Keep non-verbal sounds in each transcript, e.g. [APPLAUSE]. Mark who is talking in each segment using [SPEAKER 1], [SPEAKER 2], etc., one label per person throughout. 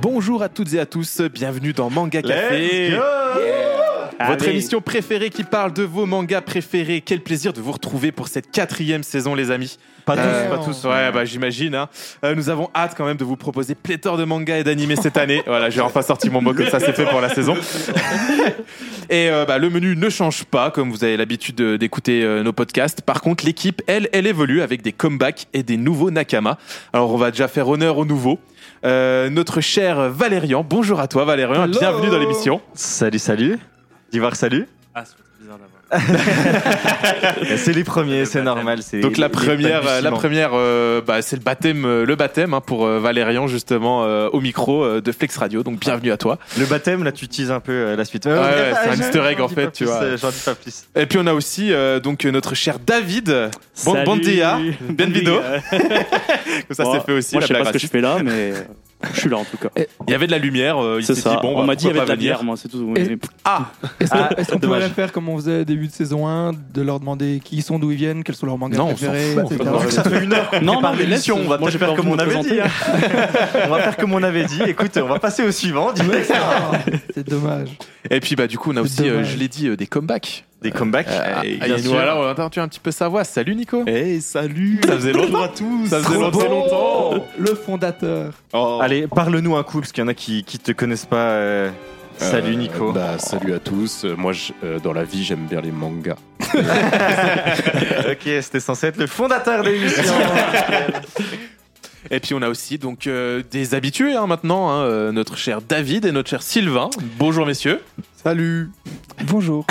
[SPEAKER 1] Bonjour à toutes et à tous, bienvenue dans Manga Café.
[SPEAKER 2] Let's go
[SPEAKER 1] Votre
[SPEAKER 2] Allez.
[SPEAKER 1] émission préférée qui parle de vos mangas préférés. Quel plaisir de vous retrouver pour cette quatrième saison, les amis.
[SPEAKER 2] Pas tous.
[SPEAKER 1] Euh, pas tous, ouais, bah, j'imagine. hein. Euh, nous avons hâte quand même de vous proposer pléthore de mangas et d'animés cette année. Voilà, j'ai enfin sorti mon mot comme ça, c'est fait pour la saison. et euh, bah, le menu ne change pas, comme vous avez l'habitude de- d'écouter euh, nos podcasts. Par contre, l'équipe, elle, elle évolue avec des comebacks et des nouveaux Nakama. Alors, on va déjà faire honneur aux nouveaux. Euh, notre cher Valérian, bonjour à toi Valérian, et
[SPEAKER 2] Hello.
[SPEAKER 1] bienvenue dans l'émission.
[SPEAKER 2] Salut, salut. Divar, salut.
[SPEAKER 3] Ah, c'est bizarre d'avoir.
[SPEAKER 2] [LAUGHS] C'est les premiers, c'est normal. c'est
[SPEAKER 1] Donc
[SPEAKER 2] les-
[SPEAKER 1] la
[SPEAKER 2] les
[SPEAKER 1] première, euh, la
[SPEAKER 2] balbutiements.
[SPEAKER 1] première, euh, bah, c'est le baptême, euh, le baptême hein, pour euh, Valérian justement euh, au micro euh, de Flex Radio. Donc bienvenue à toi.
[SPEAKER 2] Le baptême, là, tu teases un peu euh, la suite.
[SPEAKER 1] Ouais,
[SPEAKER 2] Euh,
[SPEAKER 1] ouais, c'est un
[SPEAKER 2] je-
[SPEAKER 1] Easter egg,
[SPEAKER 2] j'en
[SPEAKER 1] en
[SPEAKER 2] dis
[SPEAKER 1] fait,
[SPEAKER 2] pas
[SPEAKER 1] tu
[SPEAKER 2] plus,
[SPEAKER 1] vois.
[SPEAKER 2] euh, J'en dis pas
[SPEAKER 1] [LAUGHS]
[SPEAKER 2] plus.
[SPEAKER 1] Et puis on a aussi euh, donc euh, notre cher David. Bon, bon dia, bienvenido. Comme ça
[SPEAKER 3] Bon,
[SPEAKER 1] c'est fait aussi.
[SPEAKER 3] Moi, je
[SPEAKER 1] la
[SPEAKER 3] sais pas ce que
[SPEAKER 1] blague
[SPEAKER 3] je fais là, mais euh, je suis là en tout cas.
[SPEAKER 1] raciste. Il y avait de la lumière. euh, il
[SPEAKER 3] C'est
[SPEAKER 1] s'est
[SPEAKER 3] ça.
[SPEAKER 1] dit bon,
[SPEAKER 3] on
[SPEAKER 1] bah,
[SPEAKER 3] m'a dit il y
[SPEAKER 1] pourquoi
[SPEAKER 3] avait de la
[SPEAKER 1] pas venir.
[SPEAKER 3] bière, moi, c'est tout.
[SPEAKER 4] Et-
[SPEAKER 3] Mais-
[SPEAKER 1] Ah,
[SPEAKER 4] Est-ce qu'on- est-ce qu'on pourrait
[SPEAKER 2] dommage.
[SPEAKER 4] la faire comme on faisait au début de saison 1, de leur demander qui ils sont, d'où ils viennent, quels sont leurs mangas
[SPEAKER 1] Non, on s'en
[SPEAKER 4] préférés,
[SPEAKER 1] fout, en fait.
[SPEAKER 4] etc.
[SPEAKER 1] Non,
[SPEAKER 2] Ça fait une heure qu'on
[SPEAKER 3] Non,
[SPEAKER 2] prépare
[SPEAKER 3] non, mais
[SPEAKER 2] l'émission,
[SPEAKER 3] laisse,
[SPEAKER 2] on va
[SPEAKER 3] moi,
[SPEAKER 2] peut-être
[SPEAKER 3] j'ai
[SPEAKER 2] faire
[SPEAKER 3] pas
[SPEAKER 2] comme on
[SPEAKER 3] envie de me
[SPEAKER 2] avait dit. hein. [LAUGHS] On va faire comme on avait dit. Écoute, on va passer au suivant.
[SPEAKER 1] [LAUGHS]
[SPEAKER 2] Dis-moi
[SPEAKER 4] Ah, [LAUGHS] C'est dommage.
[SPEAKER 1] et puis bah du coup on a
[SPEAKER 4] C'est
[SPEAKER 1] aussi, euh,
[SPEAKER 4] dommage.
[SPEAKER 1] je l'ai dit, euh, des comebacks.
[SPEAKER 2] des comebacks.
[SPEAKER 1] Euh,
[SPEAKER 2] et
[SPEAKER 1] ah,
[SPEAKER 2] bien
[SPEAKER 1] et nous,
[SPEAKER 2] sûr.
[SPEAKER 1] voilà, on a entendu un petit peu sa voix. Salut Nico.
[SPEAKER 2] Hey, salut.
[SPEAKER 1] Ça faisait longtemps.
[SPEAKER 2] à tous.
[SPEAKER 1] Ça faisait
[SPEAKER 2] Trop
[SPEAKER 1] longtemps.
[SPEAKER 2] bon.
[SPEAKER 1] longtemps.
[SPEAKER 4] Le fondateur.
[SPEAKER 1] Oh.
[SPEAKER 2] Allez, parle-nous un coup, parce qu'il y en a qui qui te connaissent pas. euh, Salut
[SPEAKER 5] Euh,
[SPEAKER 2] Nico.
[SPEAKER 5] bah, salut à tous. Euh, Moi, je- euh, dans la vie, j'aime bien les mangas.
[SPEAKER 2] Ok, c'était censé être le fondateur de l'émission.
[SPEAKER 1] Et puis on a aussi donc euh, des habitués hein, maintenant, hein, euh, notre cher David et notre cher Sylvain. Bonjour messieurs. Salut.
[SPEAKER 4] Bonjour.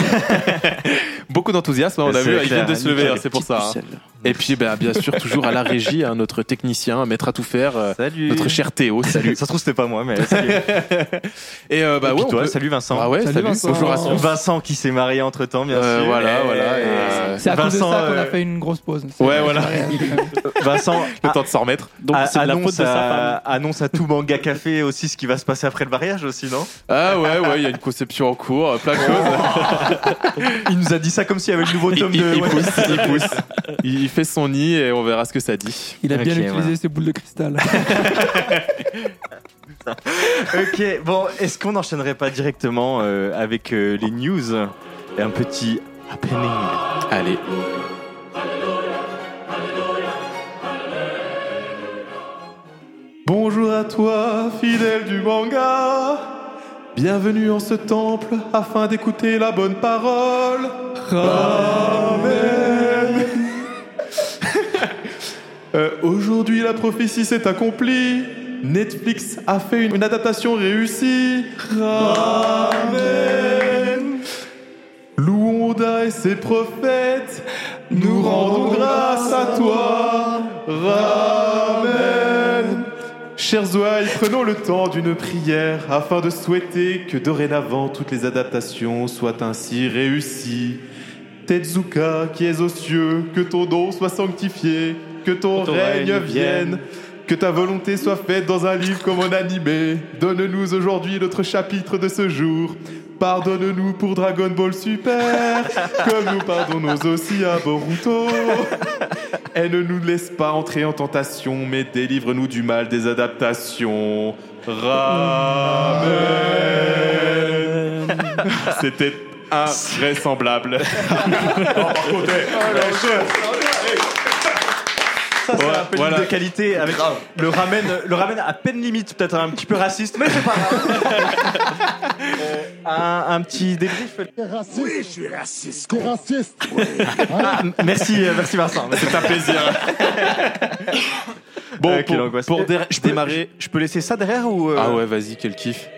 [SPEAKER 1] Beaucoup d'enthousiasme, hein, on
[SPEAKER 2] C'est
[SPEAKER 1] a vu, ils
[SPEAKER 2] clair,
[SPEAKER 1] viennent de se lever, hein, c'est pour ça. hein. Et puis bah, bien sûr toujours à la régie, hein, notre technicien, maître à tout faire, euh,
[SPEAKER 2] Salut.
[SPEAKER 1] notre cher Théo. Salut.
[SPEAKER 2] Ça se trouve, c'était pas moi, mais. salut.
[SPEAKER 1] [LAUGHS] Et euh, bah
[SPEAKER 2] Et
[SPEAKER 1] ouais,
[SPEAKER 2] puis
[SPEAKER 1] on
[SPEAKER 2] toi,
[SPEAKER 1] peut-
[SPEAKER 2] salut Vincent.
[SPEAKER 1] ah ouais,
[SPEAKER 4] Salut,
[SPEAKER 1] salut.
[SPEAKER 4] Vincent.
[SPEAKER 1] Bonjour à tous.
[SPEAKER 2] Vincent qui s'est marié entre temps, bien
[SPEAKER 1] Euh,
[SPEAKER 2] sûr.
[SPEAKER 1] voilà,
[SPEAKER 2] Et-
[SPEAKER 1] voilà, et-
[SPEAKER 2] Euh,
[SPEAKER 4] C'est à cause de
[SPEAKER 2] Vincent,
[SPEAKER 4] ça qu'on a
[SPEAKER 2] euh,
[SPEAKER 4] fait une grosse pause. C'est-
[SPEAKER 1] Ouais, voilà.
[SPEAKER 2] Vincent
[SPEAKER 1] Le temps de s'en remettre.
[SPEAKER 3] Donc,
[SPEAKER 2] a-
[SPEAKER 3] c'est de la faute de
[SPEAKER 2] annonce, à,
[SPEAKER 3] sa femme.
[SPEAKER 2] annonce à tout manga café aussi ce qui va se passer après le mariage aussi, non
[SPEAKER 1] Ah ouais, ouais, il y a une conception en cours, euh, plein de choses.
[SPEAKER 2] Il nous a dit ça comme s'il y avait le nouveau
[SPEAKER 1] il,
[SPEAKER 2] tome
[SPEAKER 1] il-
[SPEAKER 2] de.
[SPEAKER 1] il pousse, il pousse. [LAUGHS] Il il fait son nid et on verra ce que ça dit.
[SPEAKER 4] Il a bien
[SPEAKER 2] Ok,
[SPEAKER 4] utilisé
[SPEAKER 2] voilà.
[SPEAKER 4] ses boules de cristal.
[SPEAKER 2] ok, bon, est-ce qu'on n'enchaînerait pas directement euh, avec euh, les news et un petit happening
[SPEAKER 1] Allez. Bonjour à toi, fidèle du manga. Bienvenue en ce temple afin d'écouter la bonne parole. Amen. Euh, Aujourd'hui, la prophétie s'est accomplie. Netflix a fait une, une adaptation réussie. Amen. Louons Honda et ses prophètes, nous rendons grâce à toi. Amen. Chers ouailles, prenons le temps d'une prière afin de souhaiter que dorénavant toutes les adaptations soient ainsi réussies. Tetsuka qui es aux cieux, que ton nom soit sanctifié, que ton, règne vienne, que ta volonté soit faite dans un livre comme en animé. Donne-nous aujourd'hui notre chapitre de ce jour. Pardonne-nous pour Dragon Ball [LAUGHS] Super, comme nous pardonnons aussi à Boruto. Et ne nous laisse pas entrer en tentation, mais délivre-nous du mal des adaptations. Ramen. C'était invraisemblable.
[SPEAKER 2] Ça, c'est
[SPEAKER 1] Ouais,
[SPEAKER 2] un happening
[SPEAKER 1] voilà.
[SPEAKER 2] de qualité avec le ramen, le ramen à peine limite, peut-être un petit peu raciste, mais c'est pas grave.
[SPEAKER 6] [LAUGHS]
[SPEAKER 2] Euh, un, un petit débrief
[SPEAKER 6] T'es raciste Oui, je suis raciste. T'es raciste
[SPEAKER 2] Ah, m- [LAUGHS] merci, euh, merci Vincent.
[SPEAKER 1] C'est un plaisir. Bon,
[SPEAKER 2] Euh, quelle
[SPEAKER 1] pour,
[SPEAKER 2] angoisse.
[SPEAKER 1] pour
[SPEAKER 2] Euh,
[SPEAKER 1] dé- je démarrer.
[SPEAKER 2] Je peux laisser ça derrière ou euh,
[SPEAKER 1] Ah ouais, vas-y, quel kiff.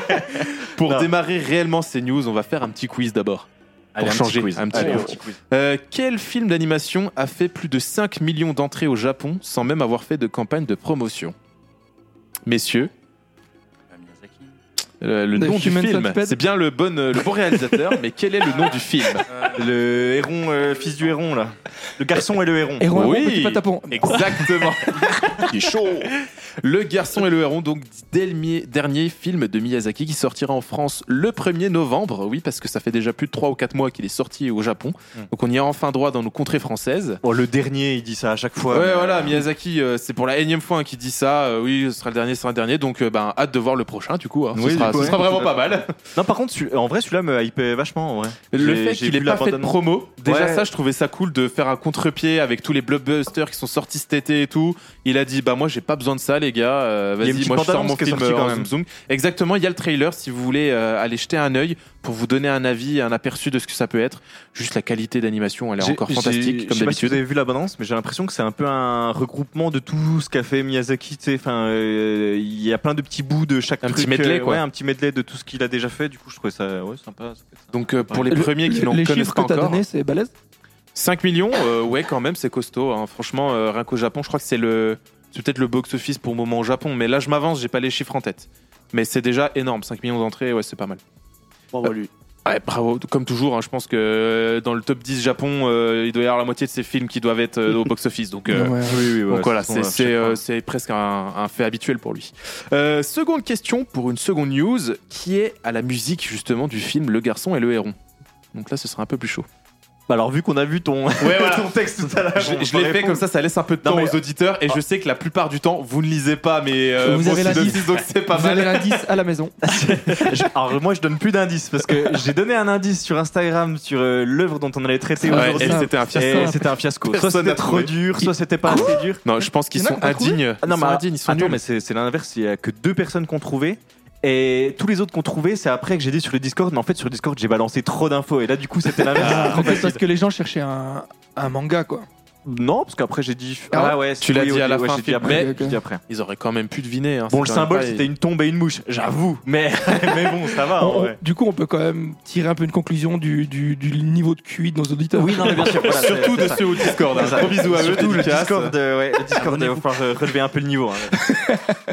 [SPEAKER 1] [LAUGHS] pour
[SPEAKER 2] Non.
[SPEAKER 1] démarrer réellement ces news, on va faire un petit quiz d'abord.
[SPEAKER 2] allez,
[SPEAKER 1] pour
[SPEAKER 2] un
[SPEAKER 1] changer,
[SPEAKER 2] petit quiz.
[SPEAKER 1] un petit
[SPEAKER 2] Allez,
[SPEAKER 1] quiz.
[SPEAKER 2] quiz.
[SPEAKER 1] Euh, quel film d'animation a fait plus de 5 millions d'entrées au Japon sans même avoir fait de campagne de promotion Messieurs,
[SPEAKER 3] Miyazaki.
[SPEAKER 1] euh, le
[SPEAKER 4] The
[SPEAKER 1] nom du
[SPEAKER 4] Human
[SPEAKER 1] film,
[SPEAKER 4] Centipede
[SPEAKER 1] c'est bien le bon, euh, le bon réalisateur, mais quel est le nom du film
[SPEAKER 2] Le héron, euh, fils du héron là. Le garçon et le héron.
[SPEAKER 4] Héron,
[SPEAKER 1] Oui.
[SPEAKER 4] héron, petit patapon.
[SPEAKER 1] Exactement.
[SPEAKER 5] Il est chaud.
[SPEAKER 1] Le garçon et le héron, donc dernier, dernier film de Miyazaki qui sortira en France le 1er novembre. Oui, parce que ça fait déjà plus de 3 ou 4 mois qu'il est sorti au Japon. Donc on y a enfin droit dans nos contrées françaises.
[SPEAKER 2] Bon, Oh, le dernier, il dit ça à chaque fois.
[SPEAKER 1] Ouais, voilà, Miyazaki, euh, c'est pour la énième fois hein, qu'il dit ça. Euh, oui, ce sera le dernier, ce sera le dernier. Donc, euh, ben, hâte de voir le prochain, du coup. hein. Ce
[SPEAKER 2] Oui,
[SPEAKER 1] sera,
[SPEAKER 2] du coup,
[SPEAKER 1] ce sera
[SPEAKER 2] ouais.
[SPEAKER 1] vraiment pas mal.
[SPEAKER 2] Non, par contre, celui- en vrai, celui-là me hypait vachement. en vrai.
[SPEAKER 1] Le
[SPEAKER 2] J'ai-
[SPEAKER 1] fait
[SPEAKER 2] j'ai
[SPEAKER 1] qu'il ait
[SPEAKER 2] vu
[SPEAKER 1] pas fait de
[SPEAKER 2] l'abandonnement.
[SPEAKER 1] promo, déjà
[SPEAKER 2] Ouais.
[SPEAKER 1] ça, je trouvais ça cool de faire un contre-pied avec tous les blockbusters qui sont sortis cet été et tout. Il a dit, bah moi j'ai pas besoin de ça, les gars. euh,
[SPEAKER 2] Il y a une
[SPEAKER 1] Vas-y,
[SPEAKER 2] petite
[SPEAKER 1] moi je sors
[SPEAKER 2] bande-annonce
[SPEAKER 1] mon
[SPEAKER 2] qui est
[SPEAKER 1] film
[SPEAKER 2] sortie
[SPEAKER 1] euh,
[SPEAKER 2] quand
[SPEAKER 1] en
[SPEAKER 2] même.
[SPEAKER 1] zoom zoom. Exactement, il y a le trailer si vous voulez euh, aller jeter un œil pour vous donner un avis, un aperçu de ce que ça peut être. Juste la qualité d'animation, elle est
[SPEAKER 2] J'ai-
[SPEAKER 1] encore
[SPEAKER 2] j'ai-
[SPEAKER 1] fantastique comme
[SPEAKER 2] Je sais pas si vous
[SPEAKER 1] d'habitude.
[SPEAKER 2] avez vu la balance, mais j'ai l'impression que c'est un peu un regroupement de tout ce qu'a fait Miyazaki. tu sais. Enfin, euh, il y a plein de petits bouts de chaque
[SPEAKER 1] Un
[SPEAKER 2] truc,
[SPEAKER 1] petit medley,
[SPEAKER 2] euh,
[SPEAKER 1] quoi.
[SPEAKER 2] ouais, un petit medley de tout ce qu'il a déjà fait. Du coup, je trouvais ça ouais, sympa. ça peut être ça.
[SPEAKER 1] Donc euh, pour les
[SPEAKER 4] Le-
[SPEAKER 1] premiers qui n'en
[SPEAKER 4] Les
[SPEAKER 1] connaissent
[SPEAKER 4] chiffres
[SPEAKER 1] pas
[SPEAKER 4] que t'as
[SPEAKER 1] encore,
[SPEAKER 4] donné, c'est balèze
[SPEAKER 1] 5 millions, euh, ouais quand même, c'est costaud. hein. Franchement, euh, rien qu'au Japon, je crois que c'est le, c'est peut-être le box-office pour le moment au Japon. Mais là, je m'avance, j'ai pas les chiffres en tête. Mais c'est déjà énorme, 5 millions d'entrées, ouais, c'est pas mal. Ah,
[SPEAKER 3] Bravo lui.
[SPEAKER 1] Ouais, bravo, comme toujours, hein, je pense que euh, dans le top 10 Japon, euh, il doit y avoir la moitié de ces films qui doivent être euh, au box-office. Donc, euh,
[SPEAKER 4] Ouais.
[SPEAKER 1] donc
[SPEAKER 2] ouais,
[SPEAKER 1] voilà,
[SPEAKER 2] de toute façon,
[SPEAKER 1] c'est
[SPEAKER 2] à
[SPEAKER 1] c'est,
[SPEAKER 2] chaque
[SPEAKER 1] euh,
[SPEAKER 2] fois.
[SPEAKER 1] c'est presque un, un fait habituel pour lui. Euh, seconde question pour une seconde news qui est à la musique justement du film Le garçon et le héron. Donc là, ce sera un peu plus chaud.
[SPEAKER 2] Bah alors, vu qu'on a vu [LAUGHS] ton,
[SPEAKER 1] voilà.
[SPEAKER 2] ton texte tout à l'heure,
[SPEAKER 1] Je,
[SPEAKER 2] on
[SPEAKER 1] je
[SPEAKER 2] va
[SPEAKER 1] l'ai fait
[SPEAKER 2] répondre.
[SPEAKER 1] comme ça, ça laisse un peu de temps
[SPEAKER 2] Non, mais- euh,
[SPEAKER 1] aux auditeurs et je sais que la plupart du temps, vous ne lisez pas, mais euh,
[SPEAKER 4] Vous
[SPEAKER 1] bon,
[SPEAKER 4] avez
[SPEAKER 1] c'est
[SPEAKER 4] la
[SPEAKER 1] de
[SPEAKER 4] liste.
[SPEAKER 1] six, donc c'est pas
[SPEAKER 4] Vous avez
[SPEAKER 1] mal.
[SPEAKER 4] l'indice à la maison.
[SPEAKER 2] Je- Alors moi je donne plus d'indices parce que j'ai donné un indice sur Instagram sur euh, l'œuvre dont on allait traiter
[SPEAKER 1] Ouais,
[SPEAKER 2] aujourd'hui.
[SPEAKER 1] et c'était un fiasco.
[SPEAKER 2] Et c'était un fiasco. Soit
[SPEAKER 1] Personne n'a
[SPEAKER 2] c'était trop
[SPEAKER 1] trouvé.
[SPEAKER 2] dur, soit c'était pas assez dur.
[SPEAKER 1] Non, je pense qu'ils
[SPEAKER 4] Il y en a
[SPEAKER 1] sont
[SPEAKER 4] qui l'ont trouvé
[SPEAKER 1] indignes.
[SPEAKER 2] Ah, non,
[SPEAKER 1] ils
[SPEAKER 2] mais
[SPEAKER 1] sont indignes, ils sont
[SPEAKER 2] Attends,
[SPEAKER 1] nuls.
[SPEAKER 2] mais c'est c'est l'inverse, il y a que deux personnes qui ont trouvé. Et tous les autres qu'on trouvé, c'est après que j'ai dit sur le Discord, mais en fait sur le Discord j'ai balancé trop d'infos et là du coup
[SPEAKER 1] [LAUGHS]
[SPEAKER 2] c'était
[SPEAKER 1] Ah,
[SPEAKER 2] l'inverse.
[SPEAKER 4] En fait, parce que les gens cherchaient un, un manga, quoi.
[SPEAKER 2] Non, parce qu'après j'ai dit.
[SPEAKER 4] Ah
[SPEAKER 2] ouais,
[SPEAKER 1] Tu l'as
[SPEAKER 2] oui,
[SPEAKER 1] dit
[SPEAKER 2] oui,
[SPEAKER 1] à la
[SPEAKER 2] ouais,
[SPEAKER 1] fin,
[SPEAKER 2] j'ai dit
[SPEAKER 1] Phil,
[SPEAKER 2] après.
[SPEAKER 4] mais-
[SPEAKER 2] j'ai dit après.
[SPEAKER 1] Ils auraient quand même pu deviner. hein,
[SPEAKER 2] Bon, le
[SPEAKER 1] c'est quand même
[SPEAKER 2] symbole
[SPEAKER 1] pas-
[SPEAKER 2] c'était une tombe et une mouche, j'avoue, [LAUGHS] mais, mais bon, ça
[SPEAKER 1] Ah,
[SPEAKER 2] va. en
[SPEAKER 4] On- on-
[SPEAKER 2] vrai.
[SPEAKER 4] du coup, on peut quand même tirer un peu une conclusion du, du- du niveau de QI de nos auditeurs.
[SPEAKER 2] Oui, non,
[SPEAKER 4] [LAUGHS]
[SPEAKER 2] mais bien sûr. voilà,
[SPEAKER 1] Surtout
[SPEAKER 2] c'est-
[SPEAKER 1] de
[SPEAKER 2] c'est
[SPEAKER 1] ceux au Discord. hein.
[SPEAKER 2] ça.
[SPEAKER 1] Gros bisous à eux,
[SPEAKER 2] Surtout le
[SPEAKER 1] dédicace.
[SPEAKER 2] Discord, euh, ouais, le Discord, il va falloir euh, relever un peu le niveau. hein.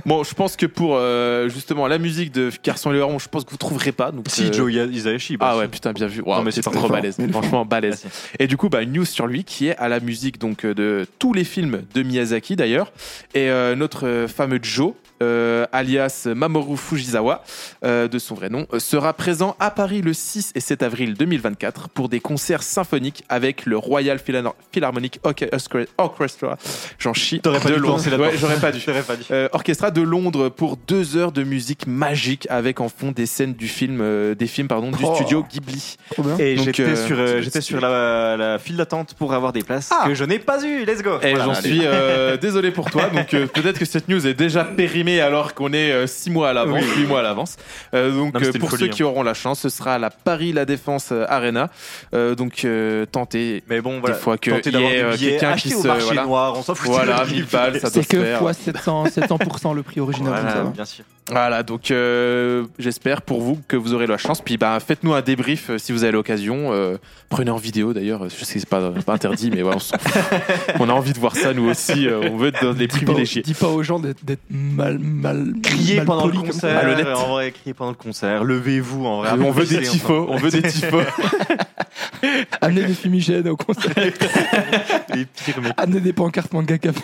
[SPEAKER 1] Bon, je pense que pour euh, justement la musique de Carson et le Héron, je pense que vous trouverez pas. Donc,
[SPEAKER 2] Si
[SPEAKER 1] euh,
[SPEAKER 2] Joe Isaichi.
[SPEAKER 1] Ah ouais, putain, bien vu. Waouh,
[SPEAKER 2] Non, mais
[SPEAKER 1] c'est
[SPEAKER 2] c'est pas
[SPEAKER 1] trop
[SPEAKER 2] fort.
[SPEAKER 1] balèze. Franchement, balèze. Et du coup, bah, une news sur lui qui est à la musique donc euh, de tous les films de Miyazaki d'ailleurs. Et euh, notre euh, fameux Joe, euh, alias Mamoru Fujizawa, euh, de son vrai nom, euh, sera présent à Paris le 6 et 7 avril 2024 pour des concerts symphoniques avec le Royal Philano- Philharmonic Orche- Orchestra- Orchestra. J'en chie.
[SPEAKER 2] T'aurais pas
[SPEAKER 1] de
[SPEAKER 2] dû te
[SPEAKER 1] loin.
[SPEAKER 2] lancer là-dedans.
[SPEAKER 1] Ouais, j'aurais pas dû.
[SPEAKER 2] J'aurais pas dit.
[SPEAKER 1] Euh, Orchestra de Londres pour deux heures de musique magique avec en fond des scènes du film, euh, des films pardon, du
[SPEAKER 4] Oh.
[SPEAKER 1] studio Ghibli.
[SPEAKER 4] Trop bien.
[SPEAKER 2] Et
[SPEAKER 1] Donc,
[SPEAKER 2] j'étais
[SPEAKER 1] euh,
[SPEAKER 2] sur, euh, j'étais sur la, la file d'attente pour avoir des places
[SPEAKER 1] Ah.
[SPEAKER 2] que je n'ai pas eues. Let's go.
[SPEAKER 1] Et
[SPEAKER 2] Voilà.
[SPEAKER 1] j'en suis
[SPEAKER 2] [LAUGHS]
[SPEAKER 1] euh, désolé pour toi. Donc euh, peut-être que cette news est déjà périmée alors qu'on est euh, six mois à l'avance, huit mois à l'avance. Euh, donc
[SPEAKER 2] Non, mais
[SPEAKER 1] euh,
[SPEAKER 2] c'était une
[SPEAKER 1] pour
[SPEAKER 2] folie, hein.
[SPEAKER 1] ceux qui auront la chance, ce sera à la Paris La Défense euh, Arena. Euh, donc euh, tentez.
[SPEAKER 2] Mais bon, voilà.
[SPEAKER 1] Des fois que
[SPEAKER 2] Tenter
[SPEAKER 1] il y
[SPEAKER 2] d'avoir
[SPEAKER 1] ait, euh,
[SPEAKER 2] des billets
[SPEAKER 1] quelqu'un
[SPEAKER 2] achetés
[SPEAKER 1] qui
[SPEAKER 2] au
[SPEAKER 1] se-
[SPEAKER 2] marché
[SPEAKER 1] voilà.
[SPEAKER 2] noir, on s'en fout. [LAUGHS]
[SPEAKER 1] Voilà,
[SPEAKER 2] du
[SPEAKER 1] 1000
[SPEAKER 2] prix.
[SPEAKER 1] balles, ça doit
[SPEAKER 4] C'est
[SPEAKER 1] se
[SPEAKER 4] que
[SPEAKER 1] faire.
[SPEAKER 4] fois 700, 700% le prix original.
[SPEAKER 2] Voilà,
[SPEAKER 4] comme ça, hein.
[SPEAKER 2] bien sûr.
[SPEAKER 1] Voilà, donc euh, j'espère pour vous que vous aurez la chance. Puis bah, faites-nous un débrief euh, si vous avez l'occasion. Euh, prenez en vidéo d'ailleurs. Je sais que c'est pas, pas interdit, mais ouais, on s'en fout.
[SPEAKER 2] [LAUGHS]
[SPEAKER 1] On a envie de voir ça nous aussi. Euh, on veut être dans
[SPEAKER 4] Dis
[SPEAKER 1] les
[SPEAKER 4] pas,
[SPEAKER 1] privilégiés.
[SPEAKER 4] dis pas aux gens d'être d'être mal, mal,
[SPEAKER 2] Crier
[SPEAKER 4] mal
[SPEAKER 2] pendant le
[SPEAKER 4] polis comme ça.
[SPEAKER 2] concert.
[SPEAKER 1] malhonnête.
[SPEAKER 2] euh, En vrai, crier pendant le concert. Levez-vous en vrai.
[SPEAKER 1] on veut des
[SPEAKER 2] Applaudissez, enfin.
[SPEAKER 1] tifos. On veut des
[SPEAKER 2] [LAUGHS]
[SPEAKER 1] tifos.
[SPEAKER 4] Amener des fumigènes au
[SPEAKER 1] [LAUGHS]
[SPEAKER 4] concert.
[SPEAKER 2] Les pires mecs.
[SPEAKER 4] Amener des pancartes manga café.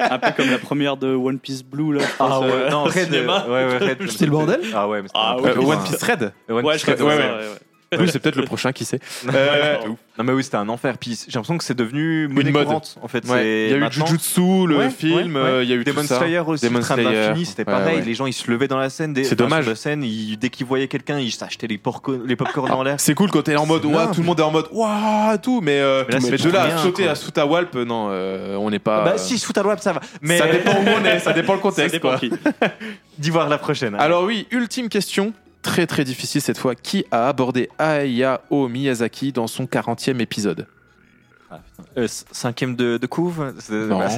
[SPEAKER 3] Un peu comme la première de One Piece Blue là. je pense,
[SPEAKER 2] Ah
[SPEAKER 3] euh,
[SPEAKER 2] ouais, non,
[SPEAKER 3] au
[SPEAKER 2] Red,
[SPEAKER 3] cinéma.
[SPEAKER 2] euh, ouais, ouais, Red,
[SPEAKER 4] C'est le bordel
[SPEAKER 2] Ah ouais, mais c'était
[SPEAKER 3] Ah
[SPEAKER 2] un
[SPEAKER 3] ouais.
[SPEAKER 2] truc,
[SPEAKER 1] Euh, One
[SPEAKER 2] hein.
[SPEAKER 1] Piece Red.
[SPEAKER 2] One
[SPEAKER 3] Ouais,
[SPEAKER 2] Piece
[SPEAKER 3] je crois
[SPEAKER 2] Red,
[SPEAKER 3] que c'est
[SPEAKER 1] ouais, ouais.
[SPEAKER 3] ça, ouais, ouais.
[SPEAKER 1] Oui, c'est peut-être le prochain, qui sait.
[SPEAKER 2] Euh,
[SPEAKER 1] Ouais.
[SPEAKER 2] non mais oui c'était un enfer puis j'ai l'impression que c'est devenu monnaie
[SPEAKER 1] mode.
[SPEAKER 2] courante en fait
[SPEAKER 1] Il y a eu
[SPEAKER 2] maintenant-
[SPEAKER 1] Jujutsu, le
[SPEAKER 2] Ouais,
[SPEAKER 1] film.
[SPEAKER 2] ouais, ouais.
[SPEAKER 1] euh, Il y a eu
[SPEAKER 2] Demon
[SPEAKER 1] tout ça.
[SPEAKER 2] Slayer aussi
[SPEAKER 1] Demon
[SPEAKER 2] le train de
[SPEAKER 1] Slayer.
[SPEAKER 2] l'infini c'était
[SPEAKER 1] Ouais,
[SPEAKER 2] pareil
[SPEAKER 1] ouais.
[SPEAKER 2] les gens ils se levaient dans la scène des-
[SPEAKER 1] C'est
[SPEAKER 2] enfin,
[SPEAKER 1] dommage.
[SPEAKER 2] sur la scène ils- dès qu'ils voyaient quelqu'un ils s'achetaient les porco- les popcorn dans l'air
[SPEAKER 1] [LAUGHS] C'est cool quand t'es en mode
[SPEAKER 2] C'est
[SPEAKER 1] ouah,
[SPEAKER 2] dingue.
[SPEAKER 1] tout le monde est en mode waouh tout, mais, euh,
[SPEAKER 2] Mais là, c'est
[SPEAKER 1] mais de là
[SPEAKER 2] rien,
[SPEAKER 1] à sauter
[SPEAKER 2] quoi.
[SPEAKER 1] à sous ta walp, non, euh, on n'est pas.
[SPEAKER 2] bah si ils se foutent à l'ouest ça va mais
[SPEAKER 1] Ça dépend où on est,
[SPEAKER 2] [LAUGHS]
[SPEAKER 1] ça dépend le
[SPEAKER 3] Ça
[SPEAKER 1] contexte.
[SPEAKER 3] dépend
[SPEAKER 1] quoi.
[SPEAKER 3] qui.
[SPEAKER 2] d'y voir la prochaine
[SPEAKER 1] Alors oui, ultime question, très très difficile cette fois. Qui a abordé Hayao Miyazaki dans son 40e épisode
[SPEAKER 2] Euh, c- cinquième de, de couve c'est- bah,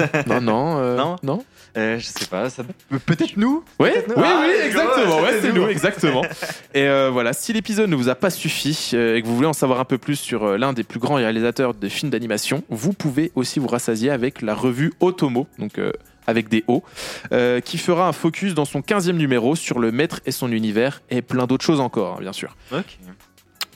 [SPEAKER 1] Non, non, non.
[SPEAKER 2] [LAUGHS]
[SPEAKER 1] euh,
[SPEAKER 2] Non
[SPEAKER 1] non
[SPEAKER 2] Euh, je sais pas ça- peut-être nous
[SPEAKER 1] Oui,
[SPEAKER 2] Peut-être
[SPEAKER 1] oui,
[SPEAKER 2] nous.
[SPEAKER 1] oui,
[SPEAKER 2] Ah, c'est
[SPEAKER 1] exactement.
[SPEAKER 2] nous,
[SPEAKER 1] Ouais,
[SPEAKER 2] c'était
[SPEAKER 1] c'est
[SPEAKER 2] nous. [LAUGHS]
[SPEAKER 1] nous, exactement. Et euh, voilà, si l'épisode ne vous a pas suffi euh, et que vous voulez en savoir un peu plus sur euh, l'un des plus grands réalisateurs de films d'animation, vous pouvez aussi vous rassasier avec la revue Otomo, donc euh, avec des O, euh, qui fera un focus dans son 15e numéro sur le maître et son univers et plein d'autres choses encore, hein, bien sûr.
[SPEAKER 2] Ok.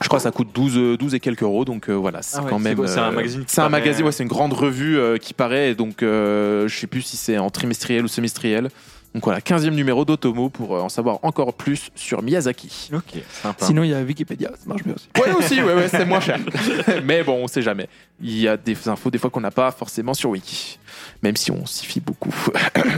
[SPEAKER 1] Je crois que ça coûte 12, euh, 12 et quelques euros, donc euh, voilà, c'est
[SPEAKER 2] Ah ouais,
[SPEAKER 1] quand
[SPEAKER 2] c'est
[SPEAKER 1] même.
[SPEAKER 2] quoi, c'est un
[SPEAKER 1] euh,
[SPEAKER 2] magazine qui
[SPEAKER 1] C'est un
[SPEAKER 2] paraît,
[SPEAKER 1] magazine,
[SPEAKER 2] euh,
[SPEAKER 1] ouais, c'est une grande revue euh, qui paraît, et donc euh, je sais plus si c'est en trimestriel ou semestriel. Donc voilà, 15e numéro d'Otomo pour euh, en savoir encore plus sur Miyazaki.
[SPEAKER 2] Ok, sympa.
[SPEAKER 4] Sinon, il y a Wikipédia, ça marche bien aussi.
[SPEAKER 1] Ouais, aussi, ouais, ouais, c'est moins cher. [LAUGHS] Mais bon, on sait jamais. Il y a des infos des fois qu'on n'a pas forcément sur Wiki, même si on s'y fie beaucoup. [LAUGHS]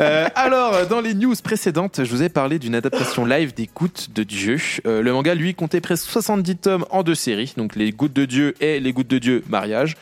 [SPEAKER 1] Euh, alors, dans les news précédentes, je vous ai parlé d'une adaptation live des Gouttes de Dieu. Euh, le manga, lui, comptait presque 70 tomes en deux séries, donc les Gouttes de Dieu et les Gouttes de Dieu mariage.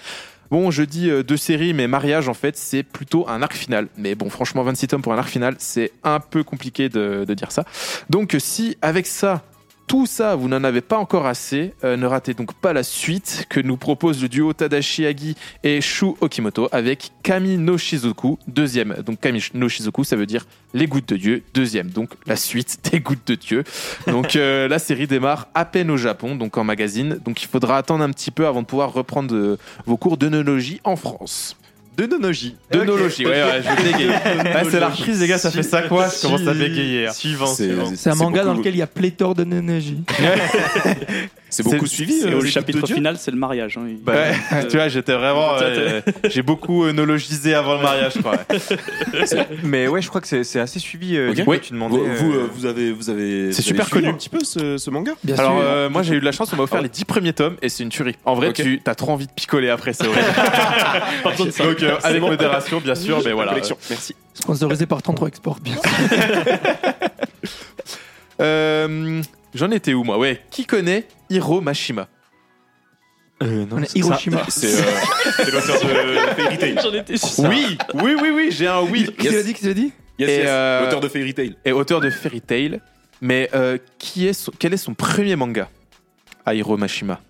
[SPEAKER 1] Bon, je dis euh, deux séries, mais mariage, en fait, c'est plutôt un arc final. Mais bon, franchement, 26 tomes pour un arc final, c'est un peu compliqué de- de dire ça. Donc, si avec ça, tout ça, vous n'en avez pas encore assez. Euh, ne ratez donc pas la suite que nous propose le duo Tadashi Agi et Shu Okimoto avec Kami no Shizuku, deuxième. Donc Kami no Shizuku, ça veut dire les gouttes de Dieu, deuxième. Donc la suite [LAUGHS] des gouttes de Dieu. Donc euh, la série démarre à peine au Japon, donc en magazine. Donc il faudra attendre un petit peu avant de pouvoir reprendre euh, vos cours d'œnologie en France.
[SPEAKER 2] Denonologie.
[SPEAKER 1] D'œnologie, ouais, ouais, je bégaye. [LAUGHS] Ouais, c'est la reprise, les gars, ça fait 5 mois, je commence à bégayer. hein.
[SPEAKER 2] Suivant,
[SPEAKER 5] C'est-
[SPEAKER 2] suivant.
[SPEAKER 4] C'est un manga
[SPEAKER 5] beaucoup-
[SPEAKER 4] dans lequel il y a pléthore de d'énergie.
[SPEAKER 5] C'est beaucoup
[SPEAKER 1] c'est-
[SPEAKER 5] suivi.
[SPEAKER 1] c'est-
[SPEAKER 5] euh,
[SPEAKER 3] le
[SPEAKER 5] les
[SPEAKER 3] chapitre
[SPEAKER 5] Gouttes de Dieu
[SPEAKER 3] final, c'est le mariage. hein. Il-
[SPEAKER 1] Ouais,
[SPEAKER 3] Euh,
[SPEAKER 1] Bah, tu vois, j'étais vraiment.
[SPEAKER 3] t'as-
[SPEAKER 1] euh, J'ai beaucoup œnologisé avant le mariage, je crois. ouais.
[SPEAKER 2] Mais ouais, je crois que c'est- c'est assez suivi. euh,
[SPEAKER 5] Ok.
[SPEAKER 2] du coup,
[SPEAKER 1] Oui.
[SPEAKER 2] tu demandais.
[SPEAKER 5] Vous, vous,
[SPEAKER 2] euh,
[SPEAKER 5] euh, vous avez, vous
[SPEAKER 1] C'est
[SPEAKER 5] avez. vous avez
[SPEAKER 1] super
[SPEAKER 5] suivi
[SPEAKER 1] connu.
[SPEAKER 5] un petit peu ce, ce manga.
[SPEAKER 4] Bien
[SPEAKER 1] Alors,
[SPEAKER 4] sûr.
[SPEAKER 1] euh, moi, j'ai eu de la chance, on m'a offert
[SPEAKER 5] Ah ouais.
[SPEAKER 1] les 10 premiers tomes et c'est une tuerie. En vrai,
[SPEAKER 5] Ok.
[SPEAKER 1] tu as trop envie de picoler après, c'est [LAUGHS] vrai.
[SPEAKER 3] pas besoin de ça.
[SPEAKER 1] Donc, euh, avec modération, bien sûr, mais voilà.
[SPEAKER 5] Collection. Merci.
[SPEAKER 4] Sponsorisé par 33 Export, bien sûr.
[SPEAKER 1] Euh, J'en étais où, moi Ouais, qui connaît Hiro Mashima
[SPEAKER 2] euh,
[SPEAKER 4] On a Hiroshima.
[SPEAKER 5] C'est euh, c'est l'auteur de Fairy Tail.
[SPEAKER 3] [LAUGHS] J'en étais sûr.
[SPEAKER 1] Oui, oui, oui, oui, j'ai un oui.
[SPEAKER 4] Qui l'a dit Qui l'a dit
[SPEAKER 5] Yes,
[SPEAKER 1] Et,
[SPEAKER 5] yes,
[SPEAKER 1] euh,
[SPEAKER 5] L'auteur de Fairy Tail.
[SPEAKER 1] Et auteur de Fairy Tail, mais euh, qui est son- quel est son premier manga à Hiro Mashima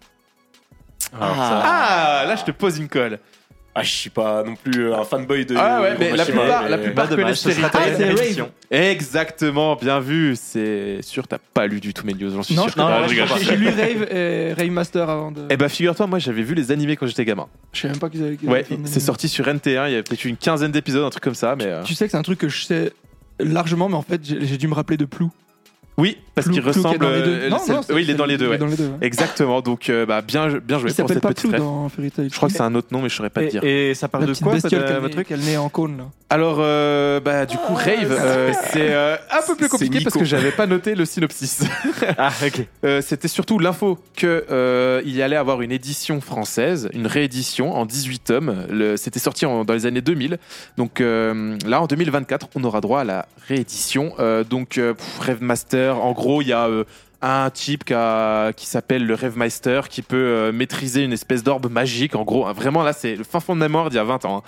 [SPEAKER 1] ah, là, je te pose une colle.
[SPEAKER 5] Ah, je suis pas non plus un fanboy de.
[SPEAKER 1] Ah ouais, mais la
[SPEAKER 5] Hiroshima,
[SPEAKER 1] plupart-
[SPEAKER 5] mais-
[SPEAKER 1] la plupart-
[SPEAKER 2] pas dommage, ce sera
[SPEAKER 1] Ah,
[SPEAKER 2] ta
[SPEAKER 4] c'est
[SPEAKER 2] émission.
[SPEAKER 1] Exactement, bien vu. C'est sûr, t'as pas lu du tout mes news, j'en suis
[SPEAKER 4] Non,
[SPEAKER 1] sûr.
[SPEAKER 4] je comprends.
[SPEAKER 2] Non, je comprends
[SPEAKER 4] J'ai j'ai lu Rave, euh, Rave Master avant de.
[SPEAKER 1] Eh bah figure-toi, moi j'avais vu les animés quand j'étais gamin.
[SPEAKER 4] Je sais même pas qu'ils avaient. qu'ils
[SPEAKER 1] Ouais,
[SPEAKER 4] avaient fait un
[SPEAKER 1] c'est
[SPEAKER 4] anime.
[SPEAKER 1] sorti sur NT1, il y avait peut-être une quinzaine d'épisodes, un truc comme ça, mais... euh,
[SPEAKER 4] Tu sais que c'est un truc que je sais largement, mais en fait, j'ai j'ai dû me rappeler de Plou.
[SPEAKER 1] Oui, parce
[SPEAKER 4] Plou-
[SPEAKER 1] qu'il
[SPEAKER 4] Plou qui est
[SPEAKER 1] ressemble...
[SPEAKER 4] dans les deux.
[SPEAKER 1] euh,
[SPEAKER 4] Non,
[SPEAKER 1] c'est-
[SPEAKER 4] non, c'est-
[SPEAKER 1] oui, il est dans les deux, ouais.
[SPEAKER 4] dans les deux, ouais.
[SPEAKER 1] Exactement, donc euh, bah, bien, bien joué
[SPEAKER 4] Il
[SPEAKER 1] pour
[SPEAKER 4] s'appelle
[SPEAKER 1] cette
[SPEAKER 4] pas
[SPEAKER 1] petite
[SPEAKER 4] Plou
[SPEAKER 1] ref.
[SPEAKER 4] dans Fairy Tail.
[SPEAKER 1] Je crois que c'est un autre nom, mais je saurais pas te dire.
[SPEAKER 2] Et, et ça
[SPEAKER 4] la
[SPEAKER 2] parle de
[SPEAKER 4] petite
[SPEAKER 2] quoi
[SPEAKER 4] bestiole
[SPEAKER 2] votre-
[SPEAKER 4] qui a le
[SPEAKER 2] votre
[SPEAKER 4] nez-
[SPEAKER 2] truc
[SPEAKER 4] qui a le nez en cône. Là.
[SPEAKER 1] Alors, euh, bah du coup, Rave, euh, c'est euh, un peu plus
[SPEAKER 5] C'est
[SPEAKER 1] compliqué parce
[SPEAKER 5] Nico.
[SPEAKER 1] que j'avais pas noté le synopsis.
[SPEAKER 2] Ah, ok.
[SPEAKER 1] Euh, c'était surtout l'info que euh, il y allait avoir une édition française, une réédition en 18 tomes. Le- C'était sorti en- dans les années 2000. Donc euh, là, en 2024, on aura droit à la réédition. Euh, donc euh, pff, Rave Master, en gros, il y a euh, un type qui, a- qui s'appelle le Rave Master qui peut euh, maîtriser une espèce d'orbe magique. En gros, hein. vraiment là, c'est le fin fond de la mort d'il y a 20 ans. hein.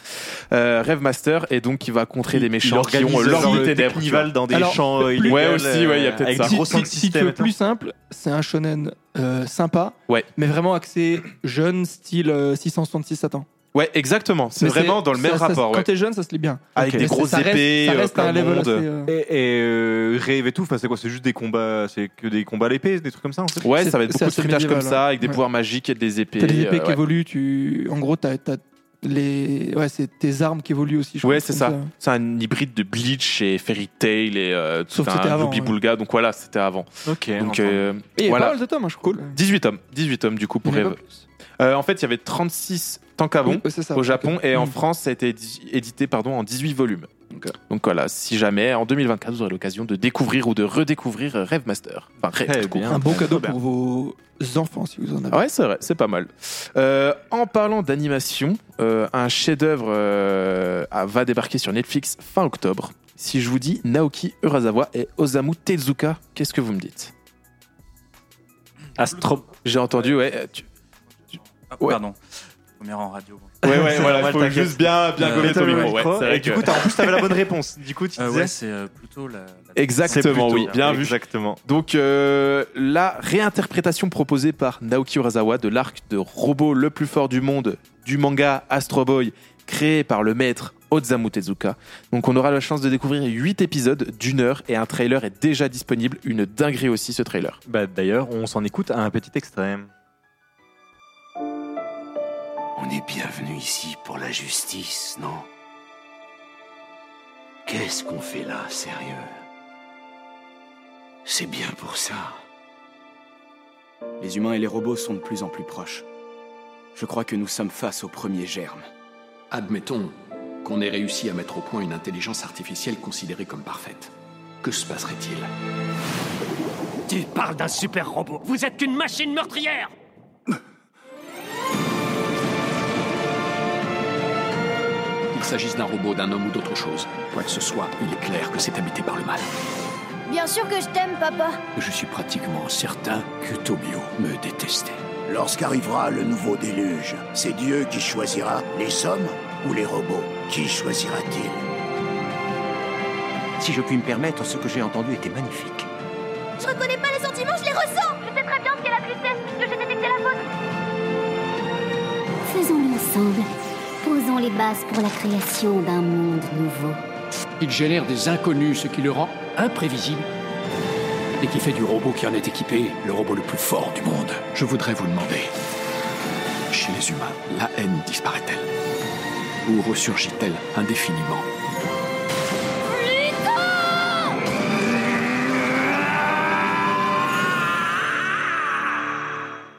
[SPEAKER 1] Euh, Rave Master et donc qui va contrer des méchants qui ont euh, l'orbe des ténèbres. tu vois.
[SPEAKER 2] Nival dans des
[SPEAKER 4] Alors,
[SPEAKER 2] champs euh,
[SPEAKER 4] plus-
[SPEAKER 2] illégaux,
[SPEAKER 1] Ouais, aussi,
[SPEAKER 2] euh,
[SPEAKER 1] ouais, il y a peut-être
[SPEAKER 2] avec
[SPEAKER 1] ça.
[SPEAKER 2] des gros
[SPEAKER 4] si,
[SPEAKER 2] sound
[SPEAKER 4] si- si tu
[SPEAKER 2] system
[SPEAKER 4] veux
[SPEAKER 2] et tout.
[SPEAKER 4] plus simple, c'est un shonen euh, sympa,
[SPEAKER 1] Ouais.
[SPEAKER 4] mais vraiment axé jeune, style euh, 666 Satan.
[SPEAKER 1] Ouais, exactement. C'est
[SPEAKER 4] Mais
[SPEAKER 1] vraiment dans le même
[SPEAKER 4] ça- ça-
[SPEAKER 1] rapport.
[SPEAKER 4] Quand
[SPEAKER 1] ouais.
[SPEAKER 4] t'es jeune, ça se lit bien.
[SPEAKER 2] Ok.
[SPEAKER 1] Avec des
[SPEAKER 4] Mais c'est-
[SPEAKER 1] grosses
[SPEAKER 4] ça reste-
[SPEAKER 1] épées,
[SPEAKER 4] ça
[SPEAKER 1] euh,
[SPEAKER 4] reste à
[SPEAKER 1] plein
[SPEAKER 4] un
[SPEAKER 1] de
[SPEAKER 4] level
[SPEAKER 1] monde.
[SPEAKER 4] assez, euh,
[SPEAKER 2] Et, et euh, rêve et tout, enfin, c'est quoi C'est juste des combats, c'est que des combats à l'épée, des trucs comme ça en fait
[SPEAKER 1] Ouais,
[SPEAKER 4] C'est-
[SPEAKER 1] ça va être
[SPEAKER 4] c'est
[SPEAKER 1] beaucoup de
[SPEAKER 4] assez
[SPEAKER 1] fruitage comme
[SPEAKER 4] médiéval,
[SPEAKER 1] ça,
[SPEAKER 4] ouais.
[SPEAKER 1] avec des
[SPEAKER 4] Ouais.
[SPEAKER 1] pouvoirs magiques et des épées.
[SPEAKER 4] T'as des épées
[SPEAKER 1] euh,
[SPEAKER 4] qui
[SPEAKER 1] ouais.
[SPEAKER 4] évoluent, tu... en gros, t'as t'as les... ouais, c'est tes armes qui évoluent aussi. je
[SPEAKER 1] Ouais,
[SPEAKER 4] crois,
[SPEAKER 1] c'est
[SPEAKER 4] comme
[SPEAKER 1] ça. C'est un hybride de Bleach et Fairy Tail et euh, tout
[SPEAKER 4] Sauf que c'était
[SPEAKER 1] un
[SPEAKER 4] avant,
[SPEAKER 1] Booby Boulga. Donc voilà, c'était avant.
[SPEAKER 2] Ok.
[SPEAKER 1] Donc
[SPEAKER 2] enfin.
[SPEAKER 1] euh,
[SPEAKER 4] Et il y a pas
[SPEAKER 1] voilà.
[SPEAKER 4] mal de tomes, hein, je crois.
[SPEAKER 1] Cool. 18 tomes. 18 tomes du coup pour
[SPEAKER 4] Il y en a
[SPEAKER 1] Rêve.
[SPEAKER 4] pas plus.
[SPEAKER 1] Euh, en fait, il y avait 36
[SPEAKER 4] Oui,
[SPEAKER 1] tankabons
[SPEAKER 4] ouais, c'est ça.
[SPEAKER 1] au Japon et en
[SPEAKER 4] Mm. euh.
[SPEAKER 1] France, ça a été édi- édité pardon, en 18 volumes.
[SPEAKER 4] Ok.
[SPEAKER 1] Donc voilà, si jamais, en 2024, vous aurez l'occasion de découvrir ou de redécouvrir euh, Rêve Master. Enfin, Rêve,
[SPEAKER 2] Très
[SPEAKER 1] tout court.
[SPEAKER 2] bien.
[SPEAKER 4] Un bon cadeau pour vos enfants, si vous en avez.
[SPEAKER 1] Ah Ouais, c'est vrai, c'est pas mal. Euh, en parlant d'animation, euh, un chef-d'œuvre euh, ah, va débarquer sur Netflix fin octobre. Si je vous dis Naoki Urasawa et Osamu Tezuka, qu'est-ce que vous me dites
[SPEAKER 3] Astro.
[SPEAKER 1] J'ai entendu, ouais. euh, tu-
[SPEAKER 7] Ah,
[SPEAKER 1] Ouais.
[SPEAKER 7] Pardon. Première en radio. Euh, bon.
[SPEAKER 1] Ouais,
[SPEAKER 2] [LAUGHS]
[SPEAKER 1] ouais,
[SPEAKER 2] C'est normal, t'inquiète.
[SPEAKER 1] bien,
[SPEAKER 7] Euh,
[SPEAKER 1] gommer
[SPEAKER 7] mets ton
[SPEAKER 2] Mets-toi le
[SPEAKER 7] micro,
[SPEAKER 2] micro,
[SPEAKER 1] c'est vrai
[SPEAKER 2] et du
[SPEAKER 1] que-
[SPEAKER 2] coup, t'as- en plus, t'avais la bonne réponse. Du coup, tu
[SPEAKER 7] Euh,
[SPEAKER 2] disais.
[SPEAKER 7] ouais, c'est euh, plutôt la. la-
[SPEAKER 1] Exactement,
[SPEAKER 2] C'est
[SPEAKER 1] oui,
[SPEAKER 2] plutôt-
[SPEAKER 1] bien vu.
[SPEAKER 2] Exactement.
[SPEAKER 1] Donc euh, la réinterprétation proposée par Naoki Urasawa de l'arc de robot le plus fort du monde du manga Astro Boy créé par le maître Osamu Tezuka. Donc on aura la chance de découvrir 8 épisodes d'une heure et un trailer est déjà disponible. Une dinguerie aussi ce trailer.
[SPEAKER 2] Bah, d'ailleurs, on s'en écoute à un petit extrême.
[SPEAKER 8] On est bien venu ici pour la justice, non Qu'est-ce qu'on fait là, sérieux C'est bien pour ça Les humains et les robots sont de plus en plus proches. Je crois que nous sommes face au premier germe.
[SPEAKER 9] Admettons qu'on ait réussi à mettre au point une intelligence artificielle considérée comme parfaite. Que se passerait-il
[SPEAKER 10] Tu parles d'un super robot. Vous êtes qu'une machine meurtrière
[SPEAKER 9] Qu'il s'agisse d'un robot, d'un homme ou d'autre chose, quoi que ce soit, il est clair que c'est habité par le mal.
[SPEAKER 11] Bien sûr que je t'aime, papa.
[SPEAKER 9] Je suis pratiquement certain que Tobio me détestait.
[SPEAKER 12] Lorsqu'arrivera le nouveau déluge, c'est Dieu qui choisira les hommes ou les robots. Qui choisira-t-il
[SPEAKER 8] Si je puis me permettre, ce que j'ai entendu était magnifique.
[SPEAKER 11] Je reconnais pas les sentiments, je les ressens. Je sais très bien ce qu'est la tristesse puisque j'ai détecté la faute.
[SPEAKER 13] Faisons-le ensemble. Posons les bases pour la création d'un monde nouveau.
[SPEAKER 9] Il génère des inconnus, ce qui le rend imprévisible. Et qui fait du robot qui en est équipé le robot le plus fort du monde. Je voudrais vous demander, chez les humains, la haine disparaît-elle Ou ressurgit-elle indéfiniment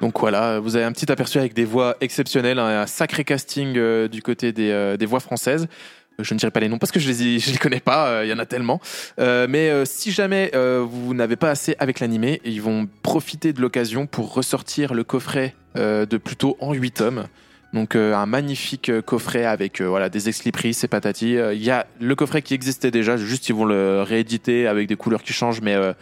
[SPEAKER 1] Donc voilà, vous avez un petit aperçu avec des voix exceptionnelles, hein, un sacré casting euh, du côté des, euh, des voix françaises. Euh, Je ne dirai pas les noms parce que je les, ai- je les connais pas, euh, il y en a tellement. Euh, mais euh, si jamais euh, vous n'avez pas assez avec l'animé, ils vont profiter de l'occasion pour ressortir le coffret euh, de Pluto en 8 tomes. Donc euh, un magnifique euh, coffret avec euh, voilà des ex-libris et patati. Euh, Il y a le coffret qui existait déjà, juste ils vont le rééditer avec des couleurs qui changent, mais euh,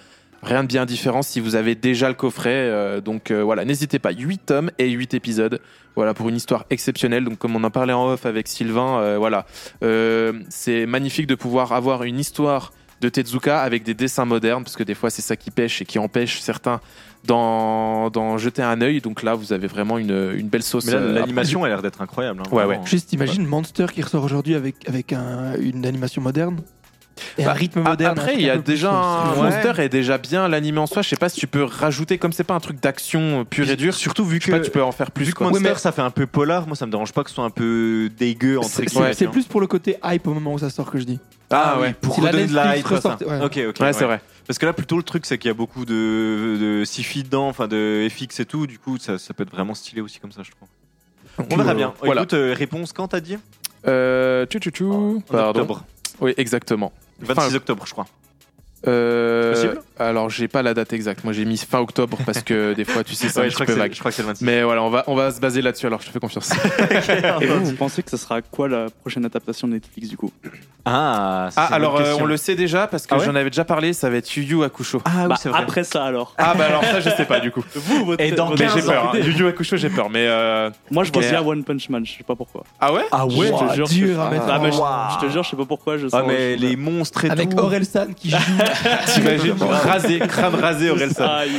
[SPEAKER 1] Rien de bien différent si vous avez déjà le coffret. euh, donc euh, voilà, n'hésitez pas. 8 tomes et 8 épisodes. Voilà, pour une histoire exceptionnelle. Donc comme on en parlait en off avec Sylvain, euh, voilà. Euh, c'est magnifique de pouvoir avoir une histoire de Tezuka avec des dessins modernes, parce que des fois c'est ça qui pêche et qui empêche certains d'en d'en jeter un œil. Donc là, vous avez vraiment une, une belle sauce.
[SPEAKER 2] Mais là,
[SPEAKER 1] euh, à
[SPEAKER 2] l'animation a l'air d'être incroyable. hein,
[SPEAKER 1] Ouais,
[SPEAKER 2] vraiment.
[SPEAKER 1] ouais.
[SPEAKER 4] Juste imagine Monster qui ressort aujourd'hui avec, avec un- une animation moderne. Et un
[SPEAKER 1] Bah,
[SPEAKER 4] rythme
[SPEAKER 1] Ah,
[SPEAKER 4] moderne. un
[SPEAKER 1] Après,
[SPEAKER 4] truc
[SPEAKER 1] il y
[SPEAKER 4] un
[SPEAKER 1] a
[SPEAKER 4] peu plus
[SPEAKER 1] déjà un...
[SPEAKER 4] fou.
[SPEAKER 1] Monster est déjà bien l'anime en soi. Je sais pas si tu peux rajouter, comme c'est pas un truc d'action euh, pur et dur.
[SPEAKER 2] Surtout vu
[SPEAKER 1] Je sais
[SPEAKER 2] que,
[SPEAKER 1] pas, tu peux en faire plus.
[SPEAKER 2] vu que
[SPEAKER 1] quoi.
[SPEAKER 2] Monster, ça fait un peu polar, moi ça me dérange pas que ce soit un peu dégueu entre
[SPEAKER 4] C'est-
[SPEAKER 2] guillemets,
[SPEAKER 4] C'est c'est
[SPEAKER 2] hein.
[SPEAKER 4] plus pour le côté hype au moment où ça sort que je dis.
[SPEAKER 1] Ah ouais.
[SPEAKER 2] Pour
[SPEAKER 4] Si la
[SPEAKER 2] redonner de la
[SPEAKER 4] Netflix
[SPEAKER 2] hype, quoi, ça.
[SPEAKER 4] ressortait- ouais.
[SPEAKER 2] Ok, ok.
[SPEAKER 1] Ouais, c'est
[SPEAKER 2] ouais.
[SPEAKER 1] vrai.
[SPEAKER 2] Parce que là, plutôt, le truc, c'est qu'il y a beaucoup de, de sci-fi dedans, enfin de FX et tout. Du coup, ça, ça peut être vraiment stylé aussi comme ça, je trouve. On verra bien.
[SPEAKER 1] Voilà.
[SPEAKER 2] Écoute, euh, réponse quand t'as dit
[SPEAKER 1] Euh, tu, tu, tu.
[SPEAKER 2] Ah, En
[SPEAKER 1] Pardon.
[SPEAKER 2] octobre.
[SPEAKER 1] Oui, exactement.
[SPEAKER 2] 26
[SPEAKER 1] Fin-
[SPEAKER 2] octobre, je crois.
[SPEAKER 1] Euh,
[SPEAKER 2] C'est possible
[SPEAKER 1] alors, j'ai pas la date exacte. Moi, j'ai mis fin octobre parce [LAUGHS] que des fois, tu sais, c'est
[SPEAKER 2] Ouais, je,
[SPEAKER 1] un petit
[SPEAKER 2] crois
[SPEAKER 1] peu
[SPEAKER 2] que c'est-
[SPEAKER 1] vague.
[SPEAKER 2] je crois que c'est le 26.
[SPEAKER 1] Mais voilà, on va, on va se baser là-dessus. Alors, je te fais confiance.
[SPEAKER 3] Et vous, vous pensez que ce sera quoi la prochaine adaptation de Netflix du coup
[SPEAKER 2] Ah, ça,
[SPEAKER 1] ah,
[SPEAKER 2] c'est
[SPEAKER 1] [LAUGHS]
[SPEAKER 2] une
[SPEAKER 1] alors,
[SPEAKER 2] bonne
[SPEAKER 1] euh,
[SPEAKER 2] question.
[SPEAKER 1] on le sait déjà parce que
[SPEAKER 2] Ah ouais
[SPEAKER 1] j'en avais déjà parlé. Ça va être Yu Yu Hakusho.
[SPEAKER 2] Ah oui,
[SPEAKER 3] Bah,
[SPEAKER 2] c'est vrai.
[SPEAKER 3] Après ça alors.
[SPEAKER 1] Ah, bah alors, ça, je sais pas du coup.
[SPEAKER 3] Vous, votre,
[SPEAKER 2] Et dans
[SPEAKER 3] votre-
[SPEAKER 1] Mais j'ai
[SPEAKER 2] 15
[SPEAKER 1] peur.
[SPEAKER 2] ans.
[SPEAKER 1] hein. Yu Yu Hakusho, j'ai peur. Mais. euh,
[SPEAKER 3] Moi je pense
[SPEAKER 1] Mais-
[SPEAKER 3] bien à One Punch Man, je sais pas pourquoi.
[SPEAKER 1] Ah ouais
[SPEAKER 2] Ah ouais
[SPEAKER 3] je te jure.
[SPEAKER 4] dur
[SPEAKER 3] je-
[SPEAKER 4] à mettre
[SPEAKER 3] Ah,
[SPEAKER 4] en-
[SPEAKER 3] mais je- je te jure, je sais pas pourquoi. Je
[SPEAKER 2] Ah,
[SPEAKER 3] sens-
[SPEAKER 2] mais
[SPEAKER 3] je-
[SPEAKER 2] les monstres et
[SPEAKER 4] Avec
[SPEAKER 2] tout.
[SPEAKER 4] Aurel San
[SPEAKER 1] [LAUGHS]
[SPEAKER 4] qui joue.
[SPEAKER 1] T'imagines Rasé, crâne rasé, Orelsan.
[SPEAKER 3] Aïe.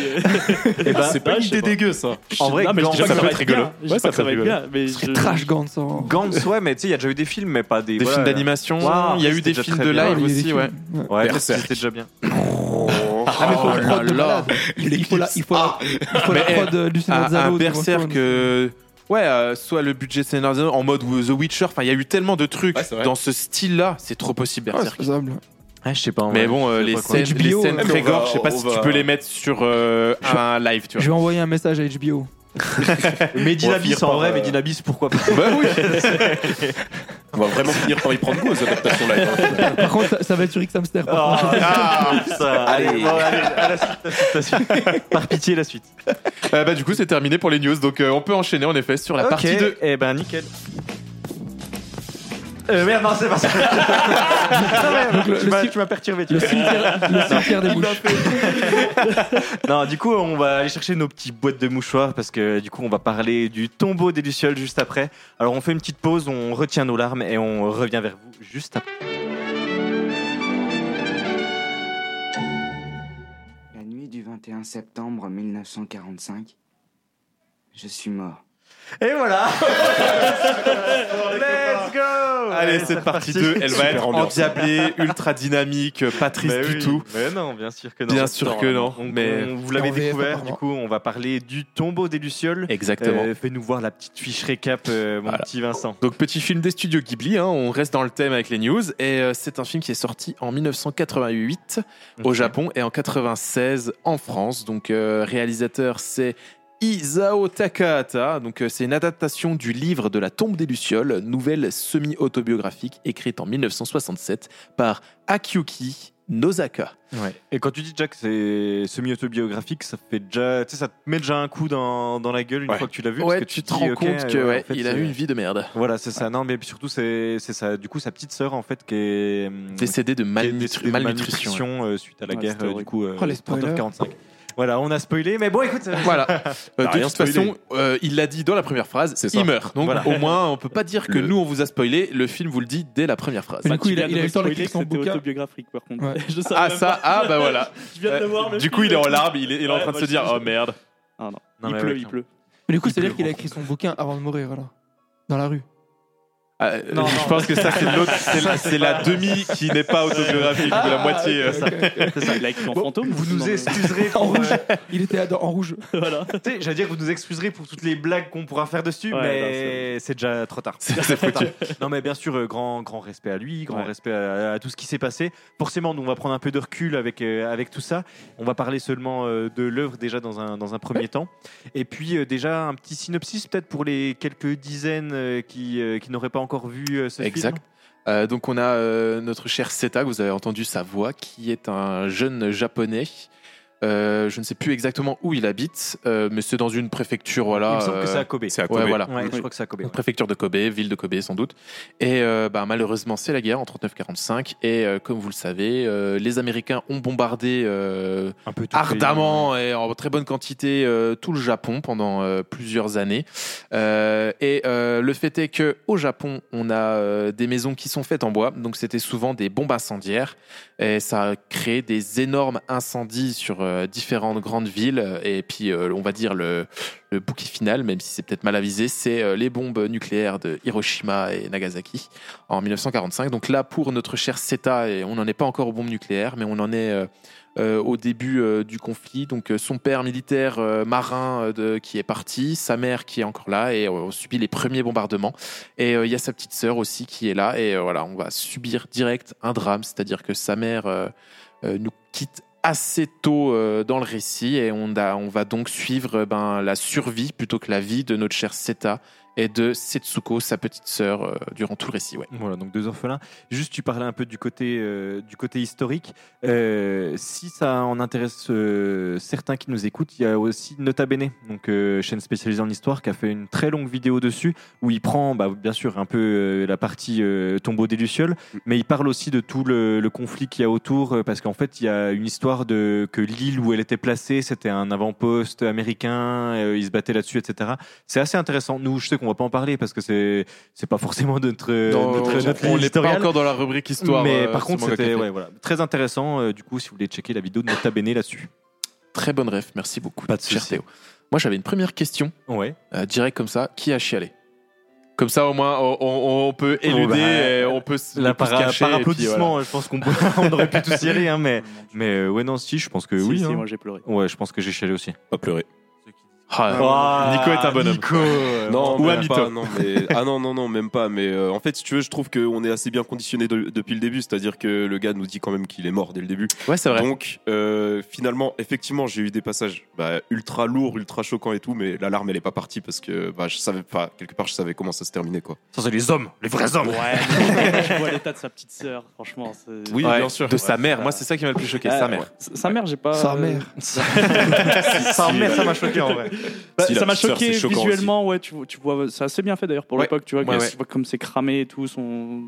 [SPEAKER 1] Eh ben,
[SPEAKER 3] Ah,
[SPEAKER 1] c'est pas
[SPEAKER 3] ouais,
[SPEAKER 1] une
[SPEAKER 3] je sais
[SPEAKER 1] idée
[SPEAKER 3] pas.
[SPEAKER 1] dégueu ça.
[SPEAKER 2] En vrai,
[SPEAKER 3] non, mais je
[SPEAKER 2] Gantz,
[SPEAKER 3] dis pas que
[SPEAKER 1] ça
[SPEAKER 3] ça
[SPEAKER 1] peut
[SPEAKER 3] va
[SPEAKER 1] être
[SPEAKER 3] être
[SPEAKER 1] rigolo.
[SPEAKER 3] bien. Je dis
[SPEAKER 1] Ouais,
[SPEAKER 3] pas
[SPEAKER 1] ça
[SPEAKER 3] que ça
[SPEAKER 1] peut
[SPEAKER 3] va
[SPEAKER 1] être
[SPEAKER 3] être bien. Mais
[SPEAKER 4] Très
[SPEAKER 3] je-
[SPEAKER 4] trash Gantz. hein. en-
[SPEAKER 2] [LAUGHS] Gantz, ouais, mais tu sais, il y a déjà eu des films, mais pas des.
[SPEAKER 1] Des
[SPEAKER 2] voilà.
[SPEAKER 1] films d'animation.
[SPEAKER 2] Waouh,
[SPEAKER 1] Il y a eu
[SPEAKER 2] c'était
[SPEAKER 1] des
[SPEAKER 2] déjà
[SPEAKER 1] films
[SPEAKER 2] très
[SPEAKER 1] de
[SPEAKER 2] bien.
[SPEAKER 4] Ah,
[SPEAKER 1] live
[SPEAKER 4] Il y a des
[SPEAKER 1] aussi,
[SPEAKER 4] films.
[SPEAKER 1] ouais.
[SPEAKER 2] Ouais,
[SPEAKER 1] Berserk.
[SPEAKER 2] c'était déjà [LAUGHS] bien.
[SPEAKER 4] Ah, mais faut
[SPEAKER 1] Oh
[SPEAKER 4] le prod
[SPEAKER 1] là
[SPEAKER 4] de
[SPEAKER 1] là.
[SPEAKER 4] malade. Il faut la, il faut la, il faut la
[SPEAKER 1] Ah. Mais,
[SPEAKER 4] prod euh, Lucien
[SPEAKER 1] un, un
[SPEAKER 4] Manzano. de
[SPEAKER 1] berserk
[SPEAKER 4] Moonstone.
[SPEAKER 1] euh, ouais euh, soit le budget scénario en mode The Witcher enfin il y a eu tellement de trucs
[SPEAKER 5] Ouais, c'est vrai.
[SPEAKER 1] dans ce style là c'est trop possible
[SPEAKER 4] Ouais, Ah, c'est
[SPEAKER 1] berserk
[SPEAKER 4] faisable.
[SPEAKER 2] Ah, je sais pas.
[SPEAKER 1] mais bon euh, les,
[SPEAKER 2] pas
[SPEAKER 1] scènes,
[SPEAKER 4] quoi.
[SPEAKER 1] les
[SPEAKER 4] HBO,
[SPEAKER 1] scènes
[SPEAKER 4] ouais.
[SPEAKER 1] très
[SPEAKER 5] On va-
[SPEAKER 1] gore je sais pas
[SPEAKER 5] on
[SPEAKER 1] si tu
[SPEAKER 5] va-
[SPEAKER 1] peux les mettre sur euh,
[SPEAKER 4] hein. Je-
[SPEAKER 1] un live tu
[SPEAKER 4] Je
[SPEAKER 1] vois
[SPEAKER 4] vais envoyer un message à HBO.
[SPEAKER 2] Mehdi
[SPEAKER 5] On va
[SPEAKER 2] Nabis,
[SPEAKER 5] finir
[SPEAKER 2] en
[SPEAKER 5] par,
[SPEAKER 2] vrai,
[SPEAKER 5] euh,
[SPEAKER 2] Mehdi Nabis, pourquoi [LAUGHS] pas
[SPEAKER 5] Bah
[SPEAKER 4] [LAUGHS]
[SPEAKER 5] oui On va vraiment finir par y prendre goût aux adaptations live. hein.
[SPEAKER 4] [LAUGHS] Par contre, ça, ça va être sur X Hamster.
[SPEAKER 1] Ah.
[SPEAKER 4] par contre.
[SPEAKER 2] Ah,
[SPEAKER 4] Ah.
[SPEAKER 2] Allez, bon, allez, à la suite, la suite, la [LAUGHS] suite. Par pitié, la suite.
[SPEAKER 1] Euh, bah du coup c'est terminé pour les news donc euh, on peut enchaîner en effet sur la partie 2
[SPEAKER 2] Eh ben, nickel. Euh, merde, non, c'est pas ça.
[SPEAKER 4] Donc, le-
[SPEAKER 2] Tu
[SPEAKER 4] le
[SPEAKER 2] m'as-
[SPEAKER 4] cim-
[SPEAKER 2] tu m'as perturbé.
[SPEAKER 4] [LAUGHS]
[SPEAKER 2] tu
[SPEAKER 4] Le
[SPEAKER 2] vois.
[SPEAKER 4] cimetière, le cimetière des bouches.
[SPEAKER 2] [LAUGHS] Non, du coup, on va aller chercher nos petits boîtes de mouchoirs parce que du coup, on va parler du tombeau des Lucioles juste après. Alors, on fait une petite pause, on retient nos larmes et on revient vers vous juste après.
[SPEAKER 8] La nuit du 21 septembre 1945, je suis mort.
[SPEAKER 2] Et [LAUGHS] voilà
[SPEAKER 6] Let's
[SPEAKER 2] go
[SPEAKER 6] Allez, c'est partie 2. Elle va être endiablée, ultra dynamique, pas triste
[SPEAKER 2] Mais
[SPEAKER 6] du
[SPEAKER 2] Bah oui,
[SPEAKER 6] tout.
[SPEAKER 2] Mais non, bien sûr que non.
[SPEAKER 6] Bien sûr que non,
[SPEAKER 2] Donc,
[SPEAKER 6] mais-
[SPEAKER 2] on- vous l'avez
[SPEAKER 6] En VF,
[SPEAKER 2] découvert,
[SPEAKER 6] apparemment.
[SPEAKER 2] du coup, on va parler du tombeau des Lucioles.
[SPEAKER 1] Exactement.
[SPEAKER 2] Euh, Fais-nous voir la petite fiche récap, euh, mon petit Vincent.
[SPEAKER 1] Donc petit film des studios Ghibli, hein, on reste dans le thème avec les news, et euh, c'est un film qui est sorti en 1988 au Japon et en 96 en France. Donc euh, réalisateur c'est Isao Takahata, donc euh, c'est une adaptation du livre de la tombe des Lucioles, nouvelle semi-autobiographique écrite en 1967 par Akiyuki Nozaka.
[SPEAKER 2] Et quand tu dis déjà que c'est semi-autobiographique, ça fait déjà, tu sais, ça te met déjà un coup dans, dans la gueule une fois que tu l'as vu.
[SPEAKER 1] Ouais,
[SPEAKER 2] parce que
[SPEAKER 1] tu te
[SPEAKER 2] dis,
[SPEAKER 1] rends
[SPEAKER 2] ok,
[SPEAKER 1] compte que
[SPEAKER 2] euh, en
[SPEAKER 1] ouais,
[SPEAKER 2] fait,
[SPEAKER 1] il a
[SPEAKER 2] c'est-
[SPEAKER 1] eu une vie de merde.
[SPEAKER 2] Voilà, c'est ça. Non, mais puis surtout, c'est c'est ça. Du coup, sa petite sœur, en fait, qui est hum,
[SPEAKER 1] Décédée de
[SPEAKER 2] qui est
[SPEAKER 1] malnutri-
[SPEAKER 2] décédée de
[SPEAKER 1] malnutrition,
[SPEAKER 2] malnutrition, euh, suite à la
[SPEAKER 1] Ouais,
[SPEAKER 2] guerre,
[SPEAKER 1] c'était
[SPEAKER 2] euh, du
[SPEAKER 1] horrible.
[SPEAKER 2] coup, euh,
[SPEAKER 1] Oh, les spoilers.
[SPEAKER 2] 39-45. Voilà, on a spoilé, mais bon, écoute.
[SPEAKER 1] [LAUGHS] Voilà. Euh,
[SPEAKER 2] T'as
[SPEAKER 1] de
[SPEAKER 2] rien
[SPEAKER 1] toute
[SPEAKER 2] spoilé.
[SPEAKER 1] façon, euh, il l'a dit dans la première phrase,
[SPEAKER 2] ça.
[SPEAKER 1] il meurt. Donc
[SPEAKER 2] Voilà.
[SPEAKER 1] au moins, on peut pas dire que
[SPEAKER 2] Le-
[SPEAKER 1] nous on vous a spoilé. Le film vous le dit dès la première phrase.
[SPEAKER 4] Mais du coup, il a- il a eu le temps
[SPEAKER 3] Spoiler
[SPEAKER 4] d'écrire
[SPEAKER 3] que
[SPEAKER 4] son
[SPEAKER 3] c'était
[SPEAKER 4] bouquin.
[SPEAKER 3] autobiographique par contre.
[SPEAKER 4] Ouais.
[SPEAKER 3] Je savais
[SPEAKER 1] Ah
[SPEAKER 3] même
[SPEAKER 1] ça,
[SPEAKER 3] pas.
[SPEAKER 1] ah bah voilà.
[SPEAKER 3] Je viens de le voir. le
[SPEAKER 1] du
[SPEAKER 3] film.
[SPEAKER 1] coup, il est en larmes, il est, il est en
[SPEAKER 3] Ouais,
[SPEAKER 1] train de
[SPEAKER 3] moi,
[SPEAKER 1] se
[SPEAKER 3] je
[SPEAKER 1] dire
[SPEAKER 3] sais,
[SPEAKER 1] oh merde.
[SPEAKER 3] Ah non.
[SPEAKER 2] Non,
[SPEAKER 3] il
[SPEAKER 2] mais
[SPEAKER 3] pleut,
[SPEAKER 2] ouais,
[SPEAKER 3] il pleut.
[SPEAKER 4] Mais du coup,
[SPEAKER 2] Il
[SPEAKER 4] c'est-à-dire
[SPEAKER 2] pleut
[SPEAKER 4] qu'il a écrit son bouquin avant de mourir, voilà. Dans la rue.
[SPEAKER 1] Ah, euh,
[SPEAKER 2] Non,
[SPEAKER 1] je
[SPEAKER 2] non.
[SPEAKER 1] pense que ça [LAUGHS] c'est l'autre, c'est la,
[SPEAKER 2] Ça, c'est
[SPEAKER 1] c'est la
[SPEAKER 2] pas-
[SPEAKER 1] demi qui n'est pas autobiographique,
[SPEAKER 4] Ah,
[SPEAKER 1] ou la moitié. euh, ça.
[SPEAKER 3] Il a écrit en fantôme.
[SPEAKER 2] Vous nous excuserez
[SPEAKER 4] En
[SPEAKER 2] pour. euh,
[SPEAKER 4] rouge. Il était à- en rouge.
[SPEAKER 3] Voilà.
[SPEAKER 2] tu sais, J'allais dire, vous nous excuserez pour toutes les blagues qu'on pourra faire dessus,
[SPEAKER 3] Ouais, non,
[SPEAKER 2] mais c'est déjà trop tard.
[SPEAKER 1] [LAUGHS] C'est foutu.
[SPEAKER 2] Non, mais bien sûr, euh, grand, grand respect à lui, grand
[SPEAKER 3] Ouais.
[SPEAKER 2] respect à, à tout ce qui s'est passé. Forcément, nous, on va prendre un peu de recul avec, euh, avec tout ça. On va parler seulement euh, de l'œuvre déjà dans un, dans un premier temps. Et puis, euh, déjà, un petit synopsis peut-être pour les quelques dizaines euh, qui, euh, qui n'auraient pas encore vu euh, ce
[SPEAKER 1] Exact.
[SPEAKER 2] film.
[SPEAKER 1] Euh, donc on a euh, notre cher Seta, que vous avez entendu sa voix, qui est un jeune japonais. Euh, je ne sais plus exactement où il habite, euh, mais c'est dans une préfecture, voilà.
[SPEAKER 2] Il me semble que
[SPEAKER 1] euh,
[SPEAKER 2] c'est à Kobe.
[SPEAKER 1] Ouais, voilà.
[SPEAKER 2] Ouais, je crois que c'est à Kobe. ouais.
[SPEAKER 1] Préfecture de Kobe, ville de Kobe sans doute. Et euh, bah, malheureusement, c'est la guerre en 39-45. Et euh, comme vous le savez, euh, les Américains ont bombardé euh,
[SPEAKER 2] Un peu tout
[SPEAKER 1] ardemment et en très bonne quantité euh, tout le Japon pendant euh, plusieurs années. Euh, et euh, le fait est que au Japon, on a euh, des maisons qui sont faites en bois, donc c'était souvent des bombes incendiaires. Et ça a créé des énormes incendies sur euh, différentes grandes villes. Et puis, euh, on va dire le, le bouquet final, même si c'est peut-être mal avisé, c'est euh, les bombes nucléaires de Hiroshima et Nagasaki en 1945. Donc là, pour notre cher Seta, et on n'en est pas encore aux bombes nucléaires, mais on en est euh, euh, au début euh, du conflit. Donc euh, son père militaire euh, marin euh, de- qui est parti, sa mère qui est encore là, et euh, on subit les premiers bombardements. Et euh, il y a sa petite sœur aussi qui est là, et euh, voilà, on va subir direct un drame, c'est-à-dire que sa mère euh, euh, nous quitte assez tôt euh, dans le récit et on, a- on va donc suivre euh, ben, la survie plutôt que la vie de notre chère Seta et de Setsuko, sa petite sœur, euh, durant tout le récit. Ouais.
[SPEAKER 2] Voilà, donc deux orphelins. Juste, tu parlais un peu du côté, euh, du côté historique. Euh, si ça en intéresse euh, certains qui nous écoutent, il y a aussi Nota Bene, donc euh, chaîne spécialisée en histoire, qui a fait une très longue vidéo dessus, où il prend, bah, bien sûr, un peu euh, la partie euh, tombeau des Lucioles, mais il parle aussi de tout le, le conflit qu'il y a autour, euh, parce qu'en fait, il y a une histoire de que l'île où elle était placée, c'était un avant-poste américain, euh, ils se battaient là-dessus, etc. C'est assez intéressant. Nous, je sais qu'on va pas en parler, parce que c'est c'est pas forcément notre,
[SPEAKER 1] Non,
[SPEAKER 2] Euh, notre, notre
[SPEAKER 1] on-
[SPEAKER 2] ligne
[SPEAKER 1] on n'est pas
[SPEAKER 2] éditoriale.
[SPEAKER 1] encore dans la rubrique histoire.
[SPEAKER 2] Mais
[SPEAKER 1] euh,
[SPEAKER 2] par
[SPEAKER 1] ce
[SPEAKER 2] contre,
[SPEAKER 1] manga
[SPEAKER 2] c'était
[SPEAKER 1] café.
[SPEAKER 2] ouais, voilà, très intéressant. euh, du coup, si vous voulez checker la vidéo de Nota Bene là-dessus.
[SPEAKER 1] Très bonne ref, merci beaucoup.
[SPEAKER 2] Pas de
[SPEAKER 1] cher
[SPEAKER 2] souci.
[SPEAKER 1] Théo. Moi, j'avais une première question,
[SPEAKER 2] Ouais.
[SPEAKER 1] euh, direct comme ça, qui a chialé Comme ça, au moins, on, on- on peut
[SPEAKER 2] Oh,
[SPEAKER 1] éluder,
[SPEAKER 2] bah,
[SPEAKER 1] et on peut se
[SPEAKER 2] Là,
[SPEAKER 1] on peut
[SPEAKER 2] par,
[SPEAKER 1] se cacher.
[SPEAKER 2] par
[SPEAKER 1] et puis,
[SPEAKER 2] applaudissement,
[SPEAKER 1] voilà.
[SPEAKER 2] Oh, je pense qu'on peut- [LAUGHS] on aurait pu tous y aller, hein, mais, mais euh, ouais, non, si, je pense que
[SPEAKER 3] Si,
[SPEAKER 2] oui.
[SPEAKER 3] si,
[SPEAKER 2] hein.
[SPEAKER 3] moi j'ai pleuré.
[SPEAKER 2] Ouais, je pense que j'ai chialé aussi.
[SPEAKER 5] Pas pleurer.
[SPEAKER 7] Euh,
[SPEAKER 1] Ah,
[SPEAKER 2] Ah,
[SPEAKER 1] Nico est un bonhomme.
[SPEAKER 2] Nico, euh,
[SPEAKER 5] Non,
[SPEAKER 1] Ou
[SPEAKER 5] même
[SPEAKER 1] un mytho.
[SPEAKER 5] pas, non, mais- ah non, non, non, même pas. Mais euh, en fait, si tu veux, je trouve qu'on est assez bien conditionné de- depuis le début. C'est-à-dire que le gars nous dit quand même qu'il est mort dès le début.
[SPEAKER 1] Ouais, c'est vrai.
[SPEAKER 5] Donc, euh, finalement, effectivement, j'ai eu des passages bah, ultra lourds, ultra choquants et tout, mais l'alarme, elle est pas partie parce que bah, je savais pas, quelque part, je savais comment ça se terminait, quoi.
[SPEAKER 2] ça, c'est les hommes, les vrais hommes.
[SPEAKER 3] Ouais, mais je vois l'état de sa petite sœur, franchement. c'est-
[SPEAKER 1] Oui,
[SPEAKER 2] Ouais,
[SPEAKER 1] bien sûr. De sa mère, moi, c'est ça qui m'a le plus choqué,
[SPEAKER 3] Ah,
[SPEAKER 1] sa mère.
[SPEAKER 3] Sa mère, j'ai pas.
[SPEAKER 4] Sa mère.
[SPEAKER 2] ça, en fait, ça m'a choqué en vrai.
[SPEAKER 3] Bah,
[SPEAKER 5] Si, la
[SPEAKER 3] ça m'a
[SPEAKER 5] petite sœur,
[SPEAKER 3] choqué
[SPEAKER 5] c'est choquant
[SPEAKER 3] visuellement, ouais, tu, vois- tu vois, c'est assez bien fait d'ailleurs pour
[SPEAKER 1] Ouais.
[SPEAKER 3] l'époque, tu vois,
[SPEAKER 1] Ouais,
[SPEAKER 3] que-
[SPEAKER 1] ouais.
[SPEAKER 3] tu vois comme c'est cramé et tout, son,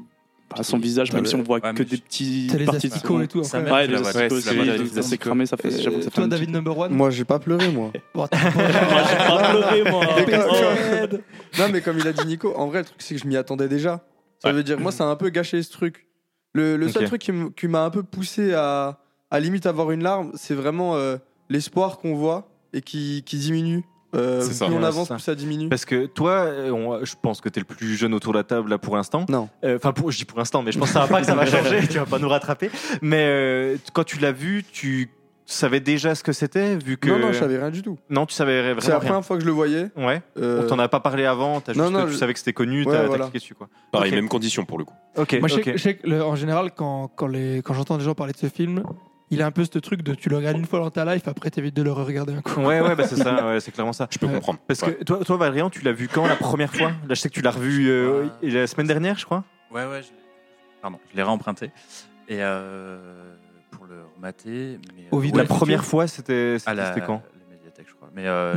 [SPEAKER 3] bah, son visage, même si on voit
[SPEAKER 7] Ouais,
[SPEAKER 3] que
[SPEAKER 7] mais
[SPEAKER 3] des petits
[SPEAKER 4] T'as les
[SPEAKER 3] parties de
[SPEAKER 4] asticots et tout.
[SPEAKER 1] Sa
[SPEAKER 4] après.
[SPEAKER 1] mère,
[SPEAKER 3] Ouais,
[SPEAKER 1] tu la
[SPEAKER 3] les
[SPEAKER 1] vois.
[SPEAKER 3] asticots
[SPEAKER 1] Ouais,
[SPEAKER 3] aussi,
[SPEAKER 1] c'est la
[SPEAKER 3] ouais,
[SPEAKER 1] mère,
[SPEAKER 3] donc
[SPEAKER 1] les
[SPEAKER 3] c'est
[SPEAKER 1] asticots.
[SPEAKER 3] cramé, ça fait, j'avoue que ça fait
[SPEAKER 4] Toi,
[SPEAKER 3] un
[SPEAKER 4] David
[SPEAKER 3] petit-
[SPEAKER 4] Number One
[SPEAKER 14] Moi, j'ai pas pleuré,
[SPEAKER 2] [LAUGHS]
[SPEAKER 14] moi.
[SPEAKER 4] Bon,
[SPEAKER 3] [LAUGHS]
[SPEAKER 4] t'as pas-
[SPEAKER 3] Moi, j'ai pas
[SPEAKER 14] [LAUGHS]
[SPEAKER 3] pleuré, moi.
[SPEAKER 14] Mais comme-
[SPEAKER 4] Arrête.
[SPEAKER 14] Non, mais comme il a dit Nico, en vrai, le truc, c'est que je m'y attendais déjà. Ça veut dire, moi, ça a un peu gâché ce truc. Le, le seul
[SPEAKER 2] Ok.
[SPEAKER 14] truc qui m- qui m'a un peu poussé à, à limite avoir une larme, c'est vraiment euh, l'espoir qu'on voit et qui, qui diminue Euh,
[SPEAKER 2] C'est ça.
[SPEAKER 14] Plus on
[SPEAKER 2] Ouais,
[SPEAKER 14] avance,
[SPEAKER 2] c'est ça.
[SPEAKER 14] plus ça diminue.
[SPEAKER 2] Parce que toi, euh, on- je pense que t'es le plus jeune autour de la table là pour l'instant. Euh,
[SPEAKER 14] Non.
[SPEAKER 2] Enfin, pour, je dis pour l'instant, mais je pense que ça va pas que ça va
[SPEAKER 1] [LAUGHS]
[SPEAKER 2] changer. tu vas pas nous rattraper. Mais euh, quand tu l'as vu, tu savais déjà ce que c'était vu que.
[SPEAKER 14] Non, non, je savais rien du tout.
[SPEAKER 2] Non, tu savais vraiment
[SPEAKER 14] C'est la
[SPEAKER 2] rien.
[SPEAKER 14] première fois que je le voyais.
[SPEAKER 2] Ouais.
[SPEAKER 14] Euh,
[SPEAKER 2] On t'en a pas parlé avant. T'as
[SPEAKER 14] non,
[SPEAKER 2] juste,
[SPEAKER 14] non,
[SPEAKER 2] tu
[SPEAKER 14] je-
[SPEAKER 2] savais que c'était connu.
[SPEAKER 14] Ouais,
[SPEAKER 2] t'as t'as
[SPEAKER 14] voilà.
[SPEAKER 2] cliqué dessus quoi.
[SPEAKER 5] Pareil,
[SPEAKER 2] Ok.
[SPEAKER 5] même condition pour le coup.
[SPEAKER 2] Ok.
[SPEAKER 3] [LAUGHS]
[SPEAKER 4] Moi, je sais
[SPEAKER 2] ok.
[SPEAKER 4] que- je sais que, le- en général, quand, quand, les, quand j'entends des gens parler de ce film, il a un peu ce truc de tu le regardes une fois dans ta life, après t'évites de le regarder un coup.
[SPEAKER 2] Ouais, ouais, bah c'est ça, ouais, c'est clairement ça. Je
[SPEAKER 5] peux comprendre.
[SPEAKER 2] Parce que toi, toi, Valérian, tu l'as vu quand la première fois Là, je sais que tu l'as revu euh, la semaine dernière, je crois.
[SPEAKER 7] Ouais, ouais, je... pardon, je l'ai réemprunté. Et euh, pour le remater. Mais,
[SPEAKER 2] Au
[SPEAKER 7] euh,
[SPEAKER 2] vide, la première fois, c'était- c'était-
[SPEAKER 7] À Ah, la-
[SPEAKER 2] c'était quand Hmm.
[SPEAKER 7] La médiathèque, je crois. Mais, euh,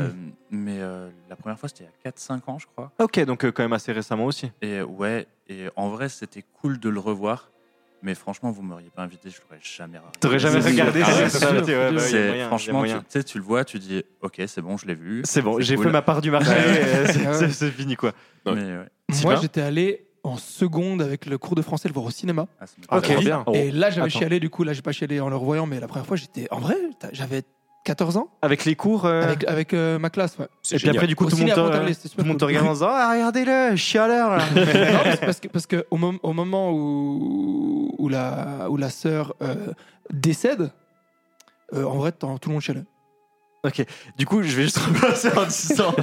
[SPEAKER 7] mais euh, la première fois, c'était il y a 4-5 ans, je crois.
[SPEAKER 2] Ok, donc euh, quand même assez récemment aussi.
[SPEAKER 7] Et euh, ouais, et en vrai, c'était cool de le revoir. Mais franchement, vous m'auriez pas invité, je l'aurais jamais regardé.
[SPEAKER 2] T'aurais jamais
[SPEAKER 7] C'est
[SPEAKER 2] regardé,
[SPEAKER 7] sûr.
[SPEAKER 2] c'est
[SPEAKER 7] Ah ouais,
[SPEAKER 2] sûr.
[SPEAKER 7] c'est sûr.
[SPEAKER 2] Ouais, bah, il y a
[SPEAKER 7] C'est-
[SPEAKER 2] moyen,
[SPEAKER 7] Franchement,
[SPEAKER 2] il y
[SPEAKER 7] tu
[SPEAKER 2] a moyen.
[SPEAKER 7] tu sais, tu le vois, tu dis, ok, c'est bon, je l'ai vu.
[SPEAKER 2] C'est bon, j'ai
[SPEAKER 7] cool.
[SPEAKER 2] fait ma part du marché,
[SPEAKER 7] Ouais, ouais.
[SPEAKER 2] euh, c'est- c'est c'est fini quoi.
[SPEAKER 7] Mais ouais.
[SPEAKER 4] Moi,
[SPEAKER 2] Sylvain
[SPEAKER 4] j'étais allé en seconde avec le cours de français le voir au cinéma.
[SPEAKER 2] Ah, Ok. trop bien.
[SPEAKER 4] Et là, j'avais
[SPEAKER 2] Attends.
[SPEAKER 4] chialé, du coup, là, j'ai pas chialé en le revoyant, mais la première fois, j'étais. En vrai, t'as- j'avais 14 ans
[SPEAKER 2] Avec les cours. euh,
[SPEAKER 4] avec, avec, euh, ma classe, ouais.
[SPEAKER 2] Et puis après, du coup,
[SPEAKER 4] Au
[SPEAKER 2] tout le monde
[SPEAKER 4] ciné,
[SPEAKER 2] te
[SPEAKER 4] avant de
[SPEAKER 2] euh,
[SPEAKER 4] parler, c'était
[SPEAKER 2] tout
[SPEAKER 4] super
[SPEAKER 2] le monde te
[SPEAKER 4] cool.
[SPEAKER 2] regarde en disant Ah, regardez-le, chialeur là
[SPEAKER 4] Non, mais c'est parce que, parce que au, mom- au moment où, où la, où la sœur euh, décède, euh, en vrai, t'en- tout le monde chialait.
[SPEAKER 2] Ok, du coup, je vais juste [LAUGHS] repasser en disant.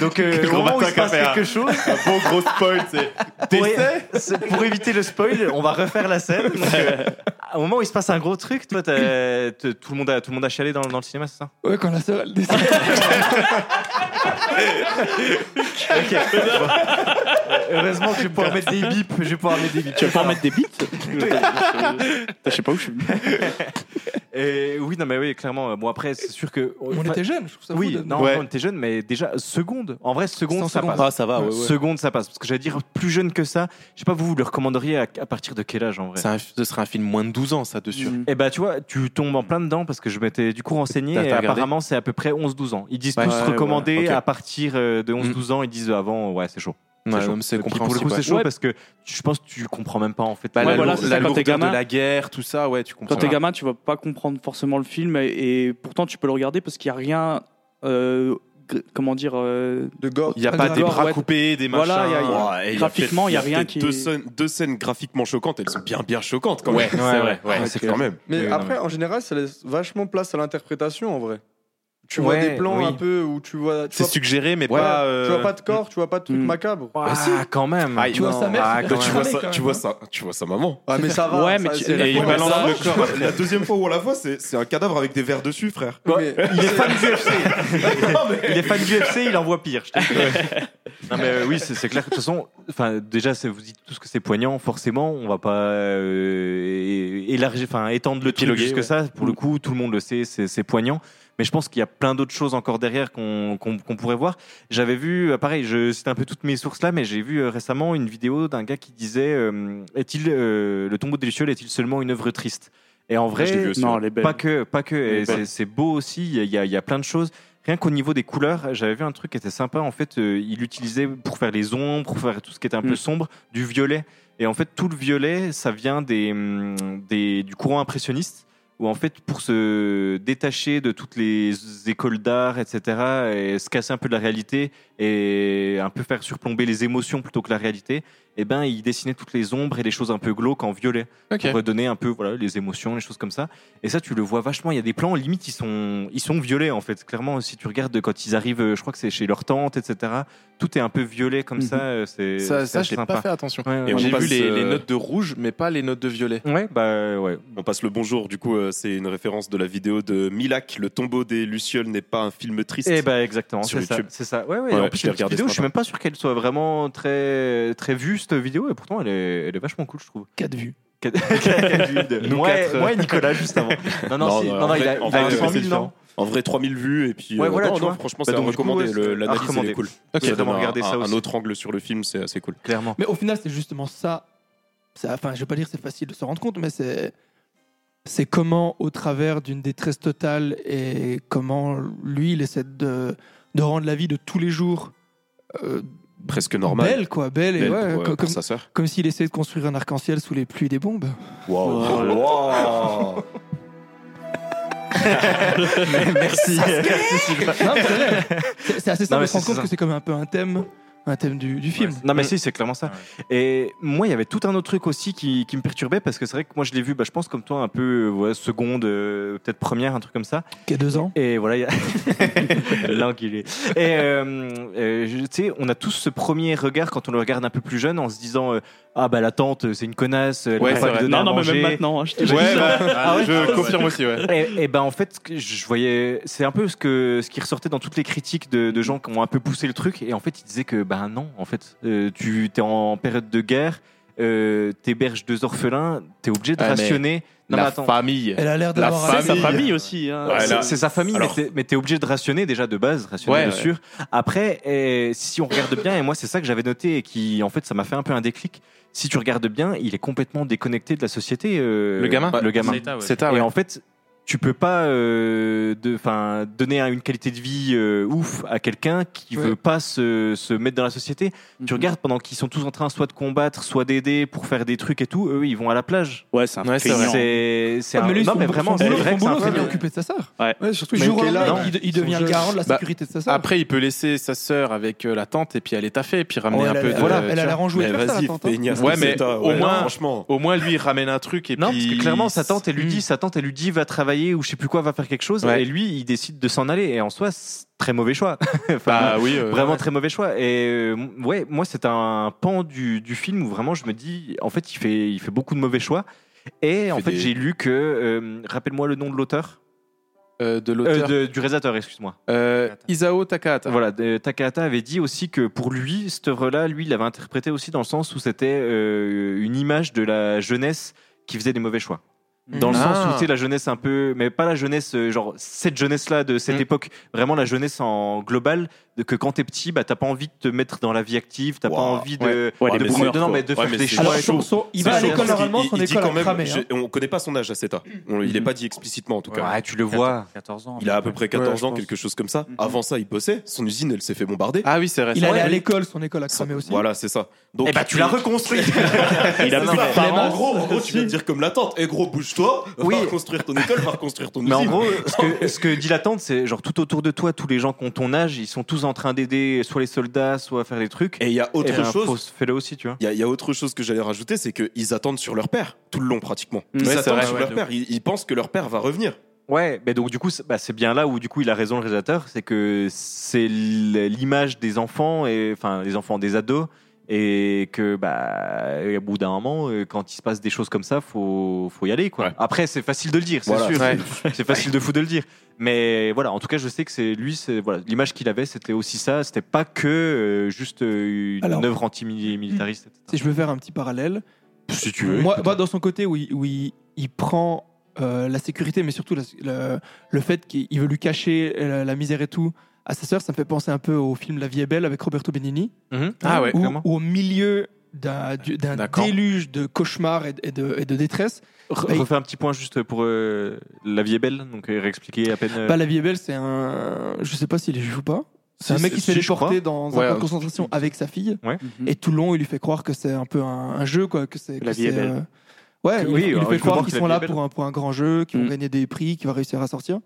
[SPEAKER 2] Donc, euh,
[SPEAKER 4] Quel
[SPEAKER 2] au
[SPEAKER 4] gros
[SPEAKER 2] moment où il
[SPEAKER 4] matin
[SPEAKER 2] se passe
[SPEAKER 4] qu'à faire.
[SPEAKER 2] quelque chose. Un bon gros spoil, [LAUGHS] c'est. Pour, éviter le spoil, on va refaire la scène. Donc, [LAUGHS] euh, au moment où il se passe un gros truc, toi, t'as- t'as- tout, le monde a, tout le monde a chialé dans, dans le cinéma, c'est ça
[SPEAKER 4] Ouais, quand la sœur, elle
[SPEAKER 2] [LAUGHS]
[SPEAKER 4] décède.
[SPEAKER 2] [LAUGHS] Ok. Heureusement que je vais pouvoir mettre des bips. Je vais pouvoir mettre des bips.
[SPEAKER 3] Tu vas pas mettre des bits [LAUGHS]
[SPEAKER 2] Je sais pas où je suis. Et oui, non, mais oui, clairement. euh, Bon, après, c'est sûr que.
[SPEAKER 4] On était jeunes, je trouve ça fou
[SPEAKER 2] Oui,
[SPEAKER 4] de-
[SPEAKER 2] non,
[SPEAKER 4] Ouais.
[SPEAKER 2] on était jeunes, mais déjà, seconde. En vrai, seconde,
[SPEAKER 4] en
[SPEAKER 2] ça
[SPEAKER 4] seconde.
[SPEAKER 2] passe.
[SPEAKER 4] Ah, ça va, ouais, ouais.
[SPEAKER 2] Seconde, ça passe. Parce que j'allais dire, plus jeune que ça, je sais pas, vous, vous le recommanderiez à, à partir de quel âge en vrai
[SPEAKER 1] C'est un- ce serait un film moins de 12 ans, ça, de sûr.
[SPEAKER 2] Et bah, tu vois, tu tombes en plein dedans parce que je m'étais du coup renseigné
[SPEAKER 1] T'as- t'as
[SPEAKER 2] et
[SPEAKER 1] regardé
[SPEAKER 2] apparemment, c'est à peu près 11-12 ans. Ils disent
[SPEAKER 1] Ouais.
[SPEAKER 2] tous
[SPEAKER 1] Ouais, ouais,
[SPEAKER 2] recommandés
[SPEAKER 1] ouais, ok. Mm.
[SPEAKER 2] à partir euh, de 11-12 ans, ils disent euh, avant, ouais, c'est chaud.
[SPEAKER 1] Ouais,
[SPEAKER 2] chaud.
[SPEAKER 1] non, mais c'est
[SPEAKER 2] Et puis, Pour le coup,
[SPEAKER 1] compréhensible,
[SPEAKER 2] c'est chaud
[SPEAKER 1] ouais.
[SPEAKER 2] parce que tu- je pense que tu comprends même pas en fait.
[SPEAKER 1] Bah,
[SPEAKER 2] la
[SPEAKER 1] la
[SPEAKER 2] lourdeur-
[SPEAKER 1] lour-
[SPEAKER 2] la
[SPEAKER 1] la
[SPEAKER 2] lourdeur
[SPEAKER 1] lourdeur
[SPEAKER 2] de
[SPEAKER 1] de la guerre, tout ça, ouais, tu comprends.
[SPEAKER 2] Quand
[SPEAKER 3] Quand t'es gamin, tu vas pas comprendre forcément le film et, et pourtant tu peux le regarder parce qu'il y a rien. euh, gr- comment dire euh,
[SPEAKER 14] De gore.
[SPEAKER 5] Il n'y a pas des bras coupés, des machins.
[SPEAKER 3] Voilà, il y a- il y a-
[SPEAKER 5] Ouais, et
[SPEAKER 3] graphiquement,
[SPEAKER 5] peut-être-
[SPEAKER 3] il y a
[SPEAKER 5] peut-être
[SPEAKER 3] rien qui.
[SPEAKER 5] Deux scènes, deux scènes graphiquement choquantes, elles sont bien, bien choquantes quand
[SPEAKER 1] Ouais,
[SPEAKER 5] même.
[SPEAKER 1] c'est vrai, ouais.
[SPEAKER 5] c'est quand même.
[SPEAKER 14] Ah, Mais après, en général, ça laisse vachement place à l'interprétation en vrai. Tu vois
[SPEAKER 1] Ouais,
[SPEAKER 14] des plans
[SPEAKER 1] oui.
[SPEAKER 14] un peu où tu vois. tu
[SPEAKER 1] C'est
[SPEAKER 14] vois-
[SPEAKER 1] suggéré, mais
[SPEAKER 14] Ouais,
[SPEAKER 1] pas, euh,
[SPEAKER 14] Tu vois pas de corps, tu vois pas de trucs
[SPEAKER 1] Mm.
[SPEAKER 3] Hmm.
[SPEAKER 14] macabres.
[SPEAKER 2] Ah, quand même.
[SPEAKER 1] Aïe,
[SPEAKER 14] Tu vois
[SPEAKER 1] non.
[SPEAKER 14] sa mère,
[SPEAKER 1] Ah,
[SPEAKER 14] c'est
[SPEAKER 2] Bah,
[SPEAKER 1] quand
[SPEAKER 14] pas
[SPEAKER 1] tu
[SPEAKER 14] très
[SPEAKER 1] vois
[SPEAKER 14] laid,
[SPEAKER 1] ça-
[SPEAKER 14] quand
[SPEAKER 1] tu
[SPEAKER 14] même.
[SPEAKER 1] vois ça,
[SPEAKER 5] tu vois sa maman.
[SPEAKER 14] Ouais, mais ça va.
[SPEAKER 5] Ouais,
[SPEAKER 14] ça,
[SPEAKER 5] mais tu-
[SPEAKER 14] c'est la
[SPEAKER 5] et il
[SPEAKER 14] première
[SPEAKER 5] balance
[SPEAKER 14] fois.
[SPEAKER 5] le corps. [LAUGHS] La deuxième fois où on la voit, c'est c'est un cadavre avec des verres dessus, frère.
[SPEAKER 2] Il est fan du UFC. Il est fan du UFC, il en voit pire. je te le dis. [LAUGHS] Non mais euh, oui, c'est c'est clair. que De toute façon, enfin déjà, c'est- vous dites tout ce que c'est poignant. Forcément, on va pas euh, é- élargir, enfin étendre le truc
[SPEAKER 1] Épiloguer,
[SPEAKER 2] jusque
[SPEAKER 1] ouais.
[SPEAKER 2] ça. Pour le coup, tout le monde le sait, c'est c'est poignant. Mais je pense qu'il y a plein d'autres choses encore derrière qu'on qu'on- qu'on pourrait voir. J'avais vu, euh, pareil, je cite un peu toutes mes sources là, mais j'ai vu euh, récemment une vidéo d'un gars qui disait euh, Est-il euh, le tombeau des Lucioles est-il seulement une œuvre triste Et en vrai,
[SPEAKER 3] Je l'ai vu aussi, Non, ouais. elle est belle.
[SPEAKER 2] pas que, pas que.
[SPEAKER 3] Elle est
[SPEAKER 2] Et c'est-
[SPEAKER 3] belle.
[SPEAKER 2] c'est beau aussi. Il y a- il y, a- il y a plein de choses. Rien qu'au niveau des couleurs, j'avais vu un truc qui était sympa. En fait, euh, il utilisait pour faire les ombres, pour faire tout ce qui était un peu
[SPEAKER 3] Mm.
[SPEAKER 2] sombre, du violet. Et en fait, tout le violet, ça vient des, hum, des- du courant impressionniste, où en fait, pour se détacher de toutes les écoles d'art, etc., et se casser un peu de la réalité, et un peu faire surplomber les émotions plutôt que la réalité, eh ben, il dessinait toutes les ombres et les choses un peu glauques en violet,
[SPEAKER 1] Ok.
[SPEAKER 2] pour redonner un peu voilà, les émotions, les choses comme ça. Et ça, tu le vois vachement. Il y a des plans, limite, ils sont, ils sont violets, en fait. Clairement, si tu regardes quand ils arrivent, euh, je crois que c'est chez leur tante, etc., tout est un peu violet comme ça. euh, c'est
[SPEAKER 1] Ça,
[SPEAKER 2] c'est
[SPEAKER 1] ça
[SPEAKER 2] assez
[SPEAKER 1] je l'ai
[SPEAKER 2] sympa.
[SPEAKER 1] pas fait attention.
[SPEAKER 2] Ouais, ouais,
[SPEAKER 1] Mhm. Et
[SPEAKER 2] ouais.
[SPEAKER 1] J'ai
[SPEAKER 5] on
[SPEAKER 1] vu
[SPEAKER 5] passe,
[SPEAKER 1] les,
[SPEAKER 5] euh,
[SPEAKER 1] les notes de rouge, mais pas les notes de violet.
[SPEAKER 2] Ouais, bah ouais.
[SPEAKER 5] On passe le bonjour, du coup, euh, c'est une référence de la vidéo de Milac, Le tombeau des Lucioles n'est pas un film triste.
[SPEAKER 2] Eh ben exactement,
[SPEAKER 5] Sur
[SPEAKER 2] c'est ça.
[SPEAKER 5] YouTube.
[SPEAKER 2] C'est ça. Ouais, ouais,
[SPEAKER 5] Ouais,
[SPEAKER 2] en
[SPEAKER 5] ouais,
[SPEAKER 2] plus,
[SPEAKER 5] je l'ai
[SPEAKER 2] cette
[SPEAKER 5] regardé
[SPEAKER 2] vidéo,
[SPEAKER 5] ce
[SPEAKER 2] je suis
[SPEAKER 5] matin.
[SPEAKER 2] même pas sûr qu'elle soit vraiment très, très vue, cette vidéo, et pourtant, elle est, elle est vachement cool, je trouve. [LAUGHS]
[SPEAKER 4] 4 vues.
[SPEAKER 2] Quatre- quatre vues de-
[SPEAKER 5] Nous
[SPEAKER 2] moi,
[SPEAKER 5] quatre, euh.
[SPEAKER 2] moi et Nicolas, juste
[SPEAKER 5] [LAUGHS]
[SPEAKER 2] avant. Non, non, si- non, non,
[SPEAKER 5] en
[SPEAKER 2] il
[SPEAKER 5] vrai-
[SPEAKER 2] a,
[SPEAKER 5] en
[SPEAKER 2] il a
[SPEAKER 5] vrai,
[SPEAKER 2] 100
[SPEAKER 5] c'est
[SPEAKER 2] 000,
[SPEAKER 5] différent.
[SPEAKER 2] non
[SPEAKER 5] En vrai, 3000 vues, et puis.
[SPEAKER 2] Ouais,
[SPEAKER 5] euh,
[SPEAKER 2] voilà,
[SPEAKER 5] non,
[SPEAKER 2] tu
[SPEAKER 5] non,
[SPEAKER 2] vois.
[SPEAKER 5] franchement,
[SPEAKER 2] Bah,
[SPEAKER 5] c'est à
[SPEAKER 2] donc, du coup,
[SPEAKER 5] recommander.
[SPEAKER 2] ouais,
[SPEAKER 5] Le-
[SPEAKER 2] c'est à
[SPEAKER 5] L'analyse, elle
[SPEAKER 2] recommander.
[SPEAKER 5] est cool.
[SPEAKER 2] Ok.
[SPEAKER 5] Ça
[SPEAKER 2] Vraiment
[SPEAKER 5] donne un-
[SPEAKER 2] regarder ça
[SPEAKER 5] un-
[SPEAKER 2] aussi.
[SPEAKER 5] Un autre angle sur le film, c'est assez cool.
[SPEAKER 2] Clairement.
[SPEAKER 4] Mais au final, c'est justement ça. ça enfin, je vais pas dire que c'est facile de se rendre compte, mais c'est c'est comment, au travers d'une détresse totale, et comment lui, il essaie de, de rendre la vie de tous les jours euh,
[SPEAKER 5] Presque normal.
[SPEAKER 4] belle, quoi, belle, et
[SPEAKER 5] Belle
[SPEAKER 4] ouais,
[SPEAKER 5] pour, euh,
[SPEAKER 4] co-
[SPEAKER 5] pour
[SPEAKER 4] comme,
[SPEAKER 5] sa sœur.
[SPEAKER 4] comme s'il essayait de construire un
[SPEAKER 3] Oh,
[SPEAKER 6] [LAUGHS]
[SPEAKER 4] arc-en-ciel sous les pluies des bombes.
[SPEAKER 5] Waouh. Waouh.
[SPEAKER 2] Merci.
[SPEAKER 4] Non, mais c'est vrai. C'est- C'est assez simple de
[SPEAKER 2] Non, mais
[SPEAKER 4] se rendre
[SPEAKER 2] c'est
[SPEAKER 4] compte
[SPEAKER 2] ça.
[SPEAKER 4] que c'est comme un peu un thème, un thème du, du film.
[SPEAKER 2] Non, mais si, c'est clairement ça. Et moi, il y avait tout un autre truc aussi qui, qui me perturbait parce que c'est vrai que moi, je l'ai vu, bah, je pense, comme toi, un peu euh, ouais, seconde, euh, peut-être première, un truc comme ça.
[SPEAKER 4] Qui a deux ans.
[SPEAKER 2] Et voilà, il y a- [LAUGHS] l'enculé. Et euh, euh, je- tu sais, on a tous ce premier regard quand on le regarde un peu plus jeune en se disant euh, Ah, bah la tante, c'est une connasse, elle
[SPEAKER 6] Ouais,
[SPEAKER 2] va
[SPEAKER 6] c'est
[SPEAKER 2] pas lui
[SPEAKER 6] vrai.
[SPEAKER 2] donner
[SPEAKER 6] Non,
[SPEAKER 2] à
[SPEAKER 6] non, mais même
[SPEAKER 2] manger.
[SPEAKER 6] maintenant, hein, je te
[SPEAKER 2] Et
[SPEAKER 6] le dis.
[SPEAKER 2] ouais, bah,
[SPEAKER 6] Ouais,
[SPEAKER 2] ah ouais
[SPEAKER 6] je
[SPEAKER 2] Ah ouais.
[SPEAKER 6] confirme aussi, ouais.
[SPEAKER 2] Et, et ben en fait, ce que je voyais, c'est un peu ce, que, ce qui ressortait dans toutes les critiques de, de gens qui ont un peu poussé le truc. Et en fait, ils disaient que, ben non, en fait, euh, tu es en période de guerre. Euh, t'héberges deux orphelins, t'es obligé de
[SPEAKER 1] Ouais, mais
[SPEAKER 2] rationner. Non,
[SPEAKER 1] la
[SPEAKER 2] mais attends.
[SPEAKER 1] famille. Elle a l'air
[SPEAKER 2] La
[SPEAKER 1] d'avoir-
[SPEAKER 2] famille.
[SPEAKER 1] C'est sa famille aussi, hein. Ouais,
[SPEAKER 2] C'est-
[SPEAKER 1] là-
[SPEAKER 2] C'est sa famille, mais
[SPEAKER 1] Alors-
[SPEAKER 2] t'es- mais t'es obligé de rationner déjà de base, rationner
[SPEAKER 1] Ouais,
[SPEAKER 2] de
[SPEAKER 1] ouais.
[SPEAKER 2] sûr. Après, eh, si on regarde bien, et moi c'est ça que j'avais noté et qui en fait ça m'a fait un peu un déclic. Si tu regardes bien, il est complètement déconnecté de la société. euh,
[SPEAKER 1] Le gamin
[SPEAKER 2] le gamin.
[SPEAKER 1] Zeta, ouais. Zeta, ouais.
[SPEAKER 2] Et en fait, tu peux pas euh, de, 'fin, donner un- une qualité de vie euh, ouf à quelqu'un qui
[SPEAKER 1] Ouais. Mhm.
[SPEAKER 2] veut pas se, se mettre dans la société. Tu regardes pendant qu'ils sont tous en train soit de combattre, soit d'aider pour faire des trucs et tout, eux ils vont à la plage.
[SPEAKER 3] Ouais, c'est un
[SPEAKER 2] C'est
[SPEAKER 3] feignant.
[SPEAKER 2] c'est- c'est
[SPEAKER 4] Ah,
[SPEAKER 2] un-
[SPEAKER 4] mais lui,
[SPEAKER 2] Non,
[SPEAKER 4] son-
[SPEAKER 2] mais
[SPEAKER 4] son
[SPEAKER 2] vraiment, c'est
[SPEAKER 4] boulot-
[SPEAKER 2] vrai
[SPEAKER 4] son
[SPEAKER 2] que c'est un
[SPEAKER 4] boulot, c'est
[SPEAKER 2] peu-
[SPEAKER 4] de l'occuper de sa sœur.
[SPEAKER 2] Ouais.
[SPEAKER 4] Ouais, surtout, il joue au lendemain, il- il devient le garant de la
[SPEAKER 2] Bah,
[SPEAKER 4] sécurité de
[SPEAKER 2] ah,
[SPEAKER 4] sa sœur.
[SPEAKER 1] Après, il peut laisser sa sœur avec euh, la tante et puis aller taffer et puis ramener
[SPEAKER 4] Ouais,
[SPEAKER 1] un
[SPEAKER 4] Oh, elle a-
[SPEAKER 1] peu
[SPEAKER 4] elle
[SPEAKER 1] de.
[SPEAKER 4] a- elle a
[SPEAKER 1] tu
[SPEAKER 4] la
[SPEAKER 1] vois.
[SPEAKER 4] rangouille Mais comme ça, la vas-y, tante, hein. feignasse
[SPEAKER 1] Ouais,
[SPEAKER 4] de
[SPEAKER 1] mais
[SPEAKER 4] Zeta,
[SPEAKER 1] au
[SPEAKER 4] ouais,
[SPEAKER 1] moins,
[SPEAKER 4] non,
[SPEAKER 1] franchement. Au moins, lui, il ramène un truc et
[SPEAKER 2] Non,
[SPEAKER 1] puis.
[SPEAKER 2] parce que clairement, sa tante, elle lui dit, sa tante, elle lui dit, va travailler ou je sais plus quoi, va faire quelque chose.
[SPEAKER 1] Mm. Ouais.
[SPEAKER 2] Et lui, il décide de s'en aller. Et en soi, c'est très mauvais choix. [LAUGHS] Enfin,
[SPEAKER 1] Bah oui, euh,
[SPEAKER 2] vraiment
[SPEAKER 1] ouais.
[SPEAKER 2] très mauvais choix. Et euh, ouais, moi, c'est un pan du, du film où vraiment, je me dis, en fait, il fait, il fait beaucoup de mauvais choix. Et en
[SPEAKER 1] fait
[SPEAKER 2] fait,
[SPEAKER 1] des-
[SPEAKER 2] j'ai lu que, euh, rappelle-moi le nom de l'auteur.
[SPEAKER 1] Euh, de l'auteur.
[SPEAKER 2] Euh, de- du réalisateur, excuse-moi.
[SPEAKER 1] Euh, Isao Takahata.
[SPEAKER 2] Voilà, de- Takahata avait dit aussi que pour lui, cette œuvre-là, lui, il l'avait interprétée aussi dans le sens où c'était euh, une image de la jeunesse qui faisait des mauvais choix.
[SPEAKER 5] Mm.
[SPEAKER 2] Dans le
[SPEAKER 1] Ah.
[SPEAKER 2] sens où tu sais, la jeunesse un peu, mais pas la jeunesse, euh, genre cette jeunesse-là de
[SPEAKER 5] Mm.
[SPEAKER 2] cette époque, vraiment la jeunesse en global, de que quand t'es petit, bah t'as pas envie de te mettre dans la vie active, t'as pas envie de,
[SPEAKER 5] Ouais,
[SPEAKER 2] de,
[SPEAKER 5] mais
[SPEAKER 2] prendre-
[SPEAKER 5] c'est-
[SPEAKER 2] non, mais de
[SPEAKER 5] ouais,
[SPEAKER 2] faire
[SPEAKER 5] mais
[SPEAKER 2] des
[SPEAKER 5] c'est
[SPEAKER 2] choix.
[SPEAKER 5] chaud.
[SPEAKER 2] et tout.
[SPEAKER 5] Bah, C'est chaud, parce qu'il- il- il dit quand même-
[SPEAKER 4] hein.
[SPEAKER 5] j'ai- On connaît pas son âge à cet âge. On- Il est pas dit explicitement en tout cas.
[SPEAKER 2] hein. Mm-hmm. Ouais, Ah, tu le vois.
[SPEAKER 7] 14 ans.
[SPEAKER 5] Il a à peu près 14
[SPEAKER 7] Ouais,
[SPEAKER 5] ans,
[SPEAKER 7] je
[SPEAKER 5] quelque chose comme ça.
[SPEAKER 2] Mm-hmm.
[SPEAKER 5] Avant ça, il bossait. Son usine, elle s'est fait bombarder.
[SPEAKER 1] Ah oui, c'est vrai.
[SPEAKER 4] Il allait à l'école, son école a cramé aussi.
[SPEAKER 5] Voilà, c'est ça. Donc,
[SPEAKER 4] Eh ben, tu l'as reconstruit.
[SPEAKER 5] [LAUGHS] il a
[SPEAKER 4] Non,
[SPEAKER 5] plus
[SPEAKER 4] mais-
[SPEAKER 5] de parents.
[SPEAKER 4] Clémence,
[SPEAKER 5] En gros, en gros, tu viens de dire comme la tante. Eh gros, bouge-toi. Va reconstruire ton école, va reconstruire ton
[SPEAKER 2] Mais en
[SPEAKER 5] usine.
[SPEAKER 2] gros, euh, ce
[SPEAKER 5] [LAUGHS]
[SPEAKER 2] que, ce que dit la tante, c'est genre tout autour de toi, tous les gens qui ont ton âge, ils sont tous en train d'aider soit les soldats, soit à faire des trucs.
[SPEAKER 5] Et il y a autre
[SPEAKER 2] Eh ben,
[SPEAKER 5] chose.
[SPEAKER 2] faut se- Fais-le aussi, tu vois.
[SPEAKER 5] Il y, a- il y a autre chose que j'allais rajouter, c'est qu'ils attendent sur leur père tout le long pratiquement.
[SPEAKER 2] Mm.
[SPEAKER 5] Ils
[SPEAKER 2] Ouais, c'est
[SPEAKER 5] attendent
[SPEAKER 2] vrai,
[SPEAKER 5] sur
[SPEAKER 2] ouais,
[SPEAKER 5] leur
[SPEAKER 2] de
[SPEAKER 5] père.
[SPEAKER 2] ouf.
[SPEAKER 5] Ils, ils pensent que leur père va revenir.
[SPEAKER 2] Ouais, mais donc du coup, c'est bah, c'est bien là où du coup il a raison le réalisateur, c'est que c'est l- l'image des enfants et enfin les enfants des ados et que bah au bout d'un moment, euh, quand il se passe des choses comme ça, faut faut y aller quoi. Après, c'est facile de le dire, c'est
[SPEAKER 1] Voilà.
[SPEAKER 2] sûr,
[SPEAKER 1] Ouais.
[SPEAKER 2] [LAUGHS] c'est facile de fou de le dire. Mais voilà, en tout cas, je sais que c'est lui, c'est voilà l'image qu'il avait, c'était aussi ça, c'était pas que euh, juste euh, une
[SPEAKER 4] Alors-
[SPEAKER 2] œuvre anti-militariste.
[SPEAKER 4] Si je veux faire un petit parallèle,
[SPEAKER 1] si
[SPEAKER 4] Moi, moi, dans son côté où il, où il, il prend euh, la sécurité, mais surtout la- le, le fait qu'il il veut lui cacher euh, la, la misère et tout à sa sœur, ça me fait penser un peu au film La vie est belle avec Roberto Benigni.
[SPEAKER 2] Mhm. Ah ouais,
[SPEAKER 4] où,
[SPEAKER 2] clairement.
[SPEAKER 4] où au milieu d'un du- d'un déluge de cauchemars et, de- et de, et de détresse,
[SPEAKER 2] Re-
[SPEAKER 4] bah, il-
[SPEAKER 2] refais un petit point juste pour euh, la vie est belle, donc euh, réexpliquer à peine. euh,
[SPEAKER 4] bah, La vie est belle, c'est un. Je sais pas s'il est juif ou pas. C'est
[SPEAKER 2] Si,
[SPEAKER 4] un mec
[SPEAKER 2] si,
[SPEAKER 4] qui se fait
[SPEAKER 2] si, je
[SPEAKER 4] déporter
[SPEAKER 2] crois.
[SPEAKER 4] dans un
[SPEAKER 2] Ouais. euh,
[SPEAKER 4] camp de concentration avec sa fille.
[SPEAKER 2] Ouais.
[SPEAKER 4] Et tout le long, il lui fait croire que c'est un peu un, un jeu, quoi. Que c'est,
[SPEAKER 2] La
[SPEAKER 4] que
[SPEAKER 2] vie est
[SPEAKER 4] c'est,
[SPEAKER 2] belle.
[SPEAKER 4] euh, Ouais,
[SPEAKER 2] Que-
[SPEAKER 4] il,
[SPEAKER 2] oui,
[SPEAKER 4] il lui
[SPEAKER 2] alors,
[SPEAKER 4] fait
[SPEAKER 2] il faut voir
[SPEAKER 4] croire
[SPEAKER 2] que
[SPEAKER 4] qu'ils
[SPEAKER 2] la
[SPEAKER 4] sont
[SPEAKER 2] vie est
[SPEAKER 4] là
[SPEAKER 2] belle. Mm.
[SPEAKER 4] pour un, pour un grand jeu, qu'ils vont gagner des prix, qu'ils vont réussir à sortir.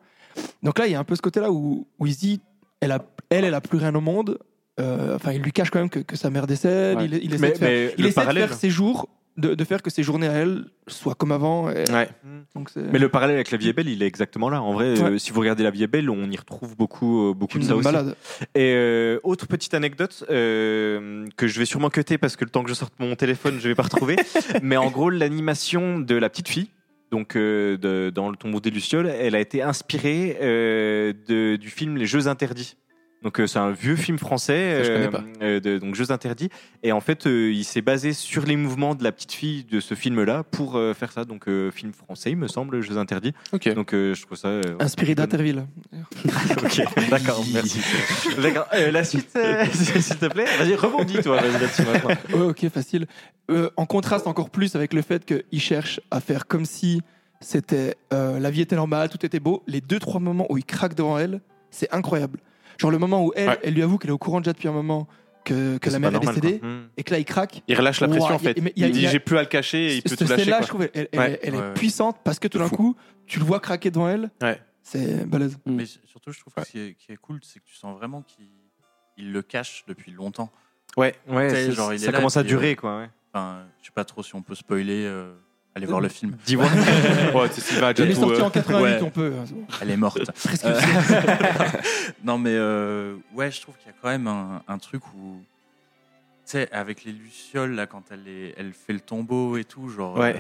[SPEAKER 4] Donc là, il y a un peu ce côté-là où, où il se dit, elle, a, elle, elle a plus rien au monde. Euh, Enfin, il lui cache quand même que, que sa mère décède.
[SPEAKER 1] Ouais.
[SPEAKER 4] Il, il essaie,
[SPEAKER 1] Mais-
[SPEAKER 4] de faire,
[SPEAKER 1] mais
[SPEAKER 4] il
[SPEAKER 1] le
[SPEAKER 4] essaie de
[SPEAKER 1] parallèle-
[SPEAKER 4] faire ses jours, de, de faire que ses journées à elle soient comme avant. et- Donc c'est-
[SPEAKER 2] Mais le parallèle avec La Vie est belle, il est exactement là. En vrai, euh, si vous regardez La Vie est belle, on y retrouve beaucoup, euh, beaucoup de
[SPEAKER 4] Film
[SPEAKER 2] ça
[SPEAKER 4] de
[SPEAKER 2] aussi.
[SPEAKER 4] malade.
[SPEAKER 2] Et euh, autre petite anecdote euh, que je vais sûrement cuter parce que le temps que je sorte mon téléphone, je vais pas retrouver.
[SPEAKER 1] [LAUGHS]
[SPEAKER 2] Mais en gros, l'animation de la petite fille. Donc, euh, de- dans le tombeau des Lucioles, elle a été inspirée euh, de- du film Les Jeux Interdits. Donc, euh, c'est un vieux film français,
[SPEAKER 1] Ça, je connais
[SPEAKER 2] euh,
[SPEAKER 1] pas.
[SPEAKER 2] euh, de- donc Jeux Interdits. Et en fait, euh, il s'est basé sur les mouvements de la petite fille de ce film-là pour euh, faire ça. Donc, euh, film français, il me semble, Jeux Interdits. Donc, euh, je trouve ça. euh, ouais.
[SPEAKER 4] Inspiré d'Interville.
[SPEAKER 2] [LAUGHS] Ok, d'accord, merci. D'accord, euh, la suite, [LAUGHS] euh, s'il te plaît. Vas-y, rebondis, toi, vas-y là-dessus maintenant.
[SPEAKER 4] Ouais, ok, facile. Euh, en contraste encore plus avec le fait qu'il cherche à faire comme si c'était euh, la vie était normale, tout était beau. Les deux trois moments où il craque devant elle, c'est incroyable. Genre le moment où elle, elle lui avoue qu'elle est au courant déjà depuis un moment que, que
[SPEAKER 1] c'est
[SPEAKER 4] la mère
[SPEAKER 1] pas
[SPEAKER 4] est
[SPEAKER 1] normal,
[SPEAKER 4] décédée
[SPEAKER 1] quoi.
[SPEAKER 2] Hmm.
[SPEAKER 1] Mm.
[SPEAKER 4] et que là il craque.
[SPEAKER 1] Il relâche la
[SPEAKER 4] Ouah,
[SPEAKER 1] pression en
[SPEAKER 4] il y a-
[SPEAKER 1] fait.
[SPEAKER 4] mais il y a-
[SPEAKER 1] Il
[SPEAKER 4] il y
[SPEAKER 1] dit
[SPEAKER 4] a-
[SPEAKER 1] j'ai plus à le cacher et il peut
[SPEAKER 4] cette
[SPEAKER 1] tout lâcher.
[SPEAKER 4] scène-là,
[SPEAKER 1] quoi.
[SPEAKER 4] je trouve, elle, elle-
[SPEAKER 1] Ouais.
[SPEAKER 4] elle est
[SPEAKER 1] Ouais.
[SPEAKER 4] puissante parce que tout d'un coup, tu le vois craquer devant elle.
[SPEAKER 1] Ouais.
[SPEAKER 4] C'est balèze.
[SPEAKER 2] Mm.
[SPEAKER 7] Mais s- surtout, je trouve que ce qui est, qui est cool, c'est que tu sens vraiment qu'il il le cache depuis longtemps.
[SPEAKER 2] Ouais, ouais,
[SPEAKER 7] Tu sais,
[SPEAKER 2] c'est-
[SPEAKER 7] genre, il
[SPEAKER 2] ça
[SPEAKER 7] est là,
[SPEAKER 2] commence à
[SPEAKER 7] puis,
[SPEAKER 2] durer,
[SPEAKER 7] euh,
[SPEAKER 2] quoi, ouais.
[SPEAKER 7] enfin, je sais pas trop si on peut spoiler. euh, Allez voir le film.
[SPEAKER 2] Dis-moi. Ouais, tu sais,
[SPEAKER 1] Bah,
[SPEAKER 2] Sylvain a déjà Elle est tout, sortie euh, en 88,
[SPEAKER 4] on peut, hein, c'est bon.
[SPEAKER 7] Elle est
[SPEAKER 2] [LAUGHS]
[SPEAKER 7] morte.
[SPEAKER 4] Presque.
[SPEAKER 7] Euh, [LAUGHS] non, mais euh, ouais, je trouve qu'il y a quand même un, un truc où. Tu sais, avec les Lucioles, là, quand elle, est- elle fait le tombeau et tout, genre.
[SPEAKER 1] Ouais.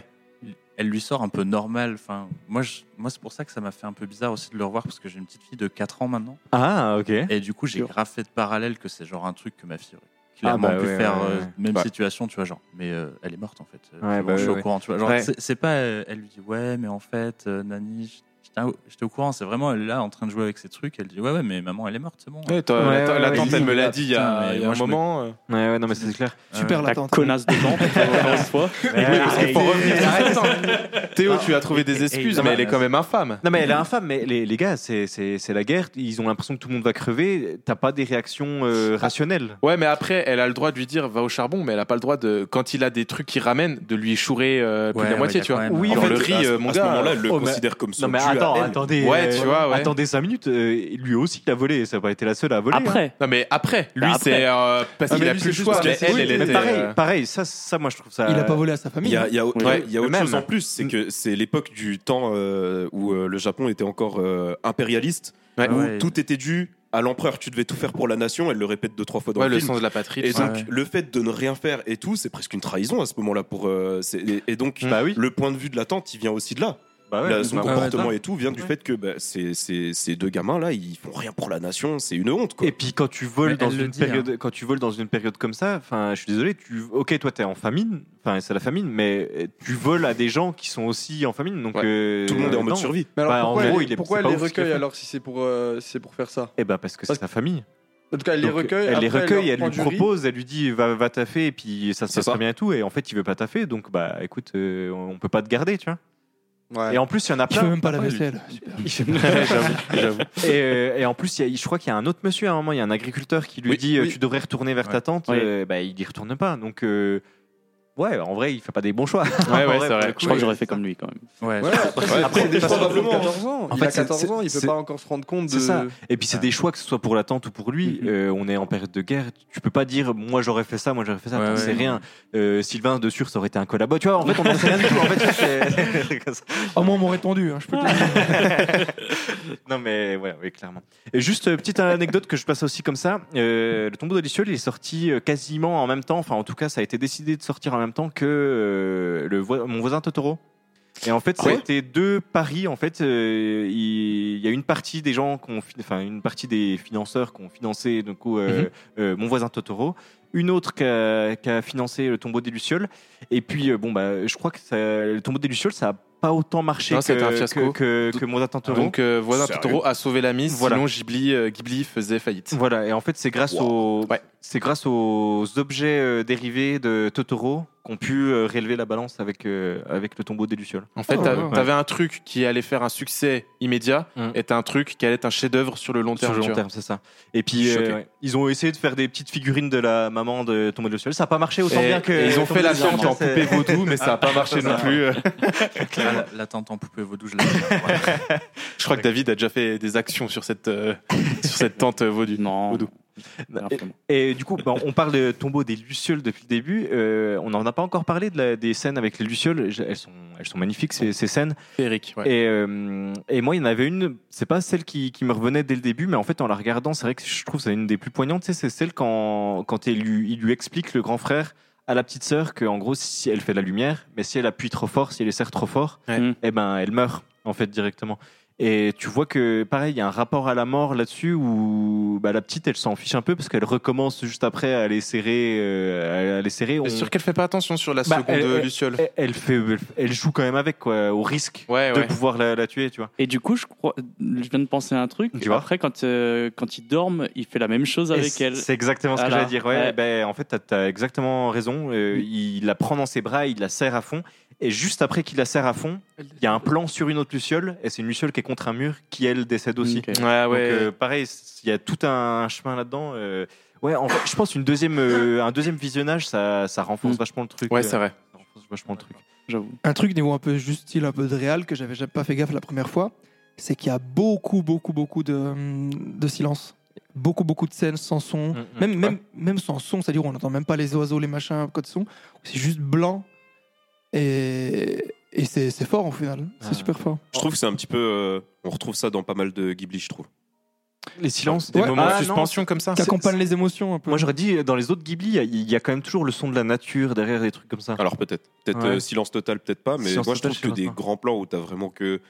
[SPEAKER 7] euh, elle lui sort un peu normal. Enfin, moi, je- moi c'est pour ça que ça m'a fait un peu bizarre aussi de le revoir parce que j'ai une petite fille de 4 ans maintenant.
[SPEAKER 2] Ah, ok.
[SPEAKER 7] Et du coup, j'ai grave fait de parallèle que c'est genre un truc que ma fille aurait
[SPEAKER 2] Ah,
[SPEAKER 7] clairement
[SPEAKER 2] bah
[SPEAKER 7] pu
[SPEAKER 2] ouais,
[SPEAKER 7] faire.
[SPEAKER 2] ouais,
[SPEAKER 7] euh,
[SPEAKER 2] ouais.
[SPEAKER 7] Même
[SPEAKER 2] Ouais.
[SPEAKER 7] situation, tu vois, genre, mais euh, elle est morte en fait. Euh,
[SPEAKER 2] Ouais,
[SPEAKER 7] c'est bon,
[SPEAKER 2] bah
[SPEAKER 7] je suis
[SPEAKER 2] ouais,
[SPEAKER 7] au
[SPEAKER 2] ouais.
[SPEAKER 7] courant, tu vois. Genre,
[SPEAKER 2] Ouais.
[SPEAKER 7] c'est c'est pas, euh, elle lui dit, ouais, mais en fait, euh, Nani, j'étais au- j'étais au courant, c'est vraiment elle là en train de jouer avec ses trucs. Elle dit, ouais, ouais, mais maman, elle est morte, c'est bon.
[SPEAKER 1] Ouais, t'as- la- la tante, elle me l'a dit il y a-
[SPEAKER 7] Putain, mais
[SPEAKER 1] il y a
[SPEAKER 7] moi,
[SPEAKER 1] un
[SPEAKER 7] je me-
[SPEAKER 1] moment, euh.
[SPEAKER 2] Ouais, ouais, non, mais c'est clair.
[SPEAKER 7] Super,
[SPEAKER 2] la
[SPEAKER 7] la tante.
[SPEAKER 2] connasse de tante, encore une fois.
[SPEAKER 1] Mais oui, parce qu'il faut revenir. Théo,
[SPEAKER 2] Non,
[SPEAKER 1] tu as trouvé
[SPEAKER 2] et-
[SPEAKER 1] des
[SPEAKER 2] et-
[SPEAKER 1] excuses,
[SPEAKER 2] et-
[SPEAKER 1] mais elle est quand même infâme.
[SPEAKER 2] Non, mais elle est infâme, mais les, les gars, c'est- c'est c'est la guerre. Ils ont l'impression que tout le monde va crever. T'as pas des réactions euh, rationnelles.
[SPEAKER 1] Ouais, mais après, elle a le droit de lui dire va au charbon, mais elle a pas le droit de, quand il a des trucs qu'il ramène, de lui chourer euh, plus de
[SPEAKER 5] Ouais,
[SPEAKER 1] la
[SPEAKER 5] ouais,
[SPEAKER 1] moitié,
[SPEAKER 5] y a
[SPEAKER 1] tu
[SPEAKER 5] quand
[SPEAKER 1] vois.
[SPEAKER 5] même- Oui,
[SPEAKER 1] Genre,
[SPEAKER 5] mais-
[SPEAKER 1] le
[SPEAKER 5] à
[SPEAKER 1] riz,
[SPEAKER 5] ce-
[SPEAKER 1] euh,
[SPEAKER 5] à
[SPEAKER 1] mon
[SPEAKER 5] ce
[SPEAKER 1] gars.
[SPEAKER 5] moment-là, elle le considère comme son
[SPEAKER 2] Non, mais
[SPEAKER 5] dû à
[SPEAKER 2] attends,
[SPEAKER 5] elle.
[SPEAKER 2] attendez.
[SPEAKER 1] Ouais,
[SPEAKER 2] euh,
[SPEAKER 1] tu vois, ouais.
[SPEAKER 2] Attendez 5 minutes. euh, lui aussi, il a volé. Ça n'a pas été la seule à voler.
[SPEAKER 1] Après. Non, mais après. Lui, c'est, euh, parce
[SPEAKER 2] Ah,
[SPEAKER 1] qu'il a plus le choix, mais elle, elle était,
[SPEAKER 2] Pareil,
[SPEAKER 1] euh,
[SPEAKER 2] pareil ça, ça, moi, je trouve ça.
[SPEAKER 5] Il
[SPEAKER 4] hein.
[SPEAKER 5] y a, il y a- il y a- il y a autre
[SPEAKER 2] Même.
[SPEAKER 5] chose en plus, c'est que c'est l'époque du temps euh, où euh, le Japon était encore euh, impérialiste,
[SPEAKER 1] Ouais.
[SPEAKER 5] où
[SPEAKER 1] Ouais.
[SPEAKER 5] tout était dû à l'empereur. Tu devais tout faire pour la nation. Elle le répète deux trois fois dans
[SPEAKER 1] Ouais,
[SPEAKER 5] le,
[SPEAKER 1] le
[SPEAKER 5] film.
[SPEAKER 1] sens de la patrie,
[SPEAKER 5] Et
[SPEAKER 1] tout ça.
[SPEAKER 5] donc
[SPEAKER 1] Ouais.
[SPEAKER 5] le fait de ne rien faire et tout, c'est presque une trahison à ce moment-là pour. euh, c'est- et, et donc le point de vue de la tante, il vient aussi de là.
[SPEAKER 2] Bah ouais,
[SPEAKER 5] Là, son
[SPEAKER 2] bah ouais,
[SPEAKER 5] comportement
[SPEAKER 2] ouais.
[SPEAKER 5] et tout vient du fait que bah, ces, ces- ces deux gamins là, ils font rien pour la nation. C'est une honte. Quoi.
[SPEAKER 2] Et puis quand tu voles
[SPEAKER 5] Mmh. Mais
[SPEAKER 2] dans
[SPEAKER 5] elle le
[SPEAKER 2] une
[SPEAKER 5] dit,
[SPEAKER 2] période, quand tu voles dans une période comme ça, enfin, je suis désolé, tu, ok, toi t'es en famine, enfin c'est la famine, mais euh, tu voles à des gens qui sont aussi en famine, donc euh,
[SPEAKER 5] Tout le monde est en mode
[SPEAKER 2] non.
[SPEAKER 5] survie.
[SPEAKER 2] Bah,
[SPEAKER 14] Mais alors
[SPEAKER 2] en
[SPEAKER 14] pourquoi
[SPEAKER 2] gros,
[SPEAKER 14] elle,
[SPEAKER 2] il est-
[SPEAKER 14] pourquoi
[SPEAKER 2] c'est
[SPEAKER 14] elle
[SPEAKER 2] pas
[SPEAKER 14] les
[SPEAKER 2] ouf ce qu'il
[SPEAKER 14] recueille
[SPEAKER 2] fait.
[SPEAKER 14] alors si c'est pour, euh, si c'est pour faire ça
[SPEAKER 2] Eh ben parce que c'est sa famille.
[SPEAKER 14] En tout cas, elle les
[SPEAKER 2] Donc,
[SPEAKER 14] recueille.
[SPEAKER 2] Elle les
[SPEAKER 14] après,
[SPEAKER 2] recueille,
[SPEAKER 14] leur prend
[SPEAKER 2] elle lui
[SPEAKER 14] du riz.
[SPEAKER 2] propose, elle lui dit va, va taffer et puis ça se passe très bien et tout. Et en fait, il veut pas taffer, donc bah écoute, euh, on on peut pas te garder, tu vois. Et en plus, il y en a
[SPEAKER 4] Il
[SPEAKER 2] plein.
[SPEAKER 4] fait même pas la
[SPEAKER 2] Ouais,
[SPEAKER 4] vaisselle.
[SPEAKER 2] lui-
[SPEAKER 4] Super.
[SPEAKER 2] il fait- J'avoue, j'avoue. Et, euh, et en plus, il y a- je crois qu'il y a un autre monsieur à un moment, il y a un agriculteur qui lui dit euh, tu devrais retourner vers ta tante.
[SPEAKER 3] Ouais.
[SPEAKER 2] Euh, bah, il y retourne pas. Donc euh, ouais, en vrai, il fait pas des bons choix.
[SPEAKER 3] Ouais,
[SPEAKER 2] [LAUGHS] En
[SPEAKER 3] ouais,
[SPEAKER 2] vrai,
[SPEAKER 3] c'est
[SPEAKER 2] pour
[SPEAKER 3] vrai.
[SPEAKER 2] le coup,
[SPEAKER 3] Bah, Je crois que
[SPEAKER 2] il-
[SPEAKER 3] j'aurais fait comme lui, quand même.
[SPEAKER 2] Ouais.
[SPEAKER 14] Ouais, après, c'est-
[SPEAKER 2] Après,
[SPEAKER 14] c'est des
[SPEAKER 2] de toute façon,
[SPEAKER 14] choix
[SPEAKER 2] probablement,
[SPEAKER 14] 14 ans.
[SPEAKER 2] en
[SPEAKER 14] Il
[SPEAKER 2] fait,
[SPEAKER 14] a
[SPEAKER 2] c'est-
[SPEAKER 14] 14 ans, il peut
[SPEAKER 2] c'est-
[SPEAKER 14] pas encore se rendre compte
[SPEAKER 2] c'est
[SPEAKER 14] de-
[SPEAKER 2] ça. Et puis c'est des choix que ce soit pour la tante ou pour lui. euh, on est en période de guerre. Tu peux pas dire moi j'aurais fait ça, moi j'aurais fait ça.
[SPEAKER 7] Ouais,
[SPEAKER 2] T'en
[SPEAKER 7] ouais,
[SPEAKER 2] sais
[SPEAKER 7] non.
[SPEAKER 2] rien. Euh, Sylvain de sûr ça aurait été un collabo. Tu vois, en fait on n'en sait rien du tout. En fait, c'est- c'est comme ça.
[SPEAKER 4] Au moins, on m'aurait tendu, hein, je peux te le dire.
[SPEAKER 2] non mais ouais, oui, clairement. Et juste euh, petite anecdote que je passe aussi comme ça. euh, le tombeau délicieux il est sorti euh, quasiment en même temps. Enfin en tout cas ça a été décidé de sortir en même temps que euh, le voi- mon voisin Totoro. Et en fait,
[SPEAKER 1] Ah
[SPEAKER 2] ça a été deux paris. En fait, euh, il il y a une partie des gens qui ont fi- enfin une partie des financeurs qui ont financé du coup euh,
[SPEAKER 1] Mhm.
[SPEAKER 2] euh, mon voisin Totoro, une autre qui a, qui a financé le tombeau des lucioles. Et puis euh, bon bah je crois que ça- le tombeau des lucioles ça a pas autant marché
[SPEAKER 1] Non,
[SPEAKER 2] que,
[SPEAKER 1] c'était un fiasco.
[SPEAKER 2] que, que, que mon voisin Totoro.
[SPEAKER 1] Donc, euh, voisin
[SPEAKER 2] Sérieux
[SPEAKER 1] Totoro a sauvé la mise,
[SPEAKER 2] Voilà.
[SPEAKER 1] sinon Ghibli, euh, Ghibli faisait faillite.
[SPEAKER 2] Voilà, et en fait, c'est grâce, aux, c'est grâce aux objets euh, dérivés de Totoro qu'ont pu euh, rélever la balance avec, euh, avec le tombeau des Lucioles.
[SPEAKER 1] En fait, t'avais t'avais un truc qui allait faire un succès immédiat
[SPEAKER 2] Mm.
[SPEAKER 1] et t'as un truc qui allait être un chef-d'œuvre sur le long
[SPEAKER 2] Sur
[SPEAKER 1] terme.
[SPEAKER 2] le
[SPEAKER 1] tu
[SPEAKER 2] long
[SPEAKER 1] vois.
[SPEAKER 2] terme, c'est ça. Et puis,
[SPEAKER 1] Choqué.
[SPEAKER 2] euh, ouais, ils ont essayé de faire des petites figurines de la maman de Tombeau des Lucioles. Ça n'a pas marché autant
[SPEAKER 1] Et-
[SPEAKER 2] bien que.
[SPEAKER 1] et ils ont
[SPEAKER 2] Tombeau
[SPEAKER 1] fait la
[SPEAKER 2] des Lucioles,
[SPEAKER 1] tente en
[SPEAKER 2] c'est-
[SPEAKER 1] poupée vaudou, mais ça
[SPEAKER 2] [LAUGHS]
[SPEAKER 1] a pas marché non plus.
[SPEAKER 7] Ah, la, la tante en poupée vaudou, je l'ai.
[SPEAKER 2] [LAUGHS]
[SPEAKER 1] Je crois que David a déjà fait des actions sur cette, euh, sur cette tente euh, vaudou. Vaudou.
[SPEAKER 3] Bah,
[SPEAKER 2] Et, et du coup, bah, on parle de tombeau des lucioles depuis le début. Euh, on n'en a pas encore parlé de la- des scènes avec les lucioles. Je- Elles sont, elles sont magnifiques ces, ces scènes.
[SPEAKER 1] Féerique, ouais.
[SPEAKER 2] Et, euh, et moi, il y en avait une. C'est pas celle qui, qui me revenait dès le début, mais en fait, en la regardant, c'est vrai que je trouve que c'est une des plus poignantes. tu sais, C'est celle quand quand il lui, il lui explique le grand frère à la petite sœur que en gros, si elle fait la lumière, mais si elle appuie trop fort, si elle les serre trop fort,
[SPEAKER 1] Ouais.
[SPEAKER 2] eh ben, elle meurt en fait directement. Et tu vois que, pareil, il y a un rapport à la mort là-dessus où bah, la petite, elle s'en fiche un peu parce qu'elle recommence juste après à les serrer. euh, à les serrer. On-
[SPEAKER 1] C'est sûr qu'elle fait pas attention sur la
[SPEAKER 2] Bah,
[SPEAKER 1] seconde
[SPEAKER 2] elle-
[SPEAKER 1] euh,
[SPEAKER 2] elle-
[SPEAKER 1] Luciole.
[SPEAKER 2] Elle, elle fait, elle joue quand même avec, quoi, au risque de
[SPEAKER 1] ouais.
[SPEAKER 2] pouvoir la, la tuer, tu vois.
[SPEAKER 3] Et du coup, je crois, je viens de penser à un truc.
[SPEAKER 2] Tu vois
[SPEAKER 3] Après, quand, euh, quand ils dorment, il fait la même chose
[SPEAKER 2] Et
[SPEAKER 3] avec
[SPEAKER 2] c'est-
[SPEAKER 3] elle.
[SPEAKER 2] C'est exactement ce que
[SPEAKER 3] Voilà.
[SPEAKER 2] j'allais dire. Ouais, Ben, en fait, t'as as exactement raison. Euh, il la prend dans ses bras, il la serre à fond. Et juste après qu'il la serre à fond, il y a un plan sur une autre luciole. Et c'est une luciole qui est contre un mur, qui elle décède aussi.
[SPEAKER 1] Ok. Ouais,
[SPEAKER 2] Donc,
[SPEAKER 1] ouais.
[SPEAKER 2] euh, pareil, c- il y a tout un chemin là-dedans. euh, ouais, en fait, je pense une deuxième, euh, un deuxième visionnage, ça, ça renforce vachement le truc. euh,
[SPEAKER 1] Ouais, c'est vrai.
[SPEAKER 2] Ça renforce vachement le truc.
[SPEAKER 3] J'avoue.
[SPEAKER 4] Un truc niveau un peu juste style un peu de réal que j'avais jamais pas fait gaffe la première fois, c'est qu'il y a beaucoup, beaucoup, beaucoup de, hum, de silence. Beaucoup, beaucoup de scènes sans son.
[SPEAKER 14] mm,
[SPEAKER 4] même,
[SPEAKER 14] ouais.
[SPEAKER 4] même, même sans son, c'est-à-dire on n'entend même pas les oiseaux, les machins, quoi de son. C'est juste blanc. Et, et c'est c'est fort au final.
[SPEAKER 5] Ah.
[SPEAKER 4] C'est super fort.
[SPEAKER 5] Je trouve que c'est un petit peu. euh, on retrouve ça dans pas mal de Ghibli, je trouve.
[SPEAKER 2] Les silences,
[SPEAKER 5] des moments de
[SPEAKER 1] ah,
[SPEAKER 5] suspension
[SPEAKER 1] comme ça.
[SPEAKER 4] Qui accompagnent les émotions un peu.
[SPEAKER 2] ah, Moi j'aurais dit, euh, dans les autres Ghibli, il y a- il y, a quand même toujours le son de la nature derrière des trucs comme ça.
[SPEAKER 5] Alors peut-être. Peut-être
[SPEAKER 2] Ouais.
[SPEAKER 5] euh, silence total, peut-être pas, mais
[SPEAKER 2] Silence
[SPEAKER 5] moi je
[SPEAKER 2] total,
[SPEAKER 5] trouve que
[SPEAKER 2] silence
[SPEAKER 5] des
[SPEAKER 2] pas.
[SPEAKER 5] grands plans où t'as vraiment que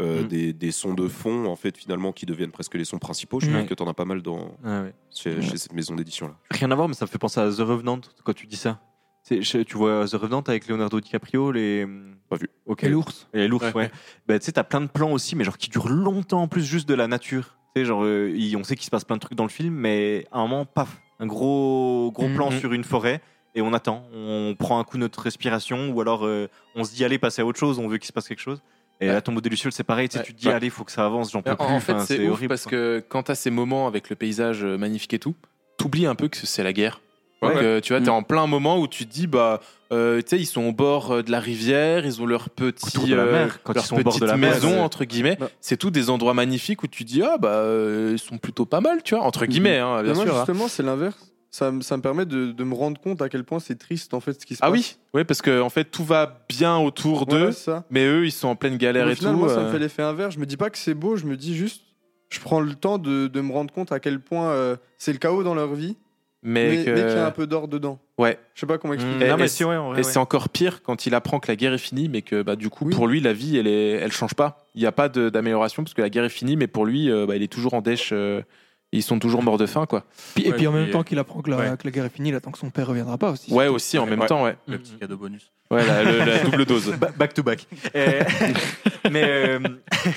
[SPEAKER 5] euh,
[SPEAKER 2] Mm.
[SPEAKER 5] des, des sons de fond, en fait, finalement, qui deviennent presque les sons principaux. Je
[SPEAKER 2] Mm.
[SPEAKER 5] trouve
[SPEAKER 2] Ouais.
[SPEAKER 5] que t'en as pas mal dans,
[SPEAKER 2] Ah ouais.
[SPEAKER 5] chez,
[SPEAKER 2] Ouais.
[SPEAKER 5] chez cette maison d'édition-là.
[SPEAKER 2] Rien à voir, mais ça me fait penser à The Revenant quand tu dis ça. C'est- je- tu vois The Revenant avec Leonardo DiCaprio, les.
[SPEAKER 5] Pas vu.
[SPEAKER 2] Ok.
[SPEAKER 4] Et l'ours.
[SPEAKER 2] Et l'ours, ouais. Bah, tu sais, t'as plein de plans aussi, mais genre qui durent longtemps en plus juste de la nature. Tu sais, genre, euh, il- on sait qu'il se passe plein de trucs dans le film, mais à un moment, paf, un gros, gros plan
[SPEAKER 1] Mhm.
[SPEAKER 2] sur une forêt. Et on attend, on prend un coup notre respiration, ou alors euh, on se dit allez, passer à autre chose, on veut qu'il se passe quelque chose. Et la tombe des lucioles, c'est pareil, tu sais, tu te dis
[SPEAKER 1] Ouais.
[SPEAKER 2] allez, faut que ça avance, j'en peux
[SPEAKER 1] En,
[SPEAKER 2] plus.
[SPEAKER 1] en fait,
[SPEAKER 2] Enfin,
[SPEAKER 1] c'est ouf parce
[SPEAKER 2] quoi.
[SPEAKER 1] que quand t'as ces moments avec le paysage euh, magnifique et tout, t'oublies un peu que c'est la guerre.
[SPEAKER 2] Ouais.
[SPEAKER 1] Donc, euh, tu vois, t'es
[SPEAKER 2] Mm.
[SPEAKER 1] en plein moment où tu te dis, bah, euh, tu sais, ils sont au bord euh, de la rivière, ils ont leur petit,
[SPEAKER 2] Autour de la
[SPEAKER 1] euh,
[SPEAKER 2] mer, quand
[SPEAKER 1] leur
[SPEAKER 2] ils sont au bord de
[SPEAKER 1] petite
[SPEAKER 2] la mer,
[SPEAKER 1] maison
[SPEAKER 2] c'est-
[SPEAKER 1] entre guillemets. C'est tout des endroits magnifiques où tu te dis, ah bah, euh, ils sont plutôt pas mal, tu vois, entre guillemets, hein, bien
[SPEAKER 14] Mais moi,
[SPEAKER 1] sûr. hein.
[SPEAKER 14] justement, c'est l'inverse. Ça, me- ça me permet de, de me rendre compte à quel point c'est triste en fait ce qui se
[SPEAKER 1] Ah
[SPEAKER 14] passe.
[SPEAKER 1] oui, ouais, parce que en fait tout va bien autour
[SPEAKER 14] Voilà,
[SPEAKER 1] d'eux,
[SPEAKER 14] c'est ça.
[SPEAKER 1] mais eux ils sont en pleine galère
[SPEAKER 14] Au
[SPEAKER 1] et
[SPEAKER 14] final,
[SPEAKER 1] tout.
[SPEAKER 14] moi, ça me
[SPEAKER 1] euh,
[SPEAKER 14] fait l'effet inverse. Je me dis pas que c'est beau, je me dis juste, je prends le temps de, de me rendre compte à quel point euh, c'est le chaos dans leur vie,
[SPEAKER 1] Mais que- Hmm.
[SPEAKER 14] qu'il y a un peu d'or dedans.
[SPEAKER 1] Ouais.
[SPEAKER 14] Je sais pas comment expliquer.
[SPEAKER 1] [LAUGHS] et et- et c'est encore pire quand il apprend que la guerre est finie, mais que bah, du coup, pour lui, la vie, elle, est, elle change pas. Il n'y a pas de- d'amélioration parce que la guerre est finie, mais pour lui, euh, bah, il est toujours en dèche. euh, ils sont toujours morts de faim, quoi.
[SPEAKER 4] Puis- et puis en même temps qu'il apprend que la, que la guerre est finie, il attend que son père reviendra pas aussi.
[SPEAKER 1] Ouais, aussi, en même temps, ouais.
[SPEAKER 7] Le petit cadeau bonus.
[SPEAKER 1] Ouais, la, [LAUGHS] le- la double dose.
[SPEAKER 2] Ba- Back to back. Euh, [LAUGHS] mais euh, [LAUGHS]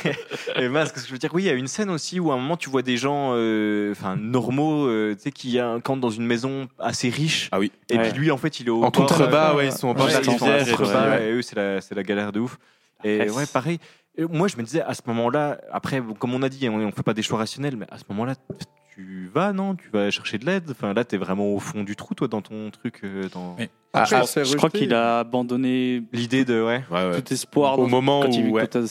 [SPEAKER 2] euh, mince, qu'est-ce que je veux dire Oui, il y a une scène aussi où à un moment tu vois des gens, euh, enfin normaux, euh, tu sais, qui euh, campent dans une maison assez riche.
[SPEAKER 5] Ah oui.
[SPEAKER 2] Et
[SPEAKER 1] Ouais.
[SPEAKER 2] puis lui, en fait, il est au
[SPEAKER 1] En
[SPEAKER 2] bord- euh,
[SPEAKER 1] contrebas, ouais, ils sont au bord de la
[SPEAKER 2] ils sont en
[SPEAKER 1] rivière et tout,
[SPEAKER 2] contrebas,
[SPEAKER 1] ouais.
[SPEAKER 2] et eux, c'est la, c'est la galère de ouf. Et
[SPEAKER 1] Yes.
[SPEAKER 2] ouais, pareil. Et Moi, je me disais à ce moment-là, après, comme on a dit, on ne fait pas des choix rationnels, mais à ce moment-là, tu vas, non Tu vas chercher de l'aide Enfin, là, t'es vraiment au fond du trou, toi, dans ton truc. euh, dans...
[SPEAKER 3] Ah, je pense- je crois qu'il a abandonné
[SPEAKER 2] l'idée de ouais,
[SPEAKER 3] tout espoir
[SPEAKER 2] Au
[SPEAKER 3] dans-
[SPEAKER 2] moment
[SPEAKER 3] quand il-
[SPEAKER 2] où, ouais.
[SPEAKER 3] quand, euh,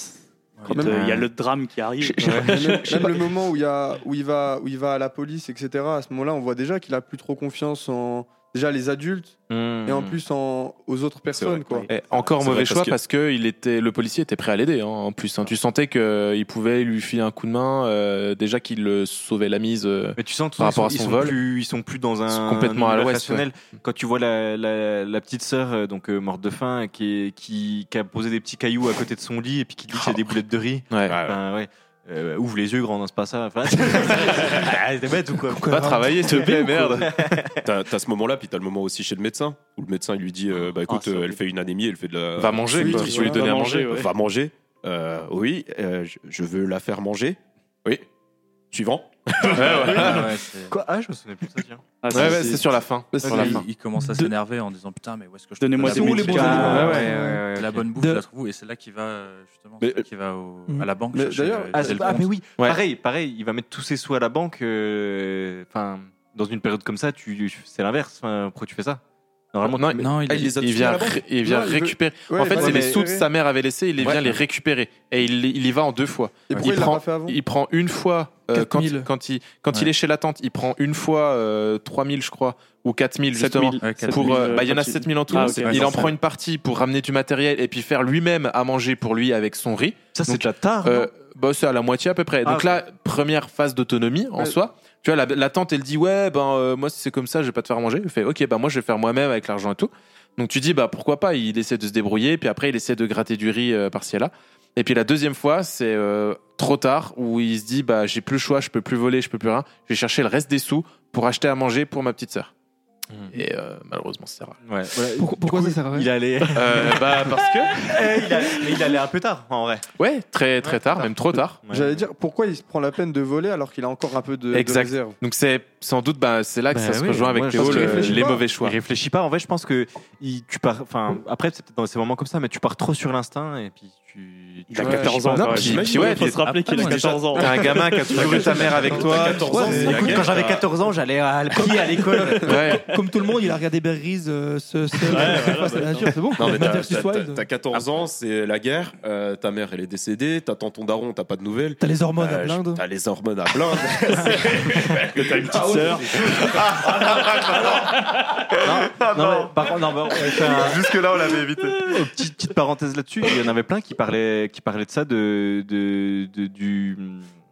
[SPEAKER 3] quand, euh, il
[SPEAKER 2] Ouais.
[SPEAKER 3] y a le drame qui arrive.
[SPEAKER 14] Et même, même le moment où il, y a, où, il va, où il va à la police, etc., à ce moment-là, on voit déjà qu'il a plus trop confiance en déjà les adultes
[SPEAKER 2] Mm.
[SPEAKER 1] Hmm.
[SPEAKER 14] et en plus en, aux autres personnes. Quoi.
[SPEAKER 1] Et encore
[SPEAKER 14] C'est
[SPEAKER 1] mauvais
[SPEAKER 14] vrai,
[SPEAKER 1] choix
[SPEAKER 14] parce
[SPEAKER 1] parce
[SPEAKER 14] que-
[SPEAKER 1] que, il était, le policier était prêt à l'aider hein, en plus. hein. Tu sentais qu'il pouvait lui filer un coup de main, euh, déjà qu'il euh, sauvait la mise euh,
[SPEAKER 2] Mais tu sens de toute
[SPEAKER 1] par
[SPEAKER 2] façon,
[SPEAKER 1] rapport à
[SPEAKER 2] ils
[SPEAKER 1] son
[SPEAKER 2] sont
[SPEAKER 1] vol.
[SPEAKER 2] Plus, ils sont plus dans
[SPEAKER 1] Ils
[SPEAKER 2] un
[SPEAKER 1] sont complètement à
[SPEAKER 2] univers
[SPEAKER 1] l'ouest,
[SPEAKER 2] rationnel. Quand tu vois la, la- la petite sœur euh, donc euh, morte de faim qui, est- qui, qui a posé des petits cailloux à côté de son lit et puis qui dit qu'il y a des boulettes de riz.
[SPEAKER 1] Ouais.
[SPEAKER 2] Enfin, ouais. Euh, ouvre les yeux, grand, hein, c'est pas ça. [LAUGHS] Enfin, ah, t'es bête ou quoi
[SPEAKER 5] Va travailler, s'il te
[SPEAKER 2] [LAUGHS]
[SPEAKER 5] plaît, merde. T'as t'as ce moment-là, puis t'as le moment aussi chez le médecin, où le médecin il lui dit euh, Bah écoute,
[SPEAKER 2] ça,
[SPEAKER 5] euh, elle fait une anémie, elle fait de la.
[SPEAKER 1] Va manger,
[SPEAKER 5] Oui,
[SPEAKER 1] quoi.
[SPEAKER 5] il faut lui
[SPEAKER 1] Va
[SPEAKER 5] donner à
[SPEAKER 1] manger,
[SPEAKER 5] manger.
[SPEAKER 1] ouais.
[SPEAKER 5] Va manger. Euh, oui, euh, je, je veux la faire manger. Oui. Suivant.
[SPEAKER 2] Quoi Ah, je me souvenais plus de ça, tiens.
[SPEAKER 7] Ah, si,
[SPEAKER 1] Ouais, ouais,
[SPEAKER 7] si.
[SPEAKER 1] c'est sur la fin.
[SPEAKER 7] Parce
[SPEAKER 1] Sur la
[SPEAKER 7] qu'il-
[SPEAKER 1] fin.
[SPEAKER 7] Il commence à s'énerver en disant putain mais où est-ce que je
[SPEAKER 3] Donnez-moi
[SPEAKER 7] trouve
[SPEAKER 3] des
[SPEAKER 7] la
[SPEAKER 3] bons
[SPEAKER 7] bonne
[SPEAKER 3] trucs.
[SPEAKER 7] bouffe
[SPEAKER 3] Ah,
[SPEAKER 7] Ouais,
[SPEAKER 3] ouais,
[SPEAKER 7] ouais,
[SPEAKER 3] ouais, ouais,
[SPEAKER 7] La
[SPEAKER 3] ok.
[SPEAKER 7] bonne bouffe
[SPEAKER 3] De-
[SPEAKER 7] je la trouve et c'est là qu'il va euh, justement c'est là qu'il va au-
[SPEAKER 2] Mm.
[SPEAKER 7] à la banque.
[SPEAKER 2] Mais
[SPEAKER 7] chercher,
[SPEAKER 2] d'ailleurs-
[SPEAKER 7] euh,
[SPEAKER 2] Ah,
[SPEAKER 7] le
[SPEAKER 2] ah,
[SPEAKER 7] compte.
[SPEAKER 2] mais oui, pareil, pareil, il va mettre tous ses sous à la banque. euh, Enfin, dans une période comme ça, tu, c'est l'inverse. Enfin, pourquoi tu fais ça Normalement,
[SPEAKER 1] Non,
[SPEAKER 2] tu-
[SPEAKER 1] non,
[SPEAKER 14] Ah,
[SPEAKER 1] il, il vient, ré- il vient récupérer. en
[SPEAKER 14] bah,
[SPEAKER 1] fait, c'est les sous que sa mère avait laissés, il les vient les récupérer. Et il, il y va en deux fois.
[SPEAKER 14] Et pourquoi
[SPEAKER 1] il,
[SPEAKER 14] il l'a
[SPEAKER 1] prend,
[SPEAKER 14] pas fait avant
[SPEAKER 1] il prend une fois, euh, quand,
[SPEAKER 14] 4000.
[SPEAKER 1] quand, il, quand il
[SPEAKER 14] Ouais.
[SPEAKER 1] est chez la tante, il prend une fois euh, 3000, je crois, ou 4000 justement.
[SPEAKER 14] 7000.
[SPEAKER 2] Ah,
[SPEAKER 14] Ouais,
[SPEAKER 1] pour,
[SPEAKER 14] 7000,
[SPEAKER 1] euh, bah, il y en a
[SPEAKER 14] quand il-
[SPEAKER 1] 7000 en tout.
[SPEAKER 14] Ah, ok.
[SPEAKER 1] Il en
[SPEAKER 14] Ouais,
[SPEAKER 1] prend une partie pour ramener du matériel et puis faire lui-même à manger pour lui avec son riz.
[SPEAKER 2] Ça, c'est déjà tard.
[SPEAKER 1] bah, c'est à la moitié à peu près.
[SPEAKER 2] Ah,
[SPEAKER 1] Donc
[SPEAKER 2] ok.
[SPEAKER 1] là, première phase d'autonomie en
[SPEAKER 2] Ouais.
[SPEAKER 1] soi. Tu vois, la, la tante, elle dit Ouais, ben euh, moi, si c'est comme ça, je vais pas te faire manger. Elle fait Ok, ben moi, je vais faire moi-même avec l'argent et tout. Donc tu dis Bah pourquoi pas Il essaie de se débrouiller, puis après, il essaie de gratter du riz euh, par-ci et là. Et puis la deuxième fois, c'est euh, trop tard, où il se dit Bah j'ai plus le choix, je peux plus voler, je peux plus rien. Je vais chercher le reste des sous pour acheter à manger pour ma petite sœur. Et euh, malheureusement, c'est rare.
[SPEAKER 2] Ouais.
[SPEAKER 4] Pourquoi, pourquoi ça sert à rien
[SPEAKER 2] Il allait. [LAUGHS]
[SPEAKER 1] Euh, bah, parce que.
[SPEAKER 2] Eh, il a- Mais il allait un peu tard, en vrai.
[SPEAKER 1] Ouais, très très tard, même trop tard.
[SPEAKER 14] J'allais dire pourquoi il se prend la peine de voler alors qu'il a encore un peu de, de
[SPEAKER 1] Exact.
[SPEAKER 14] réserve.
[SPEAKER 1] Donc c'est sans doute, bah, c'est là que
[SPEAKER 2] Bah
[SPEAKER 1] ça se
[SPEAKER 2] oui,
[SPEAKER 1] rejoint avec
[SPEAKER 2] moi, je
[SPEAKER 1] Théo,
[SPEAKER 2] pense qu'il
[SPEAKER 1] le-
[SPEAKER 2] réfléchit
[SPEAKER 1] les
[SPEAKER 2] pas.
[SPEAKER 1] mauvais choix.
[SPEAKER 2] Il réfléchit pas. En vrai, je pense que il- tu pars. Enfin, après, c'est peut-être dans ces moments comme ça, mais tu pars trop sur l'instinct et puis tu.
[SPEAKER 1] T'as 14 ans,
[SPEAKER 2] Non,
[SPEAKER 1] quoi.
[SPEAKER 2] puis-
[SPEAKER 1] J'imagine,
[SPEAKER 2] puis ouais,
[SPEAKER 1] faut
[SPEAKER 2] puis-
[SPEAKER 1] se rappeler qu'il a
[SPEAKER 2] après,
[SPEAKER 1] 14 ans.
[SPEAKER 2] T'as un gamin qui a toujours eu ta mère avec toi.
[SPEAKER 1] T'as 14 ans,
[SPEAKER 2] Ouais,
[SPEAKER 1] c'est la
[SPEAKER 2] écoute,
[SPEAKER 1] guerre,
[SPEAKER 2] quand j'avais
[SPEAKER 1] t'as-
[SPEAKER 2] 14 ans, j'allais à pied à l'école.
[SPEAKER 1] [LAUGHS]
[SPEAKER 4] Comme tout le monde, il a regardé Berries, euh, ce, ce, cette fois, c'est bien sûr, c'est bon.
[SPEAKER 5] bah, Non, mais t'as-
[SPEAKER 4] Matter
[SPEAKER 5] t'as-
[SPEAKER 4] Suicide.
[SPEAKER 5] t'as- t'as 14
[SPEAKER 2] Ah.
[SPEAKER 5] ans, c'est la guerre. euh, ta mère, elle est décédée. T'attends ton daron, t'as pas de nouvelles.
[SPEAKER 4] T'as les hormones à
[SPEAKER 5] Euh, je-
[SPEAKER 4] blinde.
[SPEAKER 5] T'as les hormones à [LAUGHS] blinde.
[SPEAKER 2] T'as une petite sœur.
[SPEAKER 5] [LAUGHS] Ah
[SPEAKER 2] Non, mais par contre, non,
[SPEAKER 6] Jusque là, on l'avait évité.
[SPEAKER 2] Euh, petite, petite parenthèse là-dessus, il y en avait plein qui parlaient, qui parlaient de ça, de, de- de- du,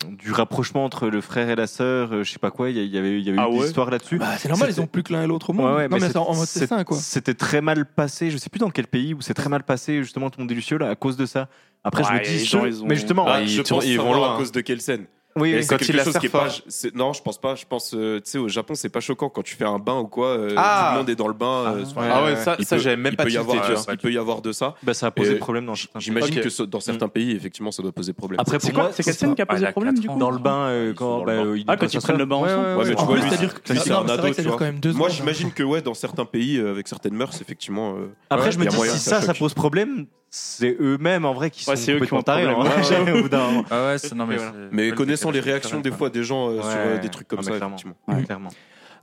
[SPEAKER 2] du rapprochement entre le frère et la sœur, euh, je sais pas quoi, il y a- il y avait, il y avait
[SPEAKER 4] Ah
[SPEAKER 2] eu
[SPEAKER 4] ouais
[SPEAKER 2] des histoires là-dessus.
[SPEAKER 4] Bah, c'est normal, ils ont plus que l'un et l'autre au monde.
[SPEAKER 2] Ouais,
[SPEAKER 4] non,
[SPEAKER 2] ouais,
[SPEAKER 4] mais,
[SPEAKER 2] c'est-
[SPEAKER 4] c'est en mode c'est
[SPEAKER 2] c'est-
[SPEAKER 4] ça, quoi.
[SPEAKER 2] C'était très mal passé, je sais plus dans quel pays où c'est très mal passé justement tout le monde des Lucioles à cause de ça. Après
[SPEAKER 5] Ouais,
[SPEAKER 2] je me
[SPEAKER 5] les
[SPEAKER 2] dis
[SPEAKER 5] gens,
[SPEAKER 2] ceux-
[SPEAKER 5] ils ont-
[SPEAKER 2] mais justement
[SPEAKER 5] Bah,
[SPEAKER 2] ils,
[SPEAKER 5] je pense
[SPEAKER 2] ils
[SPEAKER 5] savoir
[SPEAKER 2] vont loin
[SPEAKER 5] à cause de quelle scène.
[SPEAKER 2] Oui,
[SPEAKER 5] Mais
[SPEAKER 2] oui.
[SPEAKER 5] c'est
[SPEAKER 2] Quand
[SPEAKER 5] quelque
[SPEAKER 2] il la
[SPEAKER 5] chose
[SPEAKER 2] sert
[SPEAKER 5] qui est
[SPEAKER 2] pas.
[SPEAKER 5] pas- c'est- Non, je pense pas. Je pense, euh, tu sais, au Japon, c'est pas choquant quand tu fais un bain ou quoi. euh,
[SPEAKER 1] Ah.
[SPEAKER 5] Tout le monde est dans le bain. euh, sur la-
[SPEAKER 1] Ah ouais, ça-
[SPEAKER 5] Il
[SPEAKER 1] ça,
[SPEAKER 5] peut-
[SPEAKER 1] j'avais même
[SPEAKER 5] il
[SPEAKER 1] pas
[SPEAKER 5] peut y
[SPEAKER 1] tilté,
[SPEAKER 5] avoir,
[SPEAKER 1] tu
[SPEAKER 5] euh,
[SPEAKER 1] vois.
[SPEAKER 5] Il peut y avoir de ça.
[SPEAKER 2] Bah, ça a posé
[SPEAKER 5] Et
[SPEAKER 2] problème dans certains
[SPEAKER 5] J'imagine
[SPEAKER 2] pays.
[SPEAKER 5] que
[SPEAKER 2] Ok.
[SPEAKER 5] ce-
[SPEAKER 1] Mm.
[SPEAKER 5] dans certains pays, effectivement, ça doit poser problème.
[SPEAKER 2] Après, pour moi,
[SPEAKER 5] Ah,
[SPEAKER 2] problème du coup Dans le bain, euh, quand, bah, euh,
[SPEAKER 5] Ah,
[SPEAKER 2] ils
[SPEAKER 5] quand
[SPEAKER 2] passent
[SPEAKER 5] ils
[SPEAKER 2] à
[SPEAKER 5] prennent
[SPEAKER 2] ça.
[SPEAKER 5] le bain
[SPEAKER 2] Ouais,
[SPEAKER 5] ensemble.
[SPEAKER 2] ouais,
[SPEAKER 5] Ouais, mais
[SPEAKER 2] ouais.
[SPEAKER 5] tu vois, lui, lui,
[SPEAKER 2] classique.
[SPEAKER 5] c'est un ado, tu
[SPEAKER 2] dure
[SPEAKER 5] vois. Moi, j'imagine que ouais, dans certains pays, euh, avec certaines mœurs, effectivement. euh,
[SPEAKER 2] Après,
[SPEAKER 5] ouais,
[SPEAKER 2] je me
[SPEAKER 5] il y a
[SPEAKER 2] dis,
[SPEAKER 5] moyen
[SPEAKER 2] si
[SPEAKER 5] que
[SPEAKER 2] ça, ça
[SPEAKER 5] choque.
[SPEAKER 2] pose problème, c'est eux-mêmes en vrai qui sont
[SPEAKER 5] Ouais, c'est eux qui
[SPEAKER 2] complètement
[SPEAKER 5] ont un
[SPEAKER 2] tarés.
[SPEAKER 5] problème,
[SPEAKER 2] hein.
[SPEAKER 5] ouais, ouais.
[SPEAKER 2] Au bout d'un moment.
[SPEAKER 7] Ah ouais, c'est- non, mais
[SPEAKER 2] Et
[SPEAKER 7] c'est-
[SPEAKER 2] voilà.
[SPEAKER 5] Mais connaissant les réactions des fois des gens euh, sur euh, des trucs comme
[SPEAKER 2] Ah,
[SPEAKER 1] bah,
[SPEAKER 2] mais
[SPEAKER 5] ça,
[SPEAKER 2] clairement.
[SPEAKER 5] effectivement.
[SPEAKER 2] Ouais, clairement.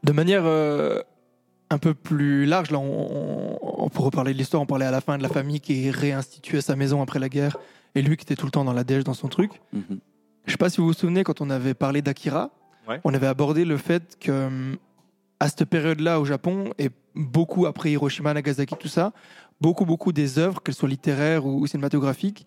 [SPEAKER 4] De manière euh, un peu plus large, là, on, on, on peut reparler de l'histoire. On parlait à la fin de la famille qui réinstituait sa maison après la guerre et lui qui était tout le temps dans la dèche, dans son truc. Je sais pas si vous vous souvenez quand on avait parlé d'Akira,
[SPEAKER 2] Ouais.
[SPEAKER 4] on avait abordé le fait que hum, à cette période-là au Japon et beaucoup après Hiroshima, Nagasaki, tout ça, beaucoup beaucoup des œuvres, qu'elles soient littéraires ou cinématographiques,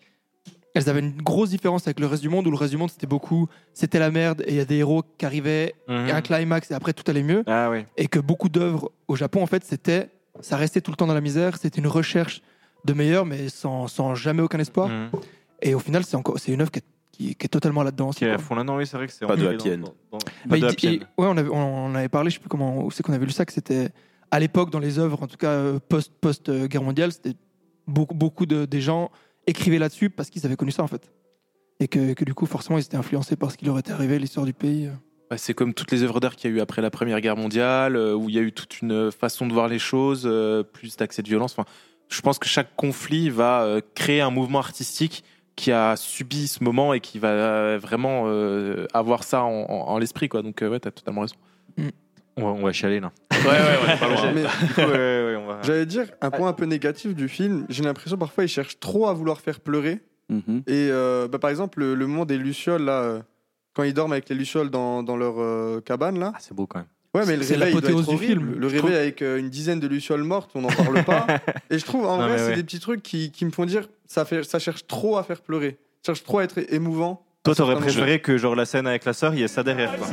[SPEAKER 4] elles avaient une grosse différence avec le reste du monde où le reste du monde c'était beaucoup c'était la merde et il y a des héros qui arrivaient
[SPEAKER 2] Mhm.
[SPEAKER 4] à un climax et après tout allait mieux
[SPEAKER 2] Ah oui.
[SPEAKER 4] et que beaucoup d'œuvres au Japon en fait c'était ça restait tout le temps dans la misère c'était une recherche de meilleur mais sans, sans jamais aucun espoir
[SPEAKER 2] Mm.
[SPEAKER 5] Mmh.
[SPEAKER 4] et au final c'est encore c'est une œuvre qui est, qui- qui est totalement là-dedans aussi,
[SPEAKER 2] Qui est à
[SPEAKER 4] quoi.
[SPEAKER 2] fond là, non, oui, c'est vrai que c'est.
[SPEAKER 5] Pas de
[SPEAKER 2] ancré
[SPEAKER 5] happy
[SPEAKER 2] dans-
[SPEAKER 5] end.
[SPEAKER 4] Bah,
[SPEAKER 2] dans- Pas de
[SPEAKER 4] il-
[SPEAKER 2] happy
[SPEAKER 4] il-
[SPEAKER 2] end.
[SPEAKER 4] ouais, on avait, on, on avait parlé, je sais plus comment, où c'est qu'on avait lu ça, que c'était à l'époque dans les œuvres, en tout cas euh, post post euh, guerre mondiale, c'était beaucoup beaucoup de des gens écrivaient là-dessus parce qu'ils avaient connu ça en fait, et que, que du coup forcément ils étaient influencés par ce qui leur était arrivé, l'histoire du pays. euh.
[SPEAKER 2] hein.
[SPEAKER 1] Bah, c'est comme toutes les œuvres d'art qu'il y a eu après la Première Guerre mondiale, euh, où il y a eu toute une euh, façon de voir les choses, euh, plus d'accès de violence. Enfin, je pense que chaque conflit va euh, créer un mouvement artistique qui a subi ce moment et qui va euh, vraiment euh, avoir ça en, en- en l'esprit. Quoi. Donc, euh, ouais, t'as totalement raison.
[SPEAKER 2] Mm. On va, on va chialer là.
[SPEAKER 1] Ouais, ouais, ouais,
[SPEAKER 2] [LAUGHS]
[SPEAKER 1] pas loin. euh,
[SPEAKER 14] Mais-
[SPEAKER 2] Du coup, ouais, ouais, ouais, on va-
[SPEAKER 14] J'allais dire un point un peu négatif du film. J'ai l'impression parfois il cherche trop à vouloir faire pleurer.
[SPEAKER 1] Mhm.
[SPEAKER 14] Et euh, bah, par exemple le, le moment des lucioles là, euh, quand ils dorment avec les lucioles dans, dans leur euh, cabane
[SPEAKER 5] Ah,
[SPEAKER 14] là.
[SPEAKER 2] C'est beau quand même.
[SPEAKER 14] Ouais, mais le
[SPEAKER 2] C'est
[SPEAKER 14] réveil il doit
[SPEAKER 2] l'apothéose
[SPEAKER 14] être
[SPEAKER 2] du
[SPEAKER 14] horrible.
[SPEAKER 2] film.
[SPEAKER 14] Le
[SPEAKER 2] Je
[SPEAKER 14] réveil
[SPEAKER 2] trouve-
[SPEAKER 14] avec euh, une dizaine de lucioles mortes, on n'en parle
[SPEAKER 1] [LAUGHS]
[SPEAKER 14] pas. et je trouve, en
[SPEAKER 2] Non,
[SPEAKER 14] vrai,
[SPEAKER 2] mais
[SPEAKER 14] c'est
[SPEAKER 2] ouais.
[SPEAKER 14] des petits trucs qui, qui me font dire ça, fait, ça cherche trop à faire pleurer. Ça cherche trop à être émouvant.
[SPEAKER 2] Toi, t'aurais préféré que genre la scène avec la sœur, il y ait ça derrière. Quoi.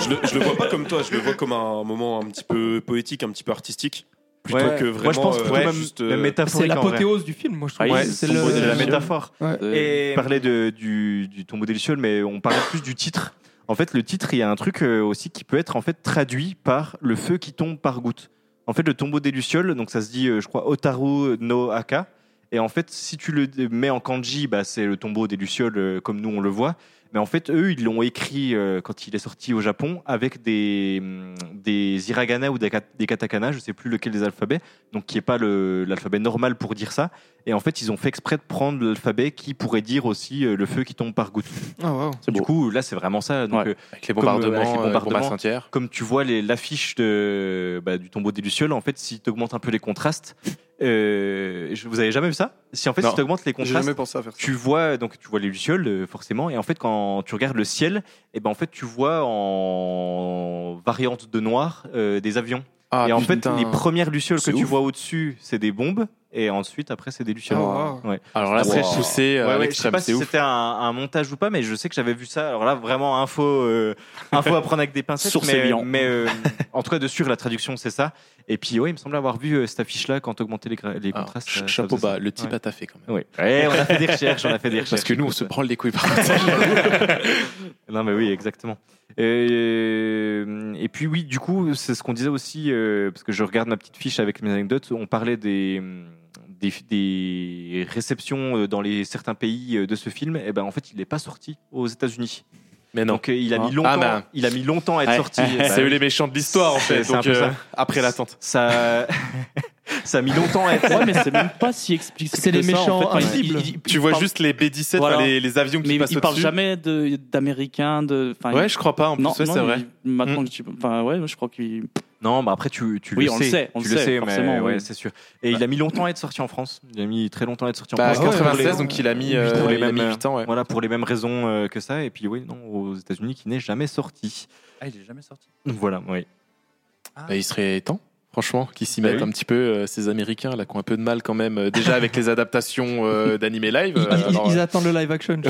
[SPEAKER 5] Je le, je le vois pas comme toi, je le vois comme un moment un petit peu poétique, un petit peu artistique. Plutôt
[SPEAKER 2] Ouais.
[SPEAKER 5] que
[SPEAKER 2] Moi, je
[SPEAKER 5] vraiment.
[SPEAKER 2] pense
[SPEAKER 5] euh,
[SPEAKER 2] plutôt même-
[SPEAKER 5] juste,
[SPEAKER 2] même métaphorique,
[SPEAKER 4] C'est l'apothéose du film, moi je trouve.
[SPEAKER 2] Ouais,
[SPEAKER 4] c'est
[SPEAKER 2] c'est
[SPEAKER 4] le-
[SPEAKER 2] la métaphore.
[SPEAKER 4] Ouais.
[SPEAKER 2] Et... On parlait de, du, du tombeau des Lucioles, mais on parlait plus du titre. En fait, le titre, il y a un truc euh, aussi qui peut être en fait traduit par le feu qui tombe par goutte. En fait, le tombeau des Lucioles, donc ça se dit, euh, je crois, Otaru no Aka. Et en fait, si tu le mets en kanji, bah, c'est le tombeau des Lucioles euh, comme nous on le voit. Mais en fait, eux, ils l'ont écrit euh, quand il est sorti au Japon avec des, hum, des hiragana ou des, kat- des katakana, je sais plus lequel des alphabets, donc qui n'est pas le- l'alphabet normal pour dire ça. Et en fait, ils ont fait exprès de prendre l'alphabet qui pourrait dire aussi euh, le feu qui tombe par goutte.
[SPEAKER 4] Ah, wow.
[SPEAKER 2] Du coup, là, c'est vraiment ça. Donc, euh,
[SPEAKER 1] Avec les
[SPEAKER 2] comme, euh,
[SPEAKER 1] bombardements, euh, les bombes à Saint-Pierre.
[SPEAKER 2] Comme tu vois les- l'affiche de, bah, du tombeau des Lucioles, en fait, si tu augmentes un peu les contrastes, euh, je- vous avez jamais vu ça Si en fait,
[SPEAKER 14] Non.
[SPEAKER 2] si tu augmentes les
[SPEAKER 14] J'ai
[SPEAKER 2] contrastes,
[SPEAKER 14] jamais pensé à faire ça.
[SPEAKER 2] tu vois donc tu vois les lucioles euh, forcément, et en fait, quand tu regardes le ciel, et ben en fait, tu vois en variante de noir euh, des avions.
[SPEAKER 1] Ah,
[SPEAKER 2] et en
[SPEAKER 1] putain.
[SPEAKER 2] fait, les premières lucioles que
[SPEAKER 1] C'est
[SPEAKER 2] tu
[SPEAKER 1] ouf.
[SPEAKER 2] vois au-dessus, c'est des bombes, et ensuite après, c'est des lucioles.
[SPEAKER 1] Ah, wow.
[SPEAKER 2] Ouais.
[SPEAKER 1] Alors là, c'est poussé, euh, à
[SPEAKER 2] Ouais, ouais,
[SPEAKER 1] l'extrême,
[SPEAKER 2] Je sais
[SPEAKER 1] c'est
[SPEAKER 2] pas
[SPEAKER 1] ouf.
[SPEAKER 2] si c'était un, un montage ou pas, mais je sais que j'avais vu ça. Alors là, vraiment info, euh, info à prendre avec des pincettes.
[SPEAKER 8] Source
[SPEAKER 2] mais
[SPEAKER 8] évident.
[SPEAKER 2] mais,
[SPEAKER 1] [LAUGHS]
[SPEAKER 2] euh, en tout cas, de sûr, la traduction, c'est ça. Et puis, ouais, il me semble avoir vu euh, cette affiche-là quand augmenter les, gra- les contrastes.
[SPEAKER 1] Ah, ch- chapeau bas, le type a taffé quand
[SPEAKER 2] même. Oui, Ouais, on a fait des recherches, on a fait des recherches.
[SPEAKER 1] [LAUGHS] Parce que nous, on se branle les couilles par
[SPEAKER 2] Non, mais oui, exactement. Euh, et puis, oui, du coup, c'est ce qu'on disait aussi, euh, parce que je regarde ma petite fiche avec mes anecdotes. On parlait des, hum, des, Eh des réceptions euh, dans les, certains pays euh, de ce film. Et ben, en fait, il n'est pas sorti aux États-Unis. Mais non. Donc euh, il a mis longtemps,
[SPEAKER 1] Ah, bah.
[SPEAKER 2] il a mis longtemps à être
[SPEAKER 1] Ouais.
[SPEAKER 2] sorti.
[SPEAKER 1] [LAUGHS] C'est
[SPEAKER 2] Bah
[SPEAKER 1] eux
[SPEAKER 2] oui.
[SPEAKER 1] les méchants de l'histoire, en fait.
[SPEAKER 2] C'est- c'est un
[SPEAKER 1] Donc,
[SPEAKER 2] peu
[SPEAKER 1] euh,
[SPEAKER 2] ça.
[SPEAKER 1] après l'attente.
[SPEAKER 2] Ça, [LAUGHS] ça a mis longtemps à être.
[SPEAKER 3] Ouais, mais c'est même pas si explicite.
[SPEAKER 1] C'est
[SPEAKER 3] que
[SPEAKER 1] les
[SPEAKER 3] ça, en
[SPEAKER 1] méchants hein.
[SPEAKER 3] fait. Enfin, ils-
[SPEAKER 1] invisibles.
[SPEAKER 3] ils- ils-
[SPEAKER 1] Tu
[SPEAKER 3] ils
[SPEAKER 1] vois
[SPEAKER 3] parlent-
[SPEAKER 1] juste les B-17, enfin, les- les avions qui
[SPEAKER 3] mais
[SPEAKER 1] passent
[SPEAKER 3] Ils parlent
[SPEAKER 1] au-dessus.
[SPEAKER 3] jamais de- d'Américains. De, enfin,
[SPEAKER 1] Ouais,
[SPEAKER 3] ils-
[SPEAKER 1] je crois pas, en plus,
[SPEAKER 3] Non,
[SPEAKER 1] ouais,
[SPEAKER 3] non,
[SPEAKER 1] c'est
[SPEAKER 3] ils-
[SPEAKER 1] vrai.
[SPEAKER 3] Maintenant que tu. Enfin, ouais, je crois qu'ils.
[SPEAKER 2] Non, bah après tu, tu
[SPEAKER 3] Oui,
[SPEAKER 2] le
[SPEAKER 3] on
[SPEAKER 2] sais,
[SPEAKER 3] le sait, on
[SPEAKER 2] tu
[SPEAKER 3] le sait,
[SPEAKER 2] sais, mais
[SPEAKER 3] forcément,
[SPEAKER 2] ouais,
[SPEAKER 3] oui.
[SPEAKER 2] c'est sûr. Et il a mis longtemps à être sorti en France. Il a mis très longtemps à être sorti en
[SPEAKER 1] Bah,
[SPEAKER 2] France.
[SPEAKER 1] 96, donc il a mis, euh,
[SPEAKER 2] pour les
[SPEAKER 1] il a mis
[SPEAKER 2] mêmes,
[SPEAKER 1] huit ans, ouais.
[SPEAKER 2] voilà, pour les mêmes raisons euh, que ça. Et puis oui, non, aux États-Unis, qui n'est jamais sorti.
[SPEAKER 7] Ah, il est jamais sorti.
[SPEAKER 2] Voilà, oui.
[SPEAKER 1] Bah, il serait temps, franchement, qu'ils s'y mettent
[SPEAKER 2] oui.
[SPEAKER 1] un petit peu, euh, ces Américains, là, qui ont un peu de mal quand même, euh, déjà avec les adaptations euh, d'animés live. euh,
[SPEAKER 4] Ils,
[SPEAKER 1] alors,
[SPEAKER 4] ils
[SPEAKER 1] euh,
[SPEAKER 4] attendent le live action.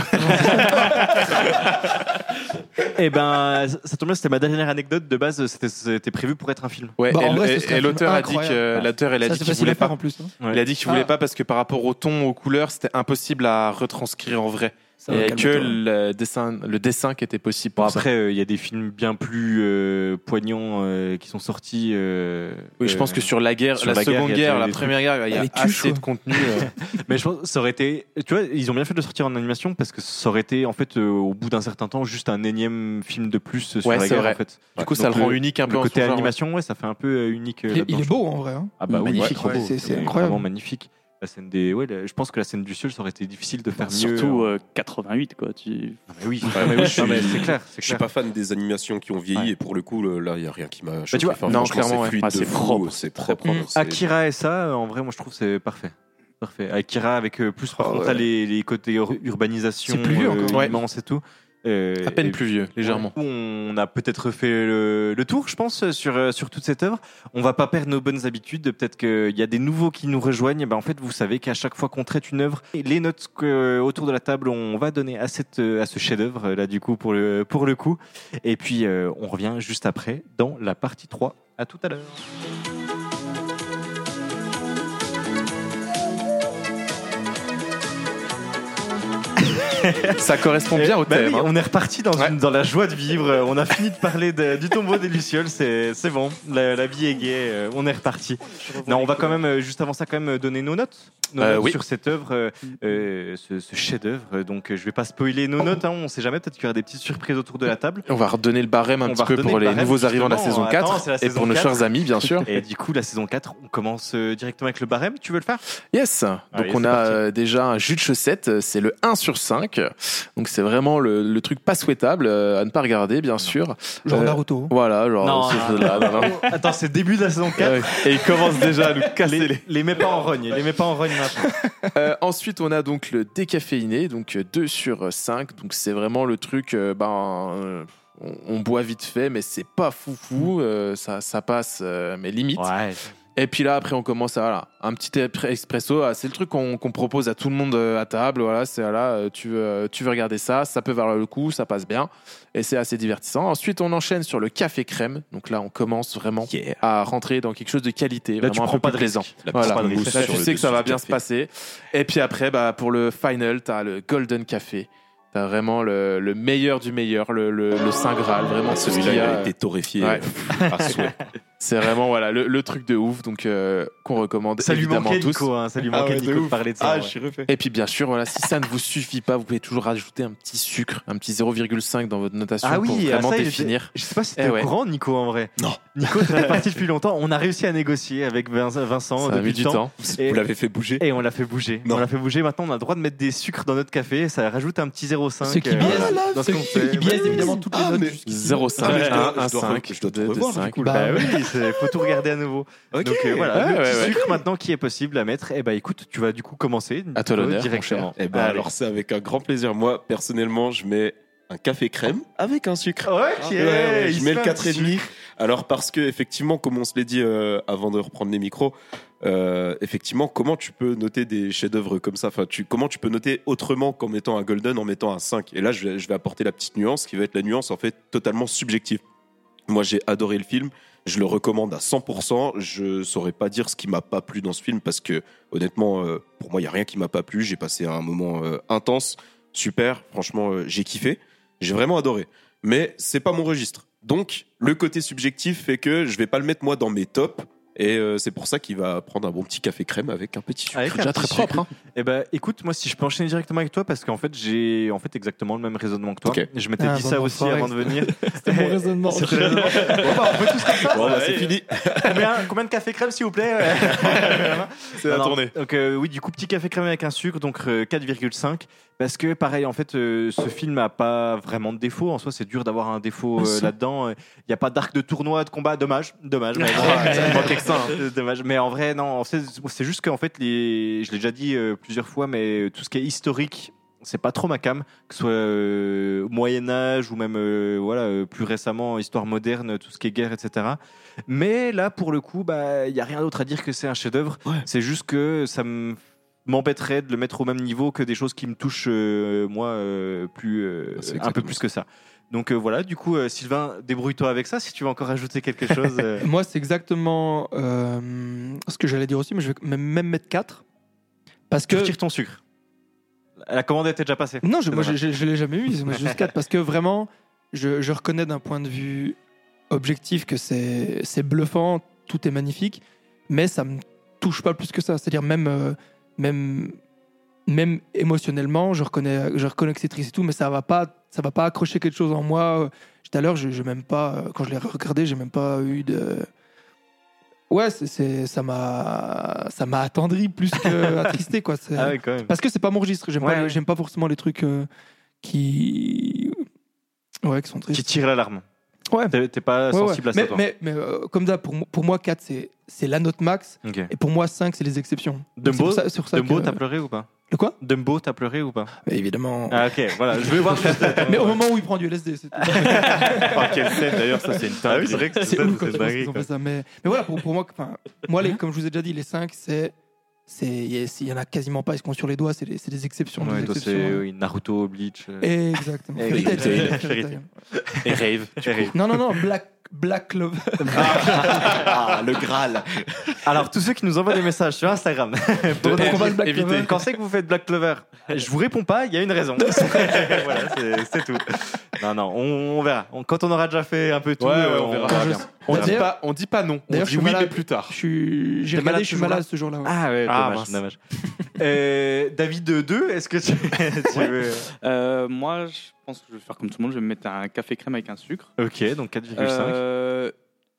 [SPEAKER 2] Et ben, ça- ça tombe bien, c'était ma dernière anecdote. De base, c'était- c'était prévu pour être un film.
[SPEAKER 1] Ouais, et le- et- et l'auteur a dit que l'auteur elle a dit qu'il voulait pas. Il a dit qu'il voulait
[SPEAKER 2] Ah.
[SPEAKER 1] pas parce que par rapport au ton, aux couleurs, c'était impossible à retranscrire en vrai.
[SPEAKER 2] Ça va,
[SPEAKER 1] et que
[SPEAKER 2] calme-toi. hein.
[SPEAKER 1] le dessin, le dessin qui était possible.
[SPEAKER 2] Bon,
[SPEAKER 1] pour ça.
[SPEAKER 2] après, euh, il y a des films bien plus euh, poignants euh, qui sont sortis. euh,
[SPEAKER 1] Oui, je pense
[SPEAKER 2] euh,
[SPEAKER 1] que sur la guerre,
[SPEAKER 2] sur
[SPEAKER 1] la,
[SPEAKER 2] il
[SPEAKER 1] seconde
[SPEAKER 2] y a
[SPEAKER 1] guerre,
[SPEAKER 2] des- Ah,
[SPEAKER 1] la
[SPEAKER 2] des
[SPEAKER 1] première
[SPEAKER 2] trucs.
[SPEAKER 1] guerre, il y a
[SPEAKER 2] hein.
[SPEAKER 1] assez de contenu. euh.
[SPEAKER 2] [LAUGHS] Mais je pense que ça aurait été. Tu vois, ils ont bien fait de le sortir en animation parce que ça aurait été, en fait, euh, au bout d'un certain temps, juste un énième film de plus euh, sur
[SPEAKER 1] Ouais,
[SPEAKER 2] la
[SPEAKER 1] c'est
[SPEAKER 2] guerre.
[SPEAKER 1] vrai.
[SPEAKER 2] En fait.
[SPEAKER 1] Du coup, ça le rend unique un peu
[SPEAKER 2] Le
[SPEAKER 1] en
[SPEAKER 2] côté
[SPEAKER 1] son genre,
[SPEAKER 2] animation, ouais, ça fait un peu euh, unique. euh,
[SPEAKER 4] Il est-
[SPEAKER 2] là-dedans,
[SPEAKER 4] il est
[SPEAKER 2] je
[SPEAKER 4] beau,
[SPEAKER 2] trouve.
[SPEAKER 4] en vrai, hein.
[SPEAKER 2] Ah bah,
[SPEAKER 4] Mm.
[SPEAKER 2] oui,
[SPEAKER 4] Magnifique,
[SPEAKER 2] ouais,
[SPEAKER 4] il est beau.
[SPEAKER 2] ouais,
[SPEAKER 4] C'est- c'est
[SPEAKER 2] vraiment
[SPEAKER 4] incroyable.
[SPEAKER 2] magnifique. La scène des. Ouais, la- je pense que la scène du ciel, ça aurait été difficile de faire mieux. hein. Ah bah
[SPEAKER 3] Surtout euh, 88, quoi. Tu...
[SPEAKER 2] oui,
[SPEAKER 5] Ouais, mais oui, je suis-
[SPEAKER 2] Non, euh, mais c'est clair. c'est
[SPEAKER 5] Je suis
[SPEAKER 2] clair. Bah,
[SPEAKER 5] pas fan des animations qui ont vieilli et pour le coup, le- là, il n'y a rien qui m'a choqué.
[SPEAKER 2] tu vois,
[SPEAKER 5] Enfin,
[SPEAKER 2] non,
[SPEAKER 5] franchement,
[SPEAKER 2] clairement, ouais.
[SPEAKER 5] c'est fluide
[SPEAKER 2] Ah,
[SPEAKER 5] de
[SPEAKER 2] c'est
[SPEAKER 5] fou,
[SPEAKER 2] propre.
[SPEAKER 5] C'est propre.
[SPEAKER 2] Mm.
[SPEAKER 5] c'est-
[SPEAKER 2] Akira et ça, euh, en vrai, moi je trouve que c'est parfait. Parfait. Akira avec euh, plus par
[SPEAKER 1] Ah
[SPEAKER 2] contre,
[SPEAKER 1] ouais.
[SPEAKER 2] t'as les, les côtés ur- urbanisation,
[SPEAKER 1] C'est plus vieux
[SPEAKER 2] euh,
[SPEAKER 1] encore. Ouais.
[SPEAKER 2] immense et tout. Euh,
[SPEAKER 1] À peine
[SPEAKER 2] et- [LAUGHS]
[SPEAKER 1] plus vieux, légèrement.
[SPEAKER 2] Ouais, On a peut-être fait le, le tour, je pense, sur, euh, sur toute cette œuvre. On va pas perdre nos bonnes habitudes. Peut-être qu'il y a des nouveaux qui nous rejoignent. Ben, en fait, vous savez qu'à chaque fois qu'on traite une œuvre, les notes que, euh, autour de la table, on va donner à, cette, à ce chef-d'œuvre, euh, là, du coup, pour le, pour le coup. Et puis, euh, on revient juste après dans la partie 3. À tout à l'heure.
[SPEAKER 1] Ça correspond bien
[SPEAKER 2] Eh,
[SPEAKER 1] au
[SPEAKER 2] bah
[SPEAKER 1] thème,
[SPEAKER 2] oui,
[SPEAKER 1] hein.
[SPEAKER 2] On est reparti dans, une- dans la joie de vivre. Euh, On a fini de parler de- du tombeau des Lucioles. C'est c'est bon. La, la vie est gaie. euh, On est reparti. Non, on va quand même, euh, juste avant ça, quand même euh, donner nos notes. Nos
[SPEAKER 1] Euh,
[SPEAKER 2] notes
[SPEAKER 1] oui.
[SPEAKER 2] Sur cette œuvre, euh, euh, ce, ce chef-d'œuvre. Donc, euh, je vais pas spoiler nos notes. hein, on sait jamais. Peut-être qu'il y aura des petites surprises autour de la table.
[SPEAKER 1] On va redonner le barème un
[SPEAKER 2] On
[SPEAKER 1] petit
[SPEAKER 2] va
[SPEAKER 1] peu
[SPEAKER 2] redonner
[SPEAKER 1] pour
[SPEAKER 2] le
[SPEAKER 1] les
[SPEAKER 2] barème,
[SPEAKER 1] nouveaux arrivants de la
[SPEAKER 2] justement.
[SPEAKER 1] saison 4
[SPEAKER 2] Attends, c'est la
[SPEAKER 1] et
[SPEAKER 2] saison
[SPEAKER 1] pour nos
[SPEAKER 2] 4.
[SPEAKER 1] chers amis,
[SPEAKER 2] [LAUGHS]
[SPEAKER 1] bien sûr.
[SPEAKER 2] Et du coup, la saison 4, on commence euh, directement avec le barème. Tu veux le faire
[SPEAKER 1] Yes. Donc
[SPEAKER 2] Allez,
[SPEAKER 1] on
[SPEAKER 2] Ah c'est
[SPEAKER 1] a
[SPEAKER 2] parti.
[SPEAKER 1] euh, déjà un jus de chaussette, euh, c'est le 1 sur 5. Donc c'est vraiment le, le truc pas souhaitable euh, à ne pas regarder, bien sûr.
[SPEAKER 4] Genre
[SPEAKER 1] Euh,
[SPEAKER 4] Naruto.
[SPEAKER 1] Voilà, genre
[SPEAKER 2] Non,
[SPEAKER 1] ce
[SPEAKER 2] non,
[SPEAKER 1] jeu-là,
[SPEAKER 2] non.
[SPEAKER 1] non, Euh, non.
[SPEAKER 2] Oh, Attends, c'est début de la saison 4.
[SPEAKER 1] Et il commence déjà à nous casser les...
[SPEAKER 2] Les mets pas en rogne. Les mets pas en rogne maintenant.
[SPEAKER 1] Euh, ensuite, on a donc le décaféiné, donc euh, 2 sur 5. Donc c'est vraiment le truc, euh, ben, euh, on, on boit vite fait, mais c'est pas foufou. euh, ça, ça passe, euh, mais limite. Et puis là, après, on commence à voilà, un petit ep- espresso. ah, C'est le truc qu'on qu'on propose à tout le monde euh, à table. Voilà, c'est là, tu veux, euh, tu veux regarder ça, ça peut valoir le coup, ça passe bien, et c'est assez divertissant. Ensuite, on enchaîne sur le café crème. Donc là, on commence vraiment à rentrer dans quelque chose de qualité,
[SPEAKER 2] Là,
[SPEAKER 1] vraiment
[SPEAKER 2] tu
[SPEAKER 1] un
[SPEAKER 2] prends
[SPEAKER 1] peu
[SPEAKER 2] pas
[SPEAKER 1] plus
[SPEAKER 2] de
[SPEAKER 1] plaisant.
[SPEAKER 2] risque. Là, tu
[SPEAKER 1] Voilà.
[SPEAKER 2] prends pas de risque
[SPEAKER 1] Là,
[SPEAKER 2] sur
[SPEAKER 1] tu
[SPEAKER 2] le
[SPEAKER 1] sais que ça
[SPEAKER 2] dessus
[SPEAKER 1] va
[SPEAKER 2] du
[SPEAKER 1] bien
[SPEAKER 2] café.
[SPEAKER 1] se passer. Et puis après, bah, pour le final, t'as le golden café. T'as vraiment le, le meilleur du meilleur, le, le, le Saint Graal, vraiment.
[SPEAKER 5] Ah,
[SPEAKER 1] tout ce
[SPEAKER 5] celui-là,
[SPEAKER 1] qu'il y
[SPEAKER 5] il a été torréfié,
[SPEAKER 1] Ouais.
[SPEAKER 5] euh, à souhait.
[SPEAKER 1] [LAUGHS] C'est vraiment voilà, le, le truc de ouf donc euh, qu'on recommande
[SPEAKER 2] Ça lui
[SPEAKER 1] évidemment
[SPEAKER 2] manquait,
[SPEAKER 1] tous.
[SPEAKER 2] Nico, hein, ça lui manquait, Nico, de Ah, parler de ça, ouais.
[SPEAKER 1] Et puis bien sûr, voilà, si ça ne vous suffit pas, vous pouvez toujours rajouter un petit sucre, un petit 0,5 dans votre notation
[SPEAKER 2] Ah oui,
[SPEAKER 1] pour
[SPEAKER 2] ah,
[SPEAKER 1] vraiment
[SPEAKER 2] ça, il était-
[SPEAKER 1] définir.
[SPEAKER 2] Je sais pas si
[SPEAKER 1] Eh
[SPEAKER 2] t'es
[SPEAKER 1] ouais.
[SPEAKER 2] au courant, Nico, en vrai. Non. Nico, t'es
[SPEAKER 1] [LAUGHS]
[SPEAKER 2] parti depuis longtemps. On a réussi à négocier avec Vin- Vincent
[SPEAKER 1] Ça a
[SPEAKER 2] depuis
[SPEAKER 1] mis
[SPEAKER 2] le
[SPEAKER 1] du temps. Vous
[SPEAKER 2] Et-
[SPEAKER 1] l'avez fait bouger.
[SPEAKER 2] Et on l'a fait bouger. On l'a fait bouger. Maintenant, on a le droit de mettre des sucres dans notre café. Ça rajoute un petit 0,5.
[SPEAKER 4] Ceux qui
[SPEAKER 2] euh,
[SPEAKER 4] biaisent.
[SPEAKER 2] voilà, dans
[SPEAKER 4] Ceux
[SPEAKER 2] ce qu'on
[SPEAKER 4] qui- ceux
[SPEAKER 2] fait.
[SPEAKER 4] qui biaisent, évidemment, toutes les notes
[SPEAKER 2] Ah,
[SPEAKER 4] jusqu'ici.
[SPEAKER 1] 0,5,
[SPEAKER 2] Ouais.
[SPEAKER 1] 1,
[SPEAKER 2] Je
[SPEAKER 1] 1,
[SPEAKER 2] dois-
[SPEAKER 1] 5,
[SPEAKER 2] je dois te
[SPEAKER 1] 2,
[SPEAKER 2] revoir,
[SPEAKER 1] 5.
[SPEAKER 2] du coup,
[SPEAKER 1] Bah
[SPEAKER 2] Bah
[SPEAKER 1] ouais.
[SPEAKER 2] oui, c'est- faut tout regarder à nouveau.
[SPEAKER 1] Ok.
[SPEAKER 2] Donc euh, voilà,
[SPEAKER 1] Ouais,
[SPEAKER 2] le petit
[SPEAKER 1] ouais, ouais.
[SPEAKER 2] sucre maintenant qui est possible à mettre. Et bah écoute, tu vas du coup commencer.
[SPEAKER 1] À toi
[SPEAKER 2] Nico,
[SPEAKER 1] l'honneur, mon
[SPEAKER 2] directement.
[SPEAKER 5] Eh ben,
[SPEAKER 2] Allez.
[SPEAKER 5] alors c'est avec un grand plaisir. Moi, personnellement, je mets un café crème avec un sucre.
[SPEAKER 2] Ok,
[SPEAKER 5] Ouais, ouais,
[SPEAKER 2] il
[SPEAKER 5] je
[SPEAKER 2] se
[SPEAKER 5] mets
[SPEAKER 2] fait
[SPEAKER 5] le
[SPEAKER 2] un
[SPEAKER 5] 4,5. Alors parce que effectivement, comme on se l'est dit euh, avant de reprendre les micros, euh, effectivement, comment tu peux noter des chefs-d'œuvre comme ça Enfin, tu, comment tu peux noter autrement qu'en mettant un golden, en mettant un 5 Et là, je vais, je vais apporter la petite nuance qui va être la nuance en fait totalement subjective. Moi, j'ai adoré le film. Je le recommande à 100%. Je saurais pas dire ce qui m'a pas plu dans ce film parce que, honnêtement, euh, pour moi, il y a rien qui m'a pas plu. J'ai passé un moment euh, intense, super. Franchement, euh, j'ai kiffé. J'ai vraiment adoré. Mais c'est pas mon registre. Donc, le côté subjectif fait que je vais pas le mettre moi dans mes tops. Et euh, c'est pour ça qu'il va prendre un bon petit café crème avec un petit sucre.
[SPEAKER 2] Avec un petit sucre. Eh ben, écoute, moi, si je peux enchaîner directement avec toi, parce qu'en fait, j'ai en fait exactement le même raisonnement que toi.
[SPEAKER 5] Ok.
[SPEAKER 2] Je m'étais
[SPEAKER 5] Ah,
[SPEAKER 2] dit
[SPEAKER 5] bon,
[SPEAKER 2] ça
[SPEAKER 5] bon,
[SPEAKER 2] aussi
[SPEAKER 5] correct.
[SPEAKER 2] avant de venir.
[SPEAKER 5] [LAUGHS] C'était
[SPEAKER 2] [LAUGHS]
[SPEAKER 5] mon raisonnement.
[SPEAKER 2] C'était le raisonnement. Bon, bah, [LAUGHS] on peut tous faire ça.
[SPEAKER 5] Bon, bah, c'est
[SPEAKER 2] Ouais.
[SPEAKER 5] fini.
[SPEAKER 2] [LAUGHS] Combien, combien de café crème, s'il vous plaît
[SPEAKER 5] [LAUGHS] C'est
[SPEAKER 2] Non,
[SPEAKER 5] la
[SPEAKER 2] non.
[SPEAKER 5] tournée.
[SPEAKER 2] Donc euh, oui, du coup, petit café crème avec un sucre, donc euh, 4,5. Parce que pareil, en fait, euh, ce film a pas vraiment de défaut. En soi, c'est dur d'avoir un défaut euh,
[SPEAKER 1] Bien sûr.
[SPEAKER 2] là-dedans. Il n'y a pas d'arc de tournoi, de combat. Dommage, dommage.
[SPEAKER 5] [LAUGHS]
[SPEAKER 2] Mais bon,
[SPEAKER 1] Ouais.
[SPEAKER 2] ça manquait que ça, hein. C'est [LAUGHS] Dommage. Mais en vrai, non. c'est- C'est juste qu'en fait, les, je l'ai déjà dit euh, plusieurs fois, mais tout ce qui est historique. C'est pas trop ma cam, que ce soit euh, Moyen Âge ou même euh, voilà euh, plus récemment histoire moderne, tout ce qui est guerre, etc. Mais là, pour le coup, bah il y a rien d'autre à dire que c'est un chef-d'œuvre. C'est juste que ça me m'embêterait de le mettre au même niveau que des choses qui me touchent euh, moi euh, plus euh,
[SPEAKER 4] Ah,
[SPEAKER 2] un peu plus que ça. Donc euh, voilà, du coup euh, Sylvain, débrouille-toi avec ça si tu veux encore
[SPEAKER 4] [LAUGHS]
[SPEAKER 2] ajouter quelque chose. euh.
[SPEAKER 4] [LAUGHS] Moi, c'est exactement euh, ce que j'allais dire aussi, mais je vais même- même mettre 4. Parce que.
[SPEAKER 2] Tu retires ton sucre. La commande était déjà passée.
[SPEAKER 4] Non, je,
[SPEAKER 2] C'est
[SPEAKER 4] moi, je,
[SPEAKER 2] dommage.
[SPEAKER 4] je- je l'ai jamais eu, c'est juste 4. Parce que vraiment, je, je reconnais d'un point de vue objectif que c'est c'est bluffant, tout est magnifique, mais ça me touche pas plus que ça. C'est-à-dire, même, euh, même, même émotionnellement, je reconnais, je reconnais que c'est triste et tout, mais ça va pas, ça va pas accrocher quelque chose en moi. Tout à l'heure, je, je même pas, euh, quand je l'ai regardé, j'ai même pas eu de. Ouais, c'est- c'est ça m'a ça m'a attendri plus que attristé quoi. C'est-
[SPEAKER 2] Ah ouais, quand même.
[SPEAKER 4] Parce que c'est pas mon registre. J'aime
[SPEAKER 2] Ouais,
[SPEAKER 4] pas le-
[SPEAKER 2] ouais.
[SPEAKER 4] j'aime pas forcément les trucs euh, qui ouais qui sont tristes.
[SPEAKER 2] Qui tire l'alarme.
[SPEAKER 4] Ouais.
[SPEAKER 2] T'es t'es pas
[SPEAKER 4] Ouais, ouais.
[SPEAKER 2] sensible à ça.
[SPEAKER 4] mais,
[SPEAKER 2] toi.
[SPEAKER 4] mais, mais, euh, comme ça, pour, mo- pour moi, 4, c'est, c'est la note max.
[SPEAKER 2] Ok.
[SPEAKER 4] Et pour moi, 5, c'est les exceptions.
[SPEAKER 2] Dumbo,
[SPEAKER 4] C'est pour ça- c'est pour ça
[SPEAKER 2] Dumbo,
[SPEAKER 4] que-
[SPEAKER 2] t'as pleuré ou pas
[SPEAKER 4] Le quoi
[SPEAKER 2] Dumbo, t'as pleuré ou pas
[SPEAKER 4] Évidemment.
[SPEAKER 2] Ah ok, voilà, je vais voir.
[SPEAKER 4] [LAUGHS]
[SPEAKER 2] [LAUGHS]
[SPEAKER 4] Mais au moment où il prend du LSD, c'est tout.
[SPEAKER 2] Par quelle scène d'ailleurs, ça [LAUGHS] c'est une
[SPEAKER 4] Ah
[SPEAKER 2] dinguerie.
[SPEAKER 4] oui, c'est vrai que [LAUGHS]
[SPEAKER 2] Ça,
[SPEAKER 4] c'est ouf quand
[SPEAKER 2] une
[SPEAKER 4] tu penses
[SPEAKER 2] dinguerie,
[SPEAKER 4] qu'ils ont
[SPEAKER 2] quoi.
[SPEAKER 4] fait ça. Mais, mais voilà, pour, pour moi, enfin, moi les, comme je vous ai déjà dit, les 5, c'est. c'est- Il y, a- il y en a quasiment pas, ils se comptent sur les doigts, c'est des, c'est des exceptions. des
[SPEAKER 2] Ouais, toi,
[SPEAKER 4] exceptions. hein.
[SPEAKER 2] c'est euh, oui, Naruto, Bleach. euh.
[SPEAKER 4] Exactement.
[SPEAKER 2] Et
[SPEAKER 4] Fairy Tail.
[SPEAKER 2] Fairy
[SPEAKER 4] Fairy
[SPEAKER 2] Tail. Fairy
[SPEAKER 4] Tail.
[SPEAKER 2] Tail. Et Rave. du coup.
[SPEAKER 4] Non, non, non, Black, Black Bah, Love.
[SPEAKER 2] [LAUGHS] Ah, le Graal. Alors, tous ceux qui nous envoient des messages sur Instagram, [LAUGHS] pour
[SPEAKER 4] Évitez.
[SPEAKER 2] dire,
[SPEAKER 4] Évitez.
[SPEAKER 2] quand c'est que vous faites Black Clover Je vous réponds pas, il y a une raison. voilà, c'est- c'est tout. Non, non, on, on verra. On- quand on aura déjà fait un peu tout,
[SPEAKER 1] Ouais, ouais,
[SPEAKER 2] euh,
[SPEAKER 1] on verra
[SPEAKER 2] bien.
[SPEAKER 1] bien. On dit pas, on dit pas non. On
[SPEAKER 4] D'ailleurs, je
[SPEAKER 1] dit
[SPEAKER 4] suis
[SPEAKER 1] oui,
[SPEAKER 4] malade.
[SPEAKER 1] mais plus tard.
[SPEAKER 4] J'ai
[SPEAKER 2] T'es
[SPEAKER 4] regardé, je suis
[SPEAKER 2] ce jour-là
[SPEAKER 4] malade ce jour-là. ouais.
[SPEAKER 2] Ah ouais,
[SPEAKER 3] Ah,
[SPEAKER 2] dommage,
[SPEAKER 3] mince.
[SPEAKER 2] dommage. Euh, David 2, est-ce que tu, [LAUGHS] tu veux...
[SPEAKER 3] Euh, moi, je pense que je vais faire comme tout le monde. Je vais me mettre un café crème avec un sucre.
[SPEAKER 2] Ok, donc 4,5.
[SPEAKER 3] Euh,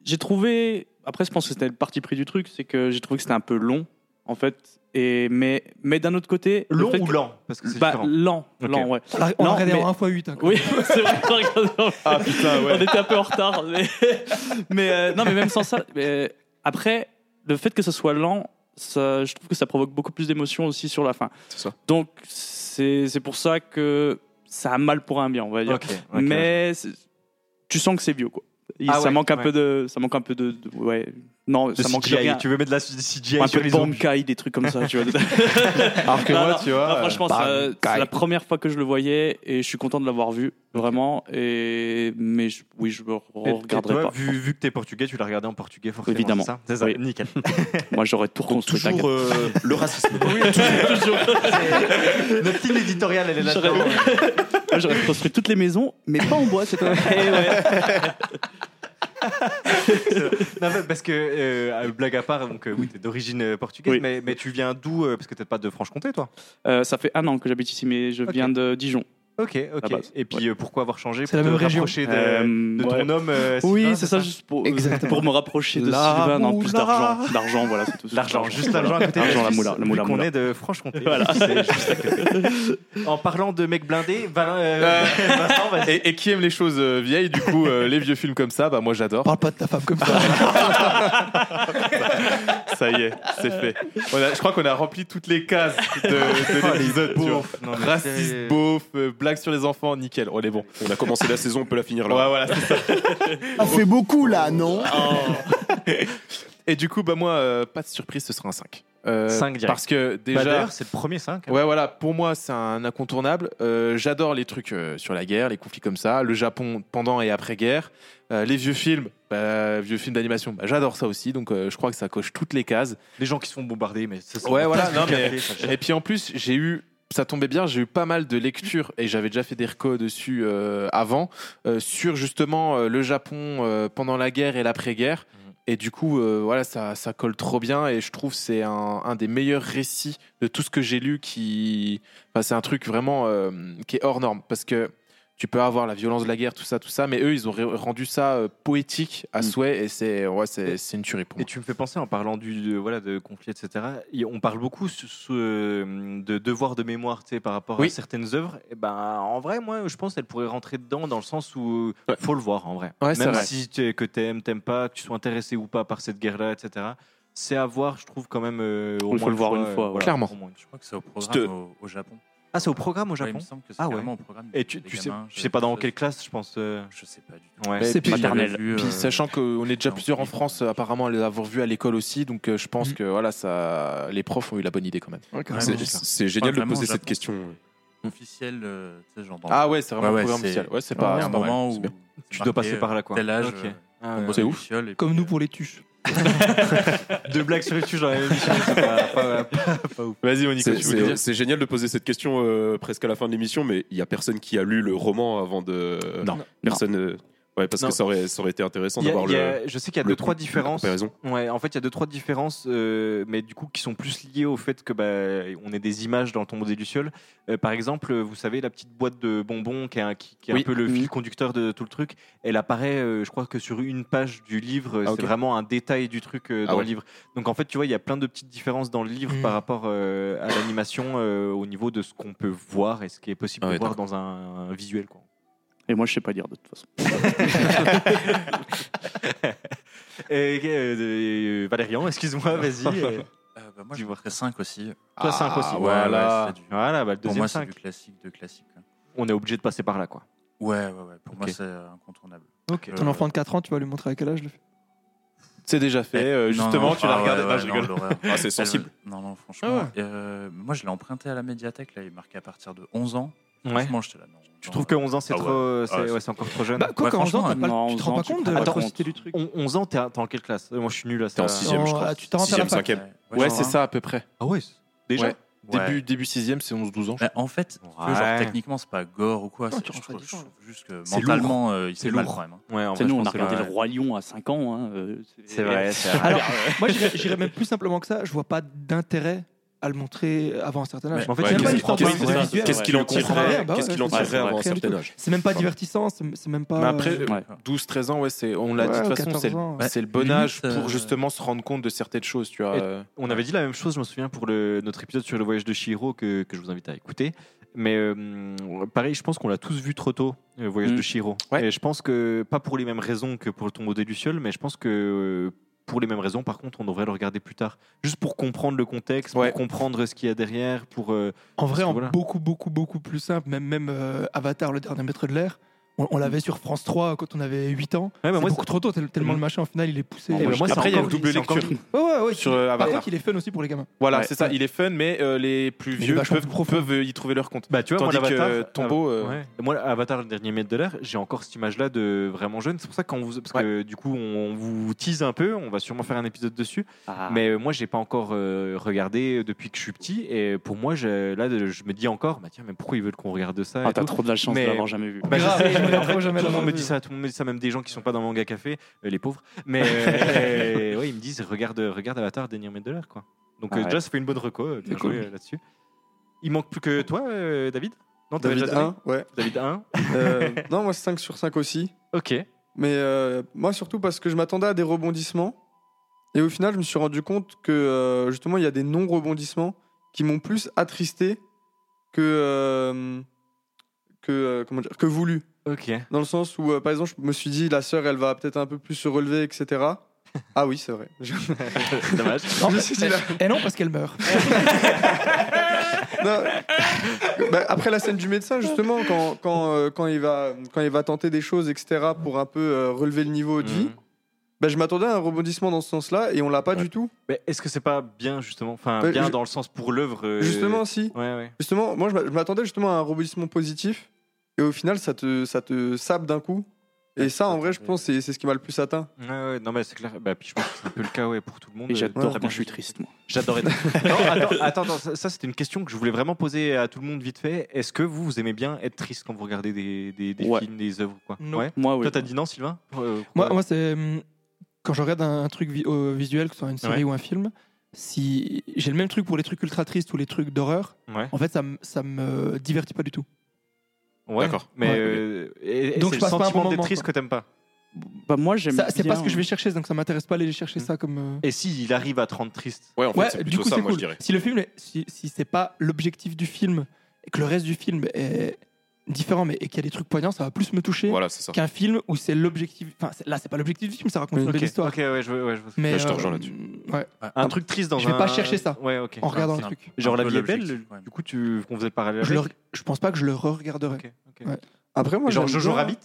[SPEAKER 3] j'ai trouvé. Après, je pense que c'était le parti pris du truc, c'est que j'ai trouvé que c'était un peu long, en fait. Et mais mais d'un autre côté, le
[SPEAKER 2] Long
[SPEAKER 3] fait
[SPEAKER 2] ou
[SPEAKER 3] que-
[SPEAKER 2] lent Parce que c'est
[SPEAKER 3] bah,
[SPEAKER 2] différent.
[SPEAKER 3] lent,
[SPEAKER 2] Ok.
[SPEAKER 3] lent, ouais.
[SPEAKER 4] On l'a- Ah, On l'a
[SPEAKER 3] Lent,
[SPEAKER 4] regardé
[SPEAKER 3] mais-
[SPEAKER 4] en 1x8.
[SPEAKER 3] Oui, [LAUGHS] c'est vrai. qu'on regardait en-
[SPEAKER 1] Ah, putain, ouais.
[SPEAKER 3] On était un peu en retard, mais mais euh, non, mais même sans ça. mais, euh, après, le fait que ce soit lent, ça, je trouve que ça provoque beaucoup plus d'émotions aussi sur la fin. Donc c'est c'est pour ça que ça a mal pour un bien, on va dire.
[SPEAKER 2] [LAUGHS] Ok, ok,
[SPEAKER 3] mais c'est- tu sens que c'est vieux, quoi. Il-
[SPEAKER 2] Ah
[SPEAKER 3] ça
[SPEAKER 2] ouais,
[SPEAKER 3] manque un
[SPEAKER 2] ouais.
[SPEAKER 3] peu de, ça manque un peu de, de- ouais. Non,
[SPEAKER 2] De
[SPEAKER 3] ça manque de
[SPEAKER 2] CGI,
[SPEAKER 3] rien.
[SPEAKER 2] tu veux mettre de la CGI
[SPEAKER 3] un
[SPEAKER 2] sur
[SPEAKER 3] peu de
[SPEAKER 2] les zombies.
[SPEAKER 3] bankai, des trucs comme ça, tu vois.
[SPEAKER 1] Alors que
[SPEAKER 3] Non,
[SPEAKER 1] moi,
[SPEAKER 3] non,
[SPEAKER 1] tu vois,
[SPEAKER 3] non, franchement,
[SPEAKER 1] euh,
[SPEAKER 3] ça- c'est la première fois que je le voyais et je suis content de l'avoir vu, vraiment. Et mais je- oui, je me
[SPEAKER 2] Et- et
[SPEAKER 3] regarderai
[SPEAKER 2] toi,
[SPEAKER 3] pas.
[SPEAKER 2] Vu, vu que t'es portugais, tu l'as regardé en portugais forcément.
[SPEAKER 3] Évidemment.
[SPEAKER 2] c'est ça C'est ça,
[SPEAKER 3] Oui. [LAUGHS]
[SPEAKER 2] nickel.
[SPEAKER 3] Moi, j'aurais tout reconstruit.
[SPEAKER 5] Toujours
[SPEAKER 3] t'inquiète.
[SPEAKER 5] euh, le racisme.
[SPEAKER 2] [LAUGHS]
[SPEAKER 3] [LAUGHS]
[SPEAKER 2] Notre team éditorial, elle est là-dedans.
[SPEAKER 3] Moi, j'aurais construit toutes les maisons, mais pas en bois cette fois. Eh ouais.
[SPEAKER 2] [LAUGHS] Non, mais parce que, euh, blague à part, donc, euh, oui, t'es d'origine euh, portugaise,
[SPEAKER 3] Oui.
[SPEAKER 2] mais, mais tu viens d'où euh, Parce que t'es pas de Franche-Comté, toi
[SPEAKER 3] Euh, ça fait un an que j'habite ici, mais je viens de Dijon.
[SPEAKER 2] Ok, ok.
[SPEAKER 3] La base.
[SPEAKER 2] Et puis, euh, pourquoi avoir changé pour
[SPEAKER 3] C'est la
[SPEAKER 2] te
[SPEAKER 3] même région.
[SPEAKER 2] rapprocher de,
[SPEAKER 3] Euh,
[SPEAKER 2] de ton
[SPEAKER 3] ouais.
[SPEAKER 2] homme euh,
[SPEAKER 3] Oui,
[SPEAKER 2] Sylvain,
[SPEAKER 3] c'est ça, juste pour,
[SPEAKER 2] Exactement.
[SPEAKER 3] pour me rapprocher de
[SPEAKER 2] La
[SPEAKER 3] Sylvain. En
[SPEAKER 2] moula.
[SPEAKER 3] plus d'argent. D'argent, voilà, c'est tout.
[SPEAKER 2] L'argent, juste l'argent à côté de
[SPEAKER 3] L'argent, la
[SPEAKER 2] Suisse,
[SPEAKER 3] moula. La
[SPEAKER 2] vu
[SPEAKER 3] moula,
[SPEAKER 2] qu'on
[SPEAKER 3] moula.
[SPEAKER 2] est de Franche-Comté. [LAUGHS]
[SPEAKER 3] Voilà.
[SPEAKER 2] C'est juste à côté. En parlant de mec blindé, Valin- euh, Vincent,
[SPEAKER 1] [LAUGHS]
[SPEAKER 2] vas-y.
[SPEAKER 1] Et, et qui aime les choses euh, vieilles, du coup, euh, les vieux films comme ça, bah moi j'adore.
[SPEAKER 4] Parle pas de ta femme comme ça.
[SPEAKER 1] Ça y est, c'est fait. On a- je crois qu'on a rempli toutes les cases de, de
[SPEAKER 2] Oh, les
[SPEAKER 1] l'épisode. tu
[SPEAKER 2] beaufs.
[SPEAKER 1] vois.
[SPEAKER 2] Non, mais
[SPEAKER 1] Raciste,
[SPEAKER 2] c'est-
[SPEAKER 1] beauf, euh, blague sur les enfants, nickel. On est bon.
[SPEAKER 5] On a commencé la saison, on peut la finir là.
[SPEAKER 1] hein. Ouais, voilà, c'est ça.
[SPEAKER 12] On fait beaucoup là, non
[SPEAKER 1] Et du coup, bah moi, euh, pas de surprise, ce sera un 5. Euh,
[SPEAKER 2] Cinq direct.
[SPEAKER 1] Parce que
[SPEAKER 2] Bah,
[SPEAKER 1] déjà.
[SPEAKER 2] D'ailleurs, c'est le premier hein. 5.
[SPEAKER 1] Ouais, voilà, pour moi, c'est un incontournable. Euh, J'adore les trucs euh, sur la guerre, les conflits comme ça, le Japon pendant et après-guerre, Euh, les vieux films, bah, vieux films d'animation, bah, j'adore ça aussi, donc euh, je crois que ça coche toutes les cases.
[SPEAKER 2] Les gens qui se font bombarder, mais ça, c'est-
[SPEAKER 1] Ouais, voilà,
[SPEAKER 2] ça,
[SPEAKER 1] non,
[SPEAKER 2] c'est
[SPEAKER 1] mais...
[SPEAKER 2] café, ça, j'aime.
[SPEAKER 1] Et puis en plus, j'ai eu. Ça tombait bien, j'ai eu pas mal de lectures et j'avais déjà fait des recos dessus
[SPEAKER 2] Mm.
[SPEAKER 1] euh, avant, euh, sur justement euh, le Japon euh, pendant la guerre et l'après-guerre. Et du coup, euh, voilà, ça, ça colle trop bien et je trouve que c'est un, un des meilleurs récits de tout ce que j'ai lu qui. Enfin, c'est un truc vraiment euh, qui est hors norme parce que tu peux avoir la violence de la guerre, tout ça, tout ça, mais eux, ils ont ré- rendu ça euh, poétique
[SPEAKER 2] Mm.
[SPEAKER 1] à souhait et c'est ouais, c'est c'est une tuerie pour moi.
[SPEAKER 2] Et tu me fais penser en parlant du de, voilà de conflit etc. et On parle beaucoup su- su- euh, de devoir de mémoire tu sais, par rapport à
[SPEAKER 1] Oui.
[SPEAKER 2] certaines œuvres. Et ben en vrai moi je pense qu'elle pourrait rentrer dedans dans le sens où faut le voir en vrai.
[SPEAKER 1] Ouais, c'est
[SPEAKER 2] Même
[SPEAKER 1] vrai.
[SPEAKER 2] si t'es- que t'aimes t'aimes pas, que tu sois intéressé ou pas par cette guerre là etc. C'est à voir je trouve quand même. euh, au moins euh, voilà, au moins une
[SPEAKER 7] Je crois que c'est au
[SPEAKER 2] Je te-
[SPEAKER 7] programme au, au Japon.
[SPEAKER 2] Ah, c'est au programme au Japon
[SPEAKER 7] Ouais, il me semble que c'est
[SPEAKER 2] Ah ouais.
[SPEAKER 7] carrément au programme.
[SPEAKER 2] Et tu,
[SPEAKER 7] Des
[SPEAKER 2] tu sais,
[SPEAKER 7] gamins,
[SPEAKER 2] tu sais pas dans quelle classe, je pense euh,
[SPEAKER 7] Je sais pas du tout.
[SPEAKER 2] Ouais,
[SPEAKER 1] Mais
[SPEAKER 2] c'est
[SPEAKER 1] puis-
[SPEAKER 2] maternelle.
[SPEAKER 1] Puis,
[SPEAKER 7] euh,
[SPEAKER 1] sachant qu'on est déjà plusieurs en France, euh, apparemment, à les avoir vus à l'école aussi, donc euh, je pense que voilà, ça, les profs ont eu la bonne idée quand même.
[SPEAKER 5] c'est, c'est génial de
[SPEAKER 7] Vraiment,
[SPEAKER 5] poser
[SPEAKER 7] Japon.
[SPEAKER 5] cette question.
[SPEAKER 7] Officiel, euh, tu sais, genre. dans-
[SPEAKER 1] Ah ouais, c'est vraiment un programme officiel. Ouais, c'est pas-
[SPEAKER 7] Il y a un
[SPEAKER 1] c'est pas mal,
[SPEAKER 7] moment
[SPEAKER 1] c'est
[SPEAKER 7] où
[SPEAKER 1] bien.
[SPEAKER 7] c'est
[SPEAKER 2] Tu dois passer
[SPEAKER 7] marqué,
[SPEAKER 2] par là, quoi.
[SPEAKER 7] Tel âge.
[SPEAKER 2] Ok.
[SPEAKER 7] euh,
[SPEAKER 2] Ah
[SPEAKER 7] on
[SPEAKER 2] ouais.
[SPEAKER 7] bosse
[SPEAKER 2] C'est
[SPEAKER 7] des
[SPEAKER 2] ouf.
[SPEAKER 7] lucioles et
[SPEAKER 4] Comme nous pour les tuches.
[SPEAKER 2] Deux blagues sur les tuches dans la même émission, c'est pas, pas- pas- pas ouf.
[SPEAKER 1] Vas-y, Monique,
[SPEAKER 5] C'est,
[SPEAKER 1] tu voulais
[SPEAKER 5] c'est-
[SPEAKER 1] dire
[SPEAKER 5] c'est génial de poser cette question euh, presque à la fin de l'émission, mais il y a personne qui a lu le roman avant de.
[SPEAKER 2] Non.
[SPEAKER 5] Personne. euh, ouais, parce
[SPEAKER 2] Non.
[SPEAKER 5] que ça aurait, ça aurait été intéressant
[SPEAKER 2] Il y a-
[SPEAKER 5] d'avoir
[SPEAKER 2] il y a-
[SPEAKER 5] le.
[SPEAKER 2] je sais qu'il y a
[SPEAKER 5] le
[SPEAKER 2] deux trois
[SPEAKER 5] com- la
[SPEAKER 2] différences.
[SPEAKER 5] comparaison.
[SPEAKER 2] Ouais, en fait, il y a deux trois différences, euh, mais du coup, qui sont plus liées au fait que bah, on ait des images dans le tombeau des lucioles. Euh, par exemple, euh, vous savez la petite boîte de bonbons qui est un, qui- qui est un
[SPEAKER 1] Oui.
[SPEAKER 2] peu le
[SPEAKER 1] Mhm.
[SPEAKER 2] fil conducteur de tout le truc. Elle apparaît, euh, je crois que sur une page du livre, euh,
[SPEAKER 1] Ah,
[SPEAKER 2] c'est
[SPEAKER 1] ok.
[SPEAKER 2] vraiment un détail du truc euh,
[SPEAKER 1] Ah
[SPEAKER 2] dans
[SPEAKER 1] ouais. Mhm.
[SPEAKER 2] le livre. Donc en fait, tu vois, il y a plein de petites différences dans le livre par rapport euh, à l'animation euh, au niveau de ce qu'on peut voir et ce qui est possible
[SPEAKER 3] Ah
[SPEAKER 2] de
[SPEAKER 3] ouais,
[SPEAKER 2] voir dans un, un visuel. Quoi.
[SPEAKER 3] Et moi, je sais pas dire de toute façon.
[SPEAKER 2] Et, euh, euh, Valérian, excuse-moi, vas-y.
[SPEAKER 1] [LAUGHS]
[SPEAKER 2] euh,
[SPEAKER 7] Euh, bah, moi, je mettrais 5 aussi.
[SPEAKER 2] Toi, 5 aussi.
[SPEAKER 7] Ah, Ouais,
[SPEAKER 2] Voilà,
[SPEAKER 7] ouais, c'est du-
[SPEAKER 2] voilà bah, le
[SPEAKER 7] Pour
[SPEAKER 2] deuxième
[SPEAKER 7] moi, c'est
[SPEAKER 2] 5.
[SPEAKER 7] du classique de classique. hein. quoi.
[SPEAKER 2] On est obligé de passer par là, quoi.
[SPEAKER 7] Ouais, ouais, ouais. Pour moi,
[SPEAKER 2] Ok.
[SPEAKER 7] c'est euh, incontournable.
[SPEAKER 2] Ok.
[SPEAKER 4] Ton enfant de 4 ans, tu vas lui montrer à quel âge le film
[SPEAKER 1] C'est déjà fait, euh,
[SPEAKER 7] Eh, Non,
[SPEAKER 1] justement,
[SPEAKER 7] non,
[SPEAKER 1] tu l'as
[SPEAKER 7] ah,
[SPEAKER 1] regardé.
[SPEAKER 7] ouais,
[SPEAKER 1] Non,
[SPEAKER 7] ouais,
[SPEAKER 1] je
[SPEAKER 7] non,
[SPEAKER 1] rigole.
[SPEAKER 7] l'horreur.
[SPEAKER 1] Ah, c'est sensible.
[SPEAKER 7] Elle- Non, non, franchement.
[SPEAKER 1] Ah ouais.
[SPEAKER 7] euh, moi, je l'ai emprunté à la médiathèque. Là, il est marqué à partir de 11 ans.
[SPEAKER 2] Ouais.
[SPEAKER 7] Franchement, j'étais là. Non,
[SPEAKER 2] Tu trouves que 11 ans, c'est
[SPEAKER 7] Ah ouais.
[SPEAKER 2] trop, euh, c'est
[SPEAKER 7] Ah ouais,
[SPEAKER 2] ouais,
[SPEAKER 7] c'est-
[SPEAKER 2] c'est encore trop jeune
[SPEAKER 4] Bah, quoi,
[SPEAKER 2] Ouais,
[SPEAKER 4] quand 11 ans,
[SPEAKER 2] franchement,
[SPEAKER 4] t'as pas-
[SPEAKER 2] euh,
[SPEAKER 4] tu te rends pas compte de
[SPEAKER 2] prends
[SPEAKER 4] la
[SPEAKER 2] Attends,
[SPEAKER 4] atrocité du truc
[SPEAKER 2] on- 11 ans, t'es à- t'es en quelle classe Euh, Moi, je suis nul à ça.
[SPEAKER 5] T'es en sixième, je crois.
[SPEAKER 4] Ah, tu t'en rentres à la
[SPEAKER 5] Sixième,
[SPEAKER 4] fac.
[SPEAKER 5] cinquième.
[SPEAKER 1] Ouais, c'est ça à peu près.
[SPEAKER 2] Ah ouais, c'est- déjà
[SPEAKER 1] Ouais. Début, début 6ème, c'est 11-12 ans.
[SPEAKER 7] hein. Bah, en fait, si tu veux,
[SPEAKER 1] Ouais.
[SPEAKER 7] genre, techniquement, c'est pas gore ou quoi. c'est- je, trouve, je trouve juste que mentalement, euh, il fait mal quand même. hein.
[SPEAKER 3] C'est nous, on a regardé le Roi Lion à 5 ans. hein, euh,
[SPEAKER 2] C'est vrai, c'est vrai.
[SPEAKER 4] Alors, moi, j'irais- j'irais même plus simplement que ça. Je vois pas d'intérêt à le montrer avant un certain âge.
[SPEAKER 5] Mais en fait,
[SPEAKER 4] J'aime
[SPEAKER 5] qu'est-ce-
[SPEAKER 4] pas l'histoire
[SPEAKER 5] qu'est-ce-
[SPEAKER 4] de-
[SPEAKER 5] qu'est-ce-
[SPEAKER 4] du visuel.
[SPEAKER 5] qu'est-ce qu'il en tirerait-
[SPEAKER 4] Rien, bah
[SPEAKER 5] qu'est-ce
[SPEAKER 4] ouais,
[SPEAKER 5] qu'il en
[SPEAKER 4] c'est ça.
[SPEAKER 5] tirerait avant un
[SPEAKER 4] Rien du
[SPEAKER 5] certain
[SPEAKER 4] tout.
[SPEAKER 5] âge
[SPEAKER 4] C'est même pas divertissant, c'est c'est même pas.
[SPEAKER 1] Mais après,
[SPEAKER 4] euh,
[SPEAKER 1] euh, 12-13 ans, ouais, c'est, on l'a
[SPEAKER 4] Ouais,
[SPEAKER 1] dit de toute façon,
[SPEAKER 4] 14
[SPEAKER 1] c'est, le-
[SPEAKER 4] ans.
[SPEAKER 1] c'est le
[SPEAKER 4] Ouais.
[SPEAKER 1] bon
[SPEAKER 4] Limite,
[SPEAKER 1] âge pour
[SPEAKER 4] euh,
[SPEAKER 1] justement se rendre compte de certaines choses, tu vois.
[SPEAKER 2] Et
[SPEAKER 1] euh.
[SPEAKER 2] on avait dit la même chose, je me souviens, pour le, notre épisode sur le voyage de Chihiro que, que je vous invite à écouter. Mais euh, pareil, je pense qu'on l'a tous vu trop tôt, le voyage
[SPEAKER 1] Mm.
[SPEAKER 2] de Chihiro. Et je pense que, pas pour les mêmes raisons que pour le tombeau des Lucioles, mais je pense que euh, pour les mêmes raisons, par contre, on devrait le regarder plus tard. Juste pour comprendre le contexte,
[SPEAKER 1] Ouais.
[SPEAKER 2] pour comprendre ce qu'il y a derrière, pour. euh,
[SPEAKER 4] En
[SPEAKER 2] parce
[SPEAKER 4] vrai,
[SPEAKER 2] que
[SPEAKER 4] en
[SPEAKER 2] voilà.
[SPEAKER 4] beaucoup, beaucoup, beaucoup plus simple. Même, même euh, Avatar, le dernier maître de l'air, on, on l'avait sur France 3 quand on avait 8 ans.
[SPEAKER 2] mais
[SPEAKER 4] c'est
[SPEAKER 2] moi,
[SPEAKER 4] beaucoup
[SPEAKER 2] c'est-
[SPEAKER 4] trop tôt, tel- tellement
[SPEAKER 2] Mm.
[SPEAKER 4] le machin, au final, il est poussé.
[SPEAKER 2] Eh ben, moi, c'est
[SPEAKER 1] Après, il y a
[SPEAKER 2] encore-
[SPEAKER 1] une double
[SPEAKER 2] c'est encore-
[SPEAKER 1] lecture.
[SPEAKER 4] Ouais, ouais, ouais.
[SPEAKER 1] Sur
[SPEAKER 4] il-
[SPEAKER 1] euh,
[SPEAKER 4] Par
[SPEAKER 1] Avatar.
[SPEAKER 4] contre, il est fun aussi pour les
[SPEAKER 2] [LAUGHS]
[SPEAKER 4] gamins.
[SPEAKER 1] Voilà,
[SPEAKER 4] Ouais.
[SPEAKER 1] c'est ça, il est fun, mais euh, les plus
[SPEAKER 4] est
[SPEAKER 1] vieux
[SPEAKER 4] vachement
[SPEAKER 1] peuvent, peuvent y trouver leur compte.
[SPEAKER 2] Bah, tu vois,
[SPEAKER 1] Tandis
[SPEAKER 2] moi,
[SPEAKER 1] que
[SPEAKER 2] l'Avatar,
[SPEAKER 1] euh, Tombeau.
[SPEAKER 2] euh,
[SPEAKER 1] euh,
[SPEAKER 2] ouais. Moi, l'Avatar, le dernier maître de l'air, j'ai encore cette image-là de vraiment jeune. C'est pour ça que quand vous, parce que du coup, on, on vous tease un peu. On va sûrement faire un épisode dessus.
[SPEAKER 3] Ah.
[SPEAKER 2] Mais euh, moi, j'ai pas encore euh, regardé depuis que je suis petit. Et pour moi, je, là, de- je me dis encore, bah tiens, mais pourquoi ils veulent qu'on regarde ça
[SPEAKER 3] Ah,
[SPEAKER 2] et
[SPEAKER 3] t'as
[SPEAKER 2] tout.
[SPEAKER 3] trop de la chance de
[SPEAKER 2] Mais-
[SPEAKER 3] l'avoir jamais vu.
[SPEAKER 2] Bah, je
[SPEAKER 3] Grave,
[SPEAKER 2] sais,
[SPEAKER 3] je
[SPEAKER 2] mais
[SPEAKER 3] [LAUGHS] l'ai
[SPEAKER 2] en fait,
[SPEAKER 3] trop
[SPEAKER 2] tout
[SPEAKER 3] jamais
[SPEAKER 2] le monde me
[SPEAKER 3] vu.
[SPEAKER 2] dit ça, tout le monde me dit ça, même des gens qui sont pas dans Manga Café, euh, les pauvres. Mais
[SPEAKER 3] [LAUGHS]
[SPEAKER 2] euh, ouais, ils me disent, regarde, regarde Avatar, dernier maître de l'air, quoi. Donc euh,
[SPEAKER 1] Ah ouais.
[SPEAKER 2] déjà, ça fait une bonne reco. euh, Bien
[SPEAKER 1] C'est
[SPEAKER 2] joué
[SPEAKER 1] cool.
[SPEAKER 2] euh, là-dessus. Il manque plus que toi, euh, David Non, t'avais
[SPEAKER 14] David
[SPEAKER 2] déjà donné
[SPEAKER 14] 1, ouais.
[SPEAKER 2] David
[SPEAKER 3] [LAUGHS]
[SPEAKER 2] 1.
[SPEAKER 14] Euh, non, moi, c'est 5 sur 5 aussi.
[SPEAKER 2] Ok.
[SPEAKER 14] Mais euh, moi, surtout parce que je m'attendais à des rebondissements. Et au final, je me suis rendu compte que euh, justement, il y a des non-rebondissements qui m'ont plus attristé que. euh, que, euh, comment dire, que voulu.
[SPEAKER 2] Ok.
[SPEAKER 14] Dans le sens où, euh, par exemple, je me suis dit, la sœur, elle va peut-être un peu plus se relever, etc. Ah oui, c'est vrai. [LAUGHS] Je-
[SPEAKER 2] Dommage.
[SPEAKER 14] Je me suis dit, là-
[SPEAKER 4] Et non, parce qu'elle
[SPEAKER 2] [LAUGHS]
[SPEAKER 4] meurt.
[SPEAKER 14] Non. Bah, après la scène du médecin, justement, quand, quand, euh, quand, il va, quand il va tenter des choses, etc., pour un peu euh, relever le niveau de
[SPEAKER 2] Hmm.
[SPEAKER 14] vie, bah, je m'attendais à un rebondissement dans ce sens-là et on l'a pas du tout.
[SPEAKER 2] Mais est-ce que c'est pas bien justement Enfin,
[SPEAKER 14] Ouais,
[SPEAKER 2] bien
[SPEAKER 14] je-
[SPEAKER 2] dans le sens pour l'œuvre. euh,
[SPEAKER 14] Justement, si.
[SPEAKER 2] Ouais, ouais.
[SPEAKER 14] Justement, moi, je m'a- je m'attendais justement à un rebondissement positif et au final, ça te, ça te sape d'un coup. Et ça, en vrai, je pense, c'est c'est ce qui m'a le plus atteint.
[SPEAKER 2] Ouais, ouais, non, mais c'est clair. Bah, puis je pense que c'est un peu le cas ouais, pour tout le monde.
[SPEAKER 3] Et
[SPEAKER 2] Euh,
[SPEAKER 3] j'adore
[SPEAKER 2] ouais.
[SPEAKER 3] quand je suis triste, moi. [LAUGHS]
[SPEAKER 2] J'adorais. non, attends, attends, attends, ça, ça, c'était une question que je voulais vraiment poser à tout le monde vite fait. Est-ce que vous, vous aimez bien être triste quand vous regardez des, des, des
[SPEAKER 3] Ouais.
[SPEAKER 2] films, des œuvres ou quoi
[SPEAKER 4] Non.
[SPEAKER 2] Ouais.
[SPEAKER 3] Moi, oui.
[SPEAKER 2] Toi, t'as dit non, Sylvain Euh,
[SPEAKER 4] Moi,
[SPEAKER 2] quoi
[SPEAKER 4] moi c'est. hum, quand je regarde un, un truc vi- euh, visuel, que ce soit une série ou
[SPEAKER 2] Ouais.
[SPEAKER 4] un film, si j'ai le même truc pour les trucs ultra tristes ou les trucs d'horreur,
[SPEAKER 2] Ouais.
[SPEAKER 4] en fait, ça me- ça me divertit pas du tout.
[SPEAKER 2] Ouais.
[SPEAKER 4] D'accord.
[SPEAKER 2] Mais
[SPEAKER 4] Ouais.
[SPEAKER 2] euh, et, et
[SPEAKER 4] Donc,
[SPEAKER 2] c'est
[SPEAKER 4] je passe
[SPEAKER 2] le
[SPEAKER 4] pas un bon
[SPEAKER 2] sentiment d'être
[SPEAKER 4] moment,
[SPEAKER 2] triste
[SPEAKER 4] quoi.
[SPEAKER 2] que t'aimes pas.
[SPEAKER 3] Bah moi j'aime
[SPEAKER 4] Ça, C'est
[SPEAKER 3] bien-
[SPEAKER 4] pas ce que je vais chercher, donc ça m'intéresse pas aller
[SPEAKER 2] Mm.
[SPEAKER 4] chercher ça comme. euh,
[SPEAKER 2] Et si il arrive à te rendre triste
[SPEAKER 5] Ouais, en fait,
[SPEAKER 4] Ouais,
[SPEAKER 5] c'est
[SPEAKER 4] du
[SPEAKER 5] plutôt
[SPEAKER 4] coup,
[SPEAKER 5] ça,
[SPEAKER 4] c'est
[SPEAKER 5] moi,
[SPEAKER 4] cool.
[SPEAKER 5] je dirais.
[SPEAKER 4] Si le film, est- si, si c'est pas l'objectif du film et que le reste du film est différent, mais et qu'il y a des trucs poignants, ça va plus me toucher
[SPEAKER 5] Voilà, c'est ça.
[SPEAKER 4] qu'un film où c'est l'objectif. Enfin, c'est- là, c'est pas l'objectif du film, ça raconte une
[SPEAKER 2] Ok.
[SPEAKER 4] belle histoire.
[SPEAKER 2] Ok, ouais, je, veux- ouais, je vois ce que
[SPEAKER 4] Mais,
[SPEAKER 2] tu veux
[SPEAKER 4] je te
[SPEAKER 2] dire.
[SPEAKER 4] rejoins là-dessus. ouais.
[SPEAKER 2] Un truc triste dans
[SPEAKER 4] Je vais
[SPEAKER 2] un-
[SPEAKER 4] pas chercher ça
[SPEAKER 2] Ouais, ok.
[SPEAKER 4] en regardant
[SPEAKER 2] C'est
[SPEAKER 4] le
[SPEAKER 2] un-
[SPEAKER 4] truc.
[SPEAKER 2] Genre la
[SPEAKER 4] Un peu
[SPEAKER 2] vie est belle,
[SPEAKER 4] l'objectif,
[SPEAKER 2] du coup, tu, qu'on faisait parallèle.
[SPEAKER 4] Je, le,
[SPEAKER 2] avec
[SPEAKER 4] je pense pas que je le re-regarderai. Ouais.
[SPEAKER 14] Après, moi,
[SPEAKER 2] Et genre
[SPEAKER 14] j'aime
[SPEAKER 2] Jojo
[SPEAKER 14] bien-
[SPEAKER 2] Rabbit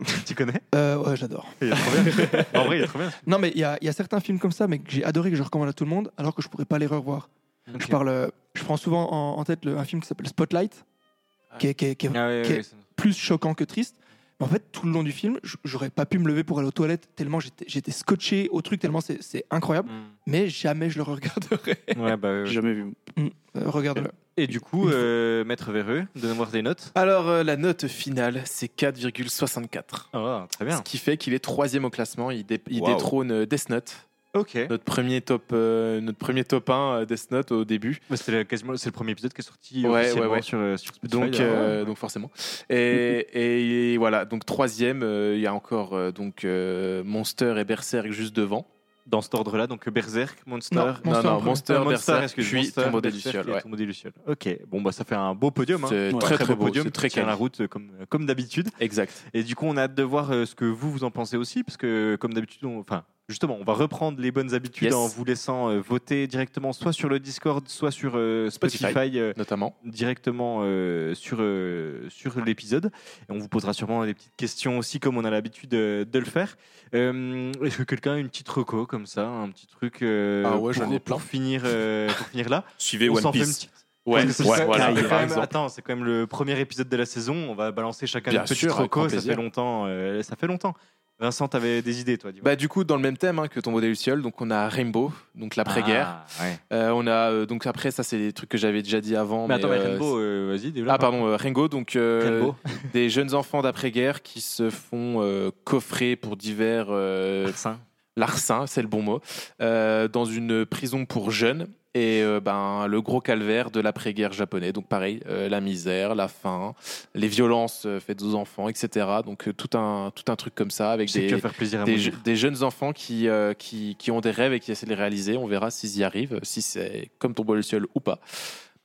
[SPEAKER 2] [LAUGHS] Tu connais
[SPEAKER 4] Euh, ouais, j'adore.
[SPEAKER 2] Il est trop
[SPEAKER 4] [LAUGHS]
[SPEAKER 2] bien. En vrai, il est trop bien.
[SPEAKER 4] Non, mais il y, a- il y a certains films comme ça, mais que j'ai adoré, que je recommande à tout le monde, alors que je pourrais pas les revoir. Je parle, euh, je prends souvent en, en tête le- un film qui s'appelle Spotlight, qui est, qui est- qui est-
[SPEAKER 2] Ah ouais,
[SPEAKER 4] qui
[SPEAKER 2] ouais,
[SPEAKER 4] est
[SPEAKER 2] ouais, ça-
[SPEAKER 4] plus choquant que triste. Mais en fait, tout le long du film, j- j'aurais pas pu me lever pour aller aux toilettes tellement j'étais j'étais scotché au truc, tellement c'est c'est incroyable. Mais jamais je le regarderai.
[SPEAKER 2] Mm. Ouais, bah, ouais, ouais.
[SPEAKER 3] Jamais vu.
[SPEAKER 4] Mm, euh, Regarde-le.
[SPEAKER 2] Et du coup, euh, Maître Véreux, donne-moi des notes.
[SPEAKER 1] Alors, euh, la note finale, c'est 4,64.
[SPEAKER 2] Ah, très bien.
[SPEAKER 1] Ce qui fait qu'il est troisième au classement. Il, dé- il
[SPEAKER 2] Wow.
[SPEAKER 1] détrône euh, Death Note.
[SPEAKER 2] Ok.
[SPEAKER 1] Notre premier top, euh, notre premier top 1 euh, Death Note au début.
[SPEAKER 2] C'est le, Bah, quasiment- c'est le premier épisode qui est sorti
[SPEAKER 1] Ouais,
[SPEAKER 2] officiellement
[SPEAKER 1] ouais, ouais.
[SPEAKER 2] Sur, euh, sur Spotify.
[SPEAKER 1] Donc,
[SPEAKER 2] d'ailleurs.
[SPEAKER 1] euh, donc forcément. Et, et voilà, donc troisième, euh, il y a encore euh, donc euh, Monster et Berserk juste devant.
[SPEAKER 2] Dans cet ordre-là, donc Berserk, Monster.
[SPEAKER 1] Non, Monster en premier.
[SPEAKER 2] Monster,
[SPEAKER 1] Euh, Monster,
[SPEAKER 2] Berserk,
[SPEAKER 1] excuse,
[SPEAKER 2] puis
[SPEAKER 1] Monster,
[SPEAKER 2] Tombeau des
[SPEAKER 1] Berserk
[SPEAKER 2] Lucioles,
[SPEAKER 1] et
[SPEAKER 2] ouais.
[SPEAKER 1] Tombeau
[SPEAKER 2] Ok, bon, bah ça fait un beau podium. hein.
[SPEAKER 1] C'est
[SPEAKER 2] Ouais.
[SPEAKER 1] très, très beau,
[SPEAKER 2] podium
[SPEAKER 1] c'est
[SPEAKER 2] très
[SPEAKER 1] très
[SPEAKER 2] qui tient
[SPEAKER 1] quali.
[SPEAKER 2] la route euh, comme, comme d'habitude.
[SPEAKER 1] Exact.
[SPEAKER 2] Et du coup, on a hâte de voir euh, ce que vous, vous en pensez aussi, parce que comme d'habitude, on- enfin, justement, on va reprendre les bonnes habitudes
[SPEAKER 1] Yes.
[SPEAKER 2] en vous laissant euh, voter directement soit sur le Discord, soit sur euh, Spotify,
[SPEAKER 1] Spotify,
[SPEAKER 2] euh,
[SPEAKER 1] notamment.
[SPEAKER 2] directement euh, sur, euh, sur l'épisode. Et on vous posera sûrement des petites questions aussi, comme on a l'habitude euh, de le faire. Euh, Est-ce que quelqu'un a une petite reco comme ça, un petit truc euh,
[SPEAKER 1] Ah
[SPEAKER 2] pour,
[SPEAKER 1] ouais, j'en ai plein.
[SPEAKER 2] pour finir, euh, pour finir là
[SPEAKER 5] Suivez
[SPEAKER 2] On
[SPEAKER 5] One
[SPEAKER 2] s'en fait
[SPEAKER 5] Piece.
[SPEAKER 2] une petite-
[SPEAKER 5] Ouais,
[SPEAKER 2] Parce que
[SPEAKER 5] ouais,
[SPEAKER 2] c'est
[SPEAKER 5] voilà,
[SPEAKER 2] quand même-
[SPEAKER 5] par exemple.
[SPEAKER 2] Attends, c'est quand même le premier épisode de la saison. On va balancer chacun
[SPEAKER 1] Bien
[SPEAKER 2] une petite
[SPEAKER 1] sûr, avec
[SPEAKER 2] reco.
[SPEAKER 1] grand
[SPEAKER 2] Ça fait
[SPEAKER 1] plaisir.
[SPEAKER 2] longtemps. euh, ça fait longtemps. Vincent, t'avais des idées, toi, dis-moi.
[SPEAKER 1] Bah, du coup, dans le même thème hein, que Tombeau des Lucioles, donc on a Rainbow, donc l'après-guerre.
[SPEAKER 2] Ah, ouais.
[SPEAKER 1] Euh, on a euh, donc après ça c'est des trucs que j'avais déjà dit avant.
[SPEAKER 2] Mais Bah, attends, mais
[SPEAKER 1] euh,
[SPEAKER 2] Rainbow, euh, vas-y, développe.
[SPEAKER 1] Ah pardon, euh, Ringo, donc euh,
[SPEAKER 2] Ringo.
[SPEAKER 1] des jeunes enfants d'après-guerre qui se font euh, coffrer pour divers... euh,
[SPEAKER 2] Larcins.
[SPEAKER 1] c'est le bon mot, euh, dans une prison pour jeunes. Et euh, ben, le gros calvaire de l'après-guerre japonais. Donc pareil, euh, la misère, la faim, les violences euh, faites aux enfants, etc. Donc euh, tout, un, tout un truc comme ça avec
[SPEAKER 2] Je sais que
[SPEAKER 1] des,
[SPEAKER 2] [LAUGHS] tu vas faire plaisir à
[SPEAKER 1] des,
[SPEAKER 2] mon
[SPEAKER 1] je-
[SPEAKER 2] père.
[SPEAKER 1] des jeunes enfants qui, euh, qui, qui ont des rêves et qui essaient de les réaliser. On verra s'ils y arrivent, si c'est comme tomber le ciel ou pas.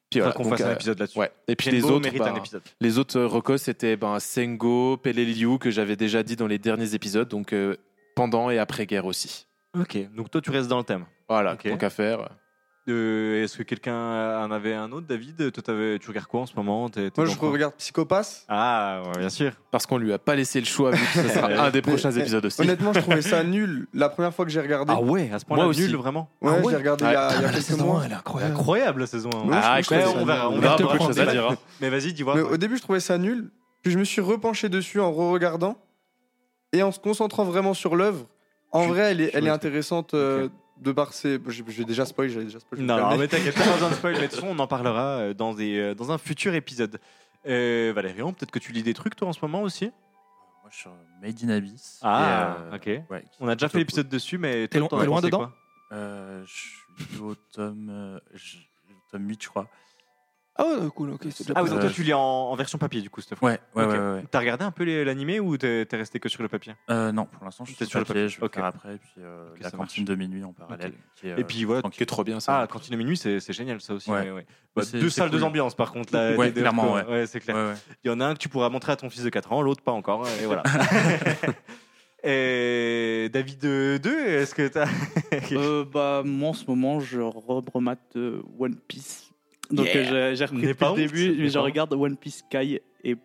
[SPEAKER 1] Puis
[SPEAKER 2] Faudra
[SPEAKER 1] voilà,
[SPEAKER 2] qu'on
[SPEAKER 1] donc,
[SPEAKER 2] fasse un
[SPEAKER 1] euh,
[SPEAKER 2] épisode là-dessus.
[SPEAKER 1] ouais. Et puis
[SPEAKER 2] Kenbo
[SPEAKER 1] les autres,
[SPEAKER 2] mérite un
[SPEAKER 1] bah,
[SPEAKER 2] épisode.
[SPEAKER 1] les autres euh, recos, c'était ben, Sengo, Peleliu, que j'avais déjà dit dans les derniers épisodes, donc euh, pendant et après-guerre aussi.
[SPEAKER 2] Ok, donc toi, tu restes dans le thème.
[SPEAKER 1] Voilà,
[SPEAKER 2] Ok.
[SPEAKER 1] donc à faire.
[SPEAKER 2] Euh, Est-ce que quelqu'un en avait un autre, David Toi, t'avais- tu regardes quoi en ce moment T'es- t'es
[SPEAKER 14] Moi,
[SPEAKER 2] dans
[SPEAKER 14] je
[SPEAKER 2] quoi
[SPEAKER 14] regarde Psychopass.
[SPEAKER 2] Ah, ouais, bien sûr.
[SPEAKER 1] Parce qu'on lui a pas laissé le choix, vu
[SPEAKER 2] [LAUGHS]
[SPEAKER 1] que ce sera un des prochains
[SPEAKER 14] Mais-
[SPEAKER 1] épisodes aussi.
[SPEAKER 14] Honnêtement, je
[SPEAKER 4] [LAUGHS]
[SPEAKER 14] trouvais ça nul la première fois que j'ai regardé.
[SPEAKER 2] Ah ouais, à ce point-là,
[SPEAKER 1] Moi aussi.
[SPEAKER 2] nul, vraiment
[SPEAKER 14] Ouais,
[SPEAKER 1] Ah ouais
[SPEAKER 14] j'ai regardé
[SPEAKER 1] Ouais.
[SPEAKER 14] il y a,
[SPEAKER 1] Putain,
[SPEAKER 14] il y a
[SPEAKER 1] mais la
[SPEAKER 14] quelques
[SPEAKER 1] saison
[SPEAKER 14] mois.
[SPEAKER 1] un, elle est
[SPEAKER 2] incroyable. Incroyable, la saison hein. 1.
[SPEAKER 14] Ouais,
[SPEAKER 1] Ah,
[SPEAKER 14] je trouve que
[SPEAKER 1] incroyable.
[SPEAKER 14] c'est-
[SPEAKER 2] on verra, on
[SPEAKER 1] On
[SPEAKER 2] verra
[SPEAKER 1] a
[SPEAKER 2] pour
[SPEAKER 1] beaucoup de
[SPEAKER 2] la
[SPEAKER 1] choses à
[SPEAKER 2] prochaine.
[SPEAKER 1] dire, hein.
[SPEAKER 2] Mais vas-y, dis-moi.
[SPEAKER 14] Mais
[SPEAKER 4] euh,
[SPEAKER 14] au début, je trouvais ça nul. Puis je me suis repenché dessus en re-regardant. Et en se concentrant vraiment sur l'œuvre, en vrai, elle est, elle est intéressante euh, de par ses. Je, je vais déjà spoil, j'avais déjà spoil. je vais
[SPEAKER 2] Non,
[SPEAKER 14] me
[SPEAKER 2] non,
[SPEAKER 14] calmer.
[SPEAKER 2] mais t'inquiète, pas besoin de spoil, mais de toute façon, on en parlera euh, dans, des, euh, dans un futur épisode. Euh, Valérian, peut-être que tu lis des trucs, toi, en ce moment aussi
[SPEAKER 7] Moi, je suis en Made in Abyss.
[SPEAKER 2] Ah,
[SPEAKER 7] Et, euh,
[SPEAKER 2] ok.
[SPEAKER 7] ouais, qui-
[SPEAKER 2] on a déjà fait l'épisode dessus, mais toi,
[SPEAKER 7] lo-
[SPEAKER 2] t'en
[SPEAKER 7] t'es
[SPEAKER 2] as
[SPEAKER 7] loin
[SPEAKER 2] pensé
[SPEAKER 7] dedans
[SPEAKER 2] quoi
[SPEAKER 7] Euh, Je suis au tome, euh, je- tome 8, je crois.
[SPEAKER 4] Ah ouais, cool, ok. c'est déjà
[SPEAKER 2] Ah
[SPEAKER 4] pas
[SPEAKER 2] oui,
[SPEAKER 4] mal.
[SPEAKER 2] donc toi, tu lis en, en version papier, du coup, cette fois
[SPEAKER 7] Ouais, Euh, ouais,
[SPEAKER 2] Ok.
[SPEAKER 7] ouais, ouais.
[SPEAKER 2] T'as regardé un peu les- l'animé ou t'es t'es resté que sur le papier
[SPEAKER 7] Euh, non, pour l'instant, je suis
[SPEAKER 2] T'es
[SPEAKER 7] sur le papier, je vais
[SPEAKER 2] ok.
[SPEAKER 7] faire après. Puis euh,
[SPEAKER 2] Ok,
[SPEAKER 7] la
[SPEAKER 2] ça
[SPEAKER 7] cantine de minuit en parallèle.
[SPEAKER 2] Ok.
[SPEAKER 7] qui est,
[SPEAKER 2] et
[SPEAKER 7] euh,
[SPEAKER 2] puis voilà,
[SPEAKER 7] tranquille.
[SPEAKER 1] Qui est trop bien ça.
[SPEAKER 2] Ah, cantine de minuit, c'est c'est génial ça aussi.
[SPEAKER 7] Ouais.
[SPEAKER 2] ouais, ouais. Bah,
[SPEAKER 7] C'est-
[SPEAKER 2] deux
[SPEAKER 7] c'est
[SPEAKER 2] salles, deux
[SPEAKER 7] cool.
[SPEAKER 2] ambiances par contre. Là,
[SPEAKER 7] Ouais,
[SPEAKER 2] des deux
[SPEAKER 7] clairement,
[SPEAKER 2] hardcore.
[SPEAKER 7] ouais.
[SPEAKER 2] c'est clair.
[SPEAKER 7] Ouais, ouais.
[SPEAKER 2] Il y en a un que tu pourras montrer à ton fils de 4 ans, l'autre pas encore. Et
[SPEAKER 7] [LAUGHS]
[SPEAKER 2] voilà. et David 2, est-ce que t'as.
[SPEAKER 3] Euh, bah moi en ce moment je rebromate euh, One Piece. Donc
[SPEAKER 2] Yeah.
[SPEAKER 3] euh, j'ai- j'ai repris
[SPEAKER 2] N'aie
[SPEAKER 3] depuis
[SPEAKER 2] pas
[SPEAKER 3] le
[SPEAKER 2] honte,
[SPEAKER 3] début,
[SPEAKER 2] n'aie
[SPEAKER 3] mais je
[SPEAKER 2] pas honte.
[SPEAKER 3] regarde One Piece Kai et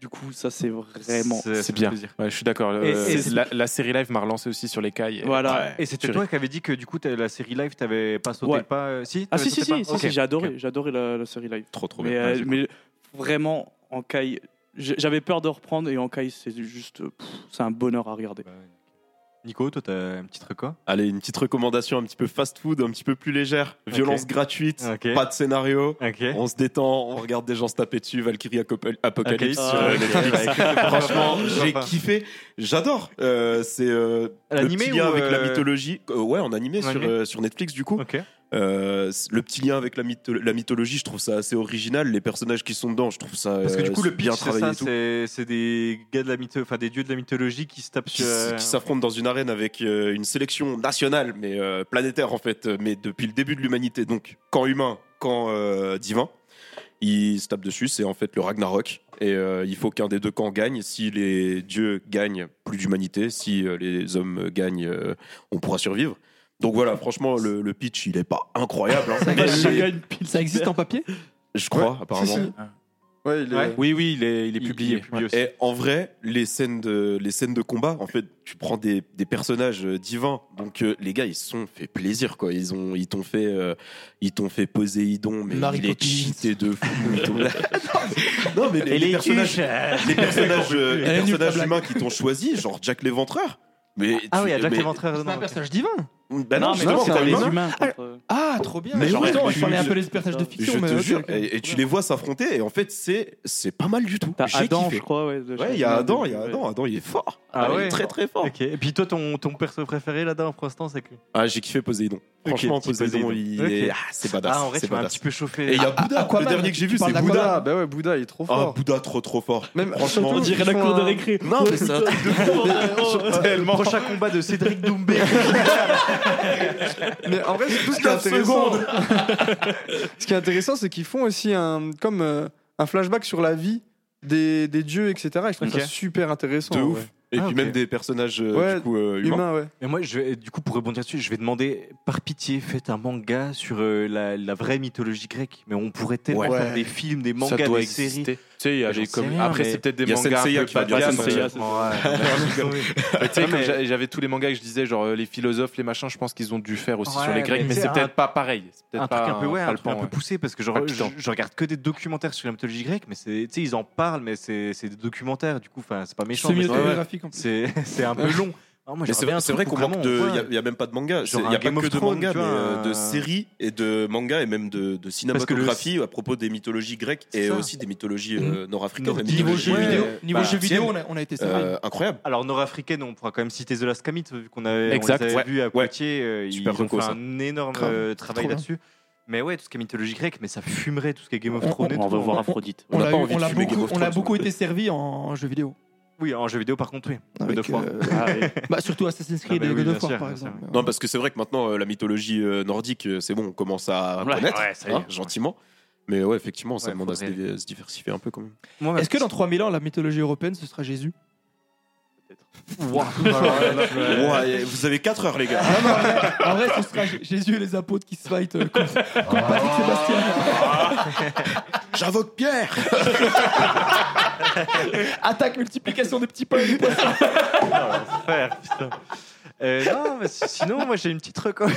[SPEAKER 3] du coup ça c'est vraiment.
[SPEAKER 2] C'est-
[SPEAKER 1] C'est bien.
[SPEAKER 2] plaisir.
[SPEAKER 1] Ouais, je suis d'accord.
[SPEAKER 2] Ah. Et-
[SPEAKER 1] Euh,
[SPEAKER 2] et c'est-
[SPEAKER 1] la, la série live m'a relancé aussi sur les cailles.
[SPEAKER 3] Voilà.
[SPEAKER 2] Et c'était toi qui avais dit que du coup, t'as- la série live, t'avais pas sauté
[SPEAKER 3] Ouais.
[SPEAKER 2] le pas. euh, Si
[SPEAKER 3] Ah
[SPEAKER 2] t'avais
[SPEAKER 3] si si
[SPEAKER 2] sauté le
[SPEAKER 3] si,
[SPEAKER 2] pas
[SPEAKER 3] si,
[SPEAKER 2] Ok,
[SPEAKER 3] si, j'ai adoré,
[SPEAKER 2] ok.
[SPEAKER 3] j'ai adoré la, la série live.
[SPEAKER 5] Trop, trop
[SPEAKER 3] mais,
[SPEAKER 5] bien.
[SPEAKER 3] euh,
[SPEAKER 5] Ouais, c'est
[SPEAKER 3] mais vraiment en Kai, j'ai- j'avais peur de reprendre et en Kai c'est juste, euh, pff, c'est un bonheur à regarder.
[SPEAKER 2] Bah, Nico, toi, t'as un petit record
[SPEAKER 5] Allez, une petite recommandation un petit peu fast-food, un petit peu plus légère.
[SPEAKER 2] Ok.
[SPEAKER 5] Violence gratuite,
[SPEAKER 2] Ok.
[SPEAKER 5] pas de scénario.
[SPEAKER 2] Ok.
[SPEAKER 5] On se détend, on regarde des gens se taper dessus. Valkyrie Apopo- Apocalypse
[SPEAKER 2] Ok.
[SPEAKER 5] sur
[SPEAKER 2] Ah,
[SPEAKER 5] euh,
[SPEAKER 2] ok.
[SPEAKER 5] Netflix.
[SPEAKER 2] Bah, écoute,
[SPEAKER 5] Franchement, j'ai
[SPEAKER 2] sympa.
[SPEAKER 5] kiffé. J'adore. Euh, c'est euh, le
[SPEAKER 2] L'animé
[SPEAKER 5] petit lien
[SPEAKER 2] ou,
[SPEAKER 5] avec la
[SPEAKER 2] euh,
[SPEAKER 5] mythologie. Euh, ouais, en animé,
[SPEAKER 2] En
[SPEAKER 5] sur,
[SPEAKER 2] animé
[SPEAKER 5] euh, sur Netflix du coup.
[SPEAKER 2] Ok.
[SPEAKER 5] Euh, c'est- le petit lien avec la, mytho- la mythologie, je trouve ça assez original. Les personnages qui sont dedans, je trouve ça
[SPEAKER 2] Parce que du
[SPEAKER 5] euh,
[SPEAKER 2] coup, le
[SPEAKER 5] bien
[SPEAKER 2] pitch, c'est
[SPEAKER 5] travaillé.
[SPEAKER 2] ça,
[SPEAKER 5] et tout.
[SPEAKER 2] c'est c'est des gars de la mytho, enfin des dieux de la mythologie qui se tapent
[SPEAKER 5] qui
[SPEAKER 2] sur.
[SPEAKER 5] s-
[SPEAKER 2] euh,
[SPEAKER 5] qui s'affrontent dans une arène avec euh, une sélection nationale, mais euh, planétaire en fait, euh, mais depuis le début de l'humanité, donc quand humain, quand euh, divin. Ils se tapent dessus, c'est en fait le Ragnarok. Et euh, il faut qu'un des deux camps gagne. Si les dieux gagnent, plus d'humanité. Si euh, les hommes euh, gagnent, euh, on pourra survivre. Donc voilà, franchement, le, le pitch, il est pas incroyable. hein, mais j'ai-
[SPEAKER 4] Ça existe en papier
[SPEAKER 5] je crois, apparemment.
[SPEAKER 14] Ah. il est-
[SPEAKER 5] Oui, oui, il est, publié.
[SPEAKER 2] il est publié aussi.
[SPEAKER 5] Et en vrai, les scènes, de, les scènes de combat, en fait, tu prends des, des personnages euh, divins. Donc, euh, les gars, ils se sont fait plaisir, quoi. Ils ont- ils t'ont fait, euh, ils t'ont fait Poséidon, mais
[SPEAKER 4] Mary
[SPEAKER 5] il est
[SPEAKER 4] Poppins.
[SPEAKER 5] cheaté de fou. [LAUGHS] Ils t'ont- non, mais les,
[SPEAKER 4] Et les
[SPEAKER 5] les personnages,
[SPEAKER 4] cuches, euh.
[SPEAKER 5] les personnages, euh, les
[SPEAKER 4] Elle est nulle, ta blague.
[SPEAKER 5] personnages humains qui t'ont choisi, genre Jack l'Éventreur. Mais
[SPEAKER 4] Ah oui, il y a Jack
[SPEAKER 2] l'Éventreur,
[SPEAKER 4] C'est un personnage divin
[SPEAKER 5] Bah non, justement,
[SPEAKER 4] c'est
[SPEAKER 5] quand
[SPEAKER 4] un
[SPEAKER 5] même.
[SPEAKER 4] humain. Ah, trop bien
[SPEAKER 5] Mais
[SPEAKER 4] Mais
[SPEAKER 5] genre,
[SPEAKER 4] Attends,
[SPEAKER 5] je-
[SPEAKER 4] je parlais un
[SPEAKER 5] je-
[SPEAKER 4] peu des personnages de fiction,
[SPEAKER 5] Je
[SPEAKER 4] mais
[SPEAKER 5] te
[SPEAKER 4] ok,
[SPEAKER 5] jure,
[SPEAKER 4] ok.
[SPEAKER 5] et, et tu les vois s'affronter, et en fait, c'est c'est pas mal du tout. J'ai
[SPEAKER 2] Adam,
[SPEAKER 5] kiffé.
[SPEAKER 2] je crois, ouais, de-
[SPEAKER 5] Ouais, il y a Adam, il y a Adam, Adam, il est fort. Ah, il est très très fort.
[SPEAKER 2] Ok. Et puis toi, ton, ton perso préféré là-dedans pour l'instant, c'est que.
[SPEAKER 5] Ah, j'ai kiffé Poséidon. Franchement,
[SPEAKER 2] petit
[SPEAKER 5] Poséidon, il
[SPEAKER 2] Ok.
[SPEAKER 5] est. Ah, c'est badass.
[SPEAKER 2] Ah, en vrai,
[SPEAKER 5] c'est
[SPEAKER 2] tu m'as un
[SPEAKER 5] badass.
[SPEAKER 2] petit peu chauffé.
[SPEAKER 5] Et il y a
[SPEAKER 2] Ah,
[SPEAKER 5] Bouddha.
[SPEAKER 2] ah,
[SPEAKER 5] le
[SPEAKER 2] Aquaman.
[SPEAKER 5] dernier que j'ai
[SPEAKER 2] Tu
[SPEAKER 5] vu,
[SPEAKER 2] parles
[SPEAKER 5] c'est
[SPEAKER 14] Bouddha,
[SPEAKER 5] Bouddha.
[SPEAKER 14] bah ouais, Bouddha, il est trop
[SPEAKER 5] Ah,
[SPEAKER 14] fort.
[SPEAKER 5] Bouddha, trop trop fort.
[SPEAKER 14] Même-
[SPEAKER 5] franchement,
[SPEAKER 14] surtout, ils font un-
[SPEAKER 5] Non, mais c'est un
[SPEAKER 4] Bah,
[SPEAKER 5] truc de fou.
[SPEAKER 2] [LAUGHS] Oh,
[SPEAKER 5] Tellement.
[SPEAKER 2] Prochain combat de Cédric Doumbé.
[SPEAKER 14] Mais en vrai, c'est tout ce qui est
[SPEAKER 2] 15
[SPEAKER 14] intéressant. [LAUGHS] ce qui est intéressant, c'est qu'ils font aussi un, comme, euh, un flashback sur la vie des, des dieux, etc. Et je trouve
[SPEAKER 2] Ok.
[SPEAKER 14] ça super intéressant.
[SPEAKER 5] De
[SPEAKER 14] en
[SPEAKER 5] ouf.
[SPEAKER 14] vrai.
[SPEAKER 5] Et
[SPEAKER 2] Ah,
[SPEAKER 5] puis
[SPEAKER 2] ok.
[SPEAKER 5] même des personnages euh,
[SPEAKER 14] Ouais,
[SPEAKER 5] du coup, euh, humains.
[SPEAKER 14] Humain, ouais.
[SPEAKER 2] Et moi, je vais- du coup, pour rebondir dessus, je vais demander, par pitié, faites un manga sur euh, la, la vraie mythologie grecque. Mais on pourrait tellement
[SPEAKER 1] Ouais.
[SPEAKER 2] faire des films, des mangas,
[SPEAKER 1] ça doit
[SPEAKER 2] des
[SPEAKER 1] exister.
[SPEAKER 2] séries. Ah,
[SPEAKER 1] Tu sais, il y a
[SPEAKER 2] J'en
[SPEAKER 1] des
[SPEAKER 2] sais
[SPEAKER 1] comme-
[SPEAKER 2] rien,
[SPEAKER 1] Après,
[SPEAKER 2] mais-
[SPEAKER 1] c'est peut-être des
[SPEAKER 5] Il y a
[SPEAKER 1] mangas un
[SPEAKER 5] Senseiya
[SPEAKER 1] peu
[SPEAKER 5] qui va
[SPEAKER 1] badass,
[SPEAKER 5] dire
[SPEAKER 1] mais-
[SPEAKER 5] Senseiya,
[SPEAKER 1] Ouais.
[SPEAKER 2] [LAUGHS]
[SPEAKER 1] Mais tu sais, comme j'a- j'avais tous les mangas que je disais, genre euh, les philosophes, les machins, je pense qu'ils ont dû faire aussi sur
[SPEAKER 2] Ouais,
[SPEAKER 1] les Grecs,
[SPEAKER 2] mais
[SPEAKER 1] mais
[SPEAKER 2] tu
[SPEAKER 1] c'est
[SPEAKER 2] sais,
[SPEAKER 1] peut-être
[SPEAKER 2] un-
[SPEAKER 1] pas pareil. C'est peut-être
[SPEAKER 2] un
[SPEAKER 1] pas
[SPEAKER 2] truc un peu, ouais, un truc
[SPEAKER 1] palpant,
[SPEAKER 2] un peu
[SPEAKER 1] ouais.
[SPEAKER 2] poussé parce que genre, je,
[SPEAKER 1] Palpitant.
[SPEAKER 2] je regarde que des documentaires sur la mythologie grecque mais c'est tu sais ils en parlent mais c'est c'est des documentaires du coup enfin c'est pas méchant mais
[SPEAKER 4] Semi-autobiographique, en plus.
[SPEAKER 2] c'est c'est un peu
[SPEAKER 4] Ouais.
[SPEAKER 2] long Non, moi,
[SPEAKER 5] Mais
[SPEAKER 2] j'aurais
[SPEAKER 5] c'est
[SPEAKER 2] bien un
[SPEAKER 5] vrai, c'est
[SPEAKER 2] truc où
[SPEAKER 5] vrai qu'on manque
[SPEAKER 2] vraiment,
[SPEAKER 5] de.
[SPEAKER 2] on
[SPEAKER 5] Il
[SPEAKER 2] voit- euh,
[SPEAKER 5] n'y a, même pas de manga.
[SPEAKER 2] Genre
[SPEAKER 5] Il
[SPEAKER 2] un
[SPEAKER 5] n'y a pas
[SPEAKER 2] Game
[SPEAKER 5] que
[SPEAKER 2] of
[SPEAKER 5] de
[SPEAKER 2] Thrones,
[SPEAKER 5] manga,
[SPEAKER 2] tu
[SPEAKER 5] mais
[SPEAKER 2] vois,
[SPEAKER 5] euh, de
[SPEAKER 2] un-
[SPEAKER 5] séries et de mangas et même de, de cinématographie à propos des mythologies grecques et
[SPEAKER 2] C'est ça.
[SPEAKER 5] aussi des mythologies euh, nord-africaines. la
[SPEAKER 2] Nordique.
[SPEAKER 5] mythologie,
[SPEAKER 2] Niveau jeux
[SPEAKER 5] euh,
[SPEAKER 2] vidéo-
[SPEAKER 4] niveau jeux vidéo,
[SPEAKER 5] tienne.
[SPEAKER 4] on a- on a été servi.
[SPEAKER 5] Euh, Incroyable.
[SPEAKER 2] alors nord-africaine on pourra quand même citer The Last Kamit vu qu'on avait
[SPEAKER 5] Exact.
[SPEAKER 2] on les avait
[SPEAKER 5] Ouais.
[SPEAKER 2] vus à
[SPEAKER 5] Ouais.
[SPEAKER 2] Poitiers euh, ils
[SPEAKER 5] Super
[SPEAKER 2] ont
[SPEAKER 5] reco,
[SPEAKER 2] fait
[SPEAKER 5] ça.
[SPEAKER 2] un énorme
[SPEAKER 4] Grave.
[SPEAKER 2] euh,
[SPEAKER 4] C'est
[SPEAKER 2] travail
[SPEAKER 4] trop bien.
[SPEAKER 2] là-dessus mais ouais tout ce qui est mythologie grecque mais ça fumerait tout ce qui est Game of
[SPEAKER 4] On-
[SPEAKER 2] Thrones et
[SPEAKER 4] on- on
[SPEAKER 2] tout.
[SPEAKER 4] va voir
[SPEAKER 2] Aphrodite
[SPEAKER 4] On l'a eu- on l'a beaucoup, on l'a beaucoup été servi en jeu vidéo.
[SPEAKER 2] oui en jeu vidéo par contre oui
[SPEAKER 4] Avec,
[SPEAKER 2] deux fois
[SPEAKER 4] euh,
[SPEAKER 5] Ah
[SPEAKER 4] bah, surtout Assassin's Creed et God of War, par exemple.
[SPEAKER 5] Non, parce que c'est vrai que maintenant, euh, la mythologie euh, nordique, euh, c'est bon, on commence à
[SPEAKER 2] Ouais,
[SPEAKER 5] connaître,
[SPEAKER 2] ouais, ça y est,
[SPEAKER 5] hein,
[SPEAKER 2] ouais.
[SPEAKER 5] gentiment. Mais ouais, effectivement, ça
[SPEAKER 2] Ouais,
[SPEAKER 5] demande à se,
[SPEAKER 2] faudrait-
[SPEAKER 5] dévi- à se diversifier un peu quand même.
[SPEAKER 4] Est-ce que dans 3000 ans, la mythologie européenne, ce sera Jésus
[SPEAKER 2] [LAUGHS]
[SPEAKER 5] [LAUGHS] Ouais, vous avez 4 heures, les gars.
[SPEAKER 4] Non, non, mais en vrai, ce sera J- Jésus et les apôtres qui se fight euh, contre, contre Patrick Sébastien.
[SPEAKER 5] [LAUGHS] J'invoque Pierre
[SPEAKER 4] [LAUGHS] Attaque, multiplication des petits pains et des poissons.
[SPEAKER 2] faire, putain. Euh, non, mais si- sinon, moi j'ai une petite reco. [LAUGHS]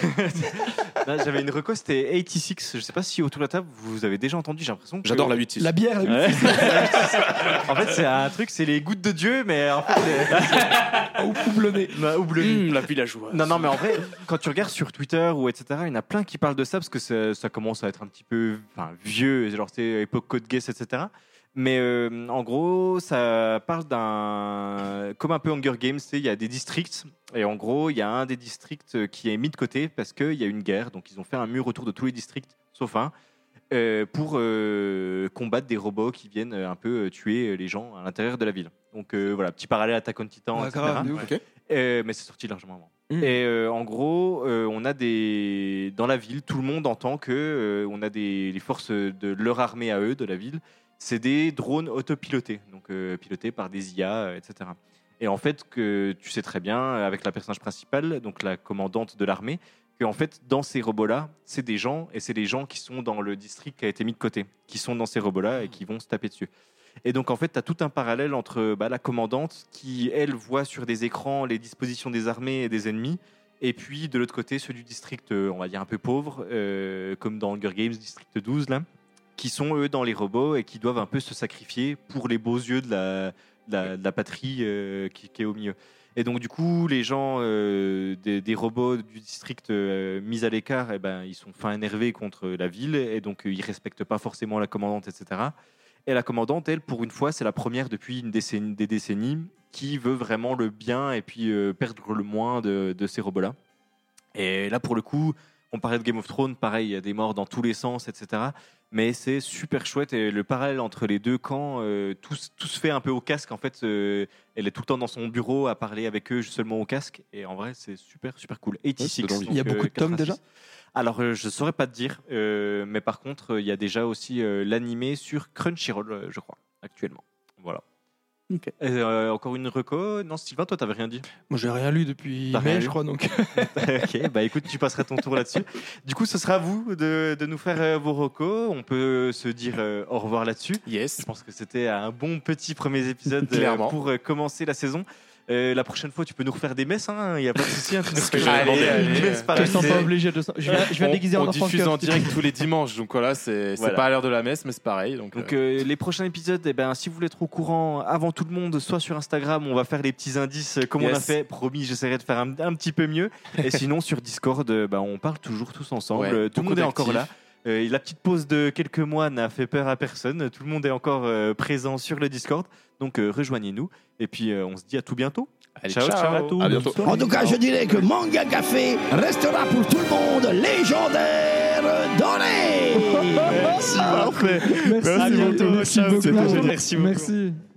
[SPEAKER 2] Non, J'avais une reco, c'était 86. Je sais pas si autour de la table vous avez déjà entendu, j'ai l'impression. que-
[SPEAKER 5] J'adore la 8-6.
[SPEAKER 4] La bière, la
[SPEAKER 2] Ouais.
[SPEAKER 4] mythologie.
[SPEAKER 2] [LAUGHS] En fait, c'est un truc, c'est les gouttes de Dieu, mais en fait.
[SPEAKER 4] Ou blonné.
[SPEAKER 2] Bah, ou
[SPEAKER 4] Hum,
[SPEAKER 2] bleu.
[SPEAKER 15] la villageoise.
[SPEAKER 2] Non, non, mais en vrai, quand tu regardes sur Twitter ou etc., il y en a plein qui parlent de ça parce que ça, ça commence à être un petit peu enfin, vieux, genre c'est époque code guess, etc. Mais euh, en gros, ça parle d'un. Comme un peu Hunger Games, c'est- il y a des districts. Et en gros, il y a un des districts euh, qui est mis de côté parce qu'il y a une guerre. Donc ils ont fait un mur autour de tous les districts, sauf un, euh, pour euh, combattre des robots qui viennent euh, un peu euh, tuer euh, les gens à l'intérieur de la ville. Donc euh, voilà, petit parallèle à Attack on Titan,
[SPEAKER 4] Ah,
[SPEAKER 2] etc.
[SPEAKER 4] grave, de ouf.
[SPEAKER 5] Ok.
[SPEAKER 2] Euh, mais c'est sorti largement avant. Et euh, en gros, euh, on a des dans la ville, tout le monde entend que euh, on a des les forces de leur armée à eux de la ville, c'est des drones autopilotés, donc euh, pilotés par des IA, euh, etc. Et en fait, que tu sais très bien euh, avec la personnage principale, donc la commandante de l'armée, que en fait dans ces robots là, c'est des gens et c'est les gens qui sont dans le district qui a été mis de côté, qui sont dans ces robots là et qui vont se taper dessus. Et donc, en fait, tu as tout un parallèle entre bah, la commandante qui, elle, voit sur des écrans les dispositions des armées et des ennemis, et puis de l'autre côté, ceux du district, euh, on va dire, un peu pauvre, euh, comme dans Hunger Games, district 12, là, qui sont eux dans les robots et qui doivent un peu se sacrifier pour les beaux yeux de la, de la, de la patrie euh, qui, qui est au milieu. Et donc, du coup, les gens euh, des, des robots du district euh, mis à l'écart, eh ben, ils sont fin énervés contre la ville et donc euh, ils respectent pas forcément la commandante, etc. Et la commandante, elle, pour une fois, c'est la première depuis une décennie, des décennies qui veut vraiment le bien et puis euh, perdre le moins de, de ces robots-là. Et là, pour le coup, on parlait de Game of Thrones, pareil, il y a des morts dans tous les sens, etc. Mais c'est super chouette et le parallèle entre les deux camps, euh, tout, se- tout se fait un peu au casque. En fait, euh, elle est tout le temps dans son bureau à parler avec eux seulement au casque. Et en vrai, c'est super, super cool. 86.
[SPEAKER 4] Ouais, c'est dans l'idée.
[SPEAKER 2] donc,
[SPEAKER 4] Il y a beaucoup de tomes
[SPEAKER 2] 86. alors, euh, je saurais pas te dire, euh, mais par contre, euh, il y a déjà aussi euh, l'animé sur Crunchyroll, euh, je crois, actuellement. Voilà.
[SPEAKER 3] Ok.
[SPEAKER 2] Et, euh, encore une reco. Non, Sylvain, toi, t'avais rien dit.
[SPEAKER 4] Moi, j'ai rien lu depuis
[SPEAKER 2] T'as
[SPEAKER 4] mai,
[SPEAKER 2] rien lu
[SPEAKER 4] je crois, donc.
[SPEAKER 2] [LAUGHS] ok, bah écoute, tu passeras ton tour là-dessus. Du coup, ce sera à vous de, de nous faire euh, vos recos. On peut se dire euh, au revoir là-dessus.
[SPEAKER 1] Yes.
[SPEAKER 2] Je pense que c'était un bon petit premier
[SPEAKER 1] [LAUGHS]
[SPEAKER 2] épisode euh,
[SPEAKER 1] Clairement.
[SPEAKER 2] pour euh, commencer la saison. Euh, la prochaine fois, tu peux nous refaire des messes, hein. Il y a pas de souci. hein, tu
[SPEAKER 1] [LAUGHS]
[SPEAKER 2] nous refais
[SPEAKER 1] Allez,
[SPEAKER 2] une [LAUGHS]
[SPEAKER 1] allez.
[SPEAKER 2] messe par
[SPEAKER 1] Te
[SPEAKER 2] année.
[SPEAKER 1] sens pas
[SPEAKER 4] obligé de- je vais- je vais
[SPEAKER 1] On-
[SPEAKER 4] déguiser en
[SPEAKER 1] On
[SPEAKER 4] enfant
[SPEAKER 1] diffuse
[SPEAKER 4] cœur.
[SPEAKER 1] en
[SPEAKER 4] [LAUGHS]
[SPEAKER 1] direct tous les dimanches, donc voilà, c'est c'est
[SPEAKER 2] Voilà.
[SPEAKER 1] pas à l'heure de la messe, mais c'est pareil. Donc,
[SPEAKER 2] Donc euh, les prochains épisodes, eh ben, si vous voulez être au courant avant tout le monde, soit sur Instagram, on va faire les petits indices euh, comme on a
[SPEAKER 1] Yes.
[SPEAKER 2] fait. Promis, j'essaierai de faire un, un petit peu mieux. Et sinon sur Discord, euh, bah, on parle toujours tous ensemble.
[SPEAKER 1] Ouais,
[SPEAKER 2] Euh, tout le
[SPEAKER 1] beaucoup
[SPEAKER 2] monde est encore là.
[SPEAKER 1] d'actifs.
[SPEAKER 2] Euh, et la petite pause de quelques mois n'a fait peur à personne. Tout le monde est encore euh, présent sur le Discord. Donc euh, rejoignez-nous. Et puis euh, on se dit à tout bientôt.
[SPEAKER 1] Allez, ciao.
[SPEAKER 2] à tous.
[SPEAKER 1] À bientôt.
[SPEAKER 15] En tout cas, je dirais que Manga Café restera pour tout le monde légendaire dans les.
[SPEAKER 10] Merci beaucoup.
[SPEAKER 15] Merci
[SPEAKER 10] Merci
[SPEAKER 15] beaucoup.
[SPEAKER 10] beaucoup.
[SPEAKER 15] Merci beaucoup.
[SPEAKER 10] Merci beaucoup.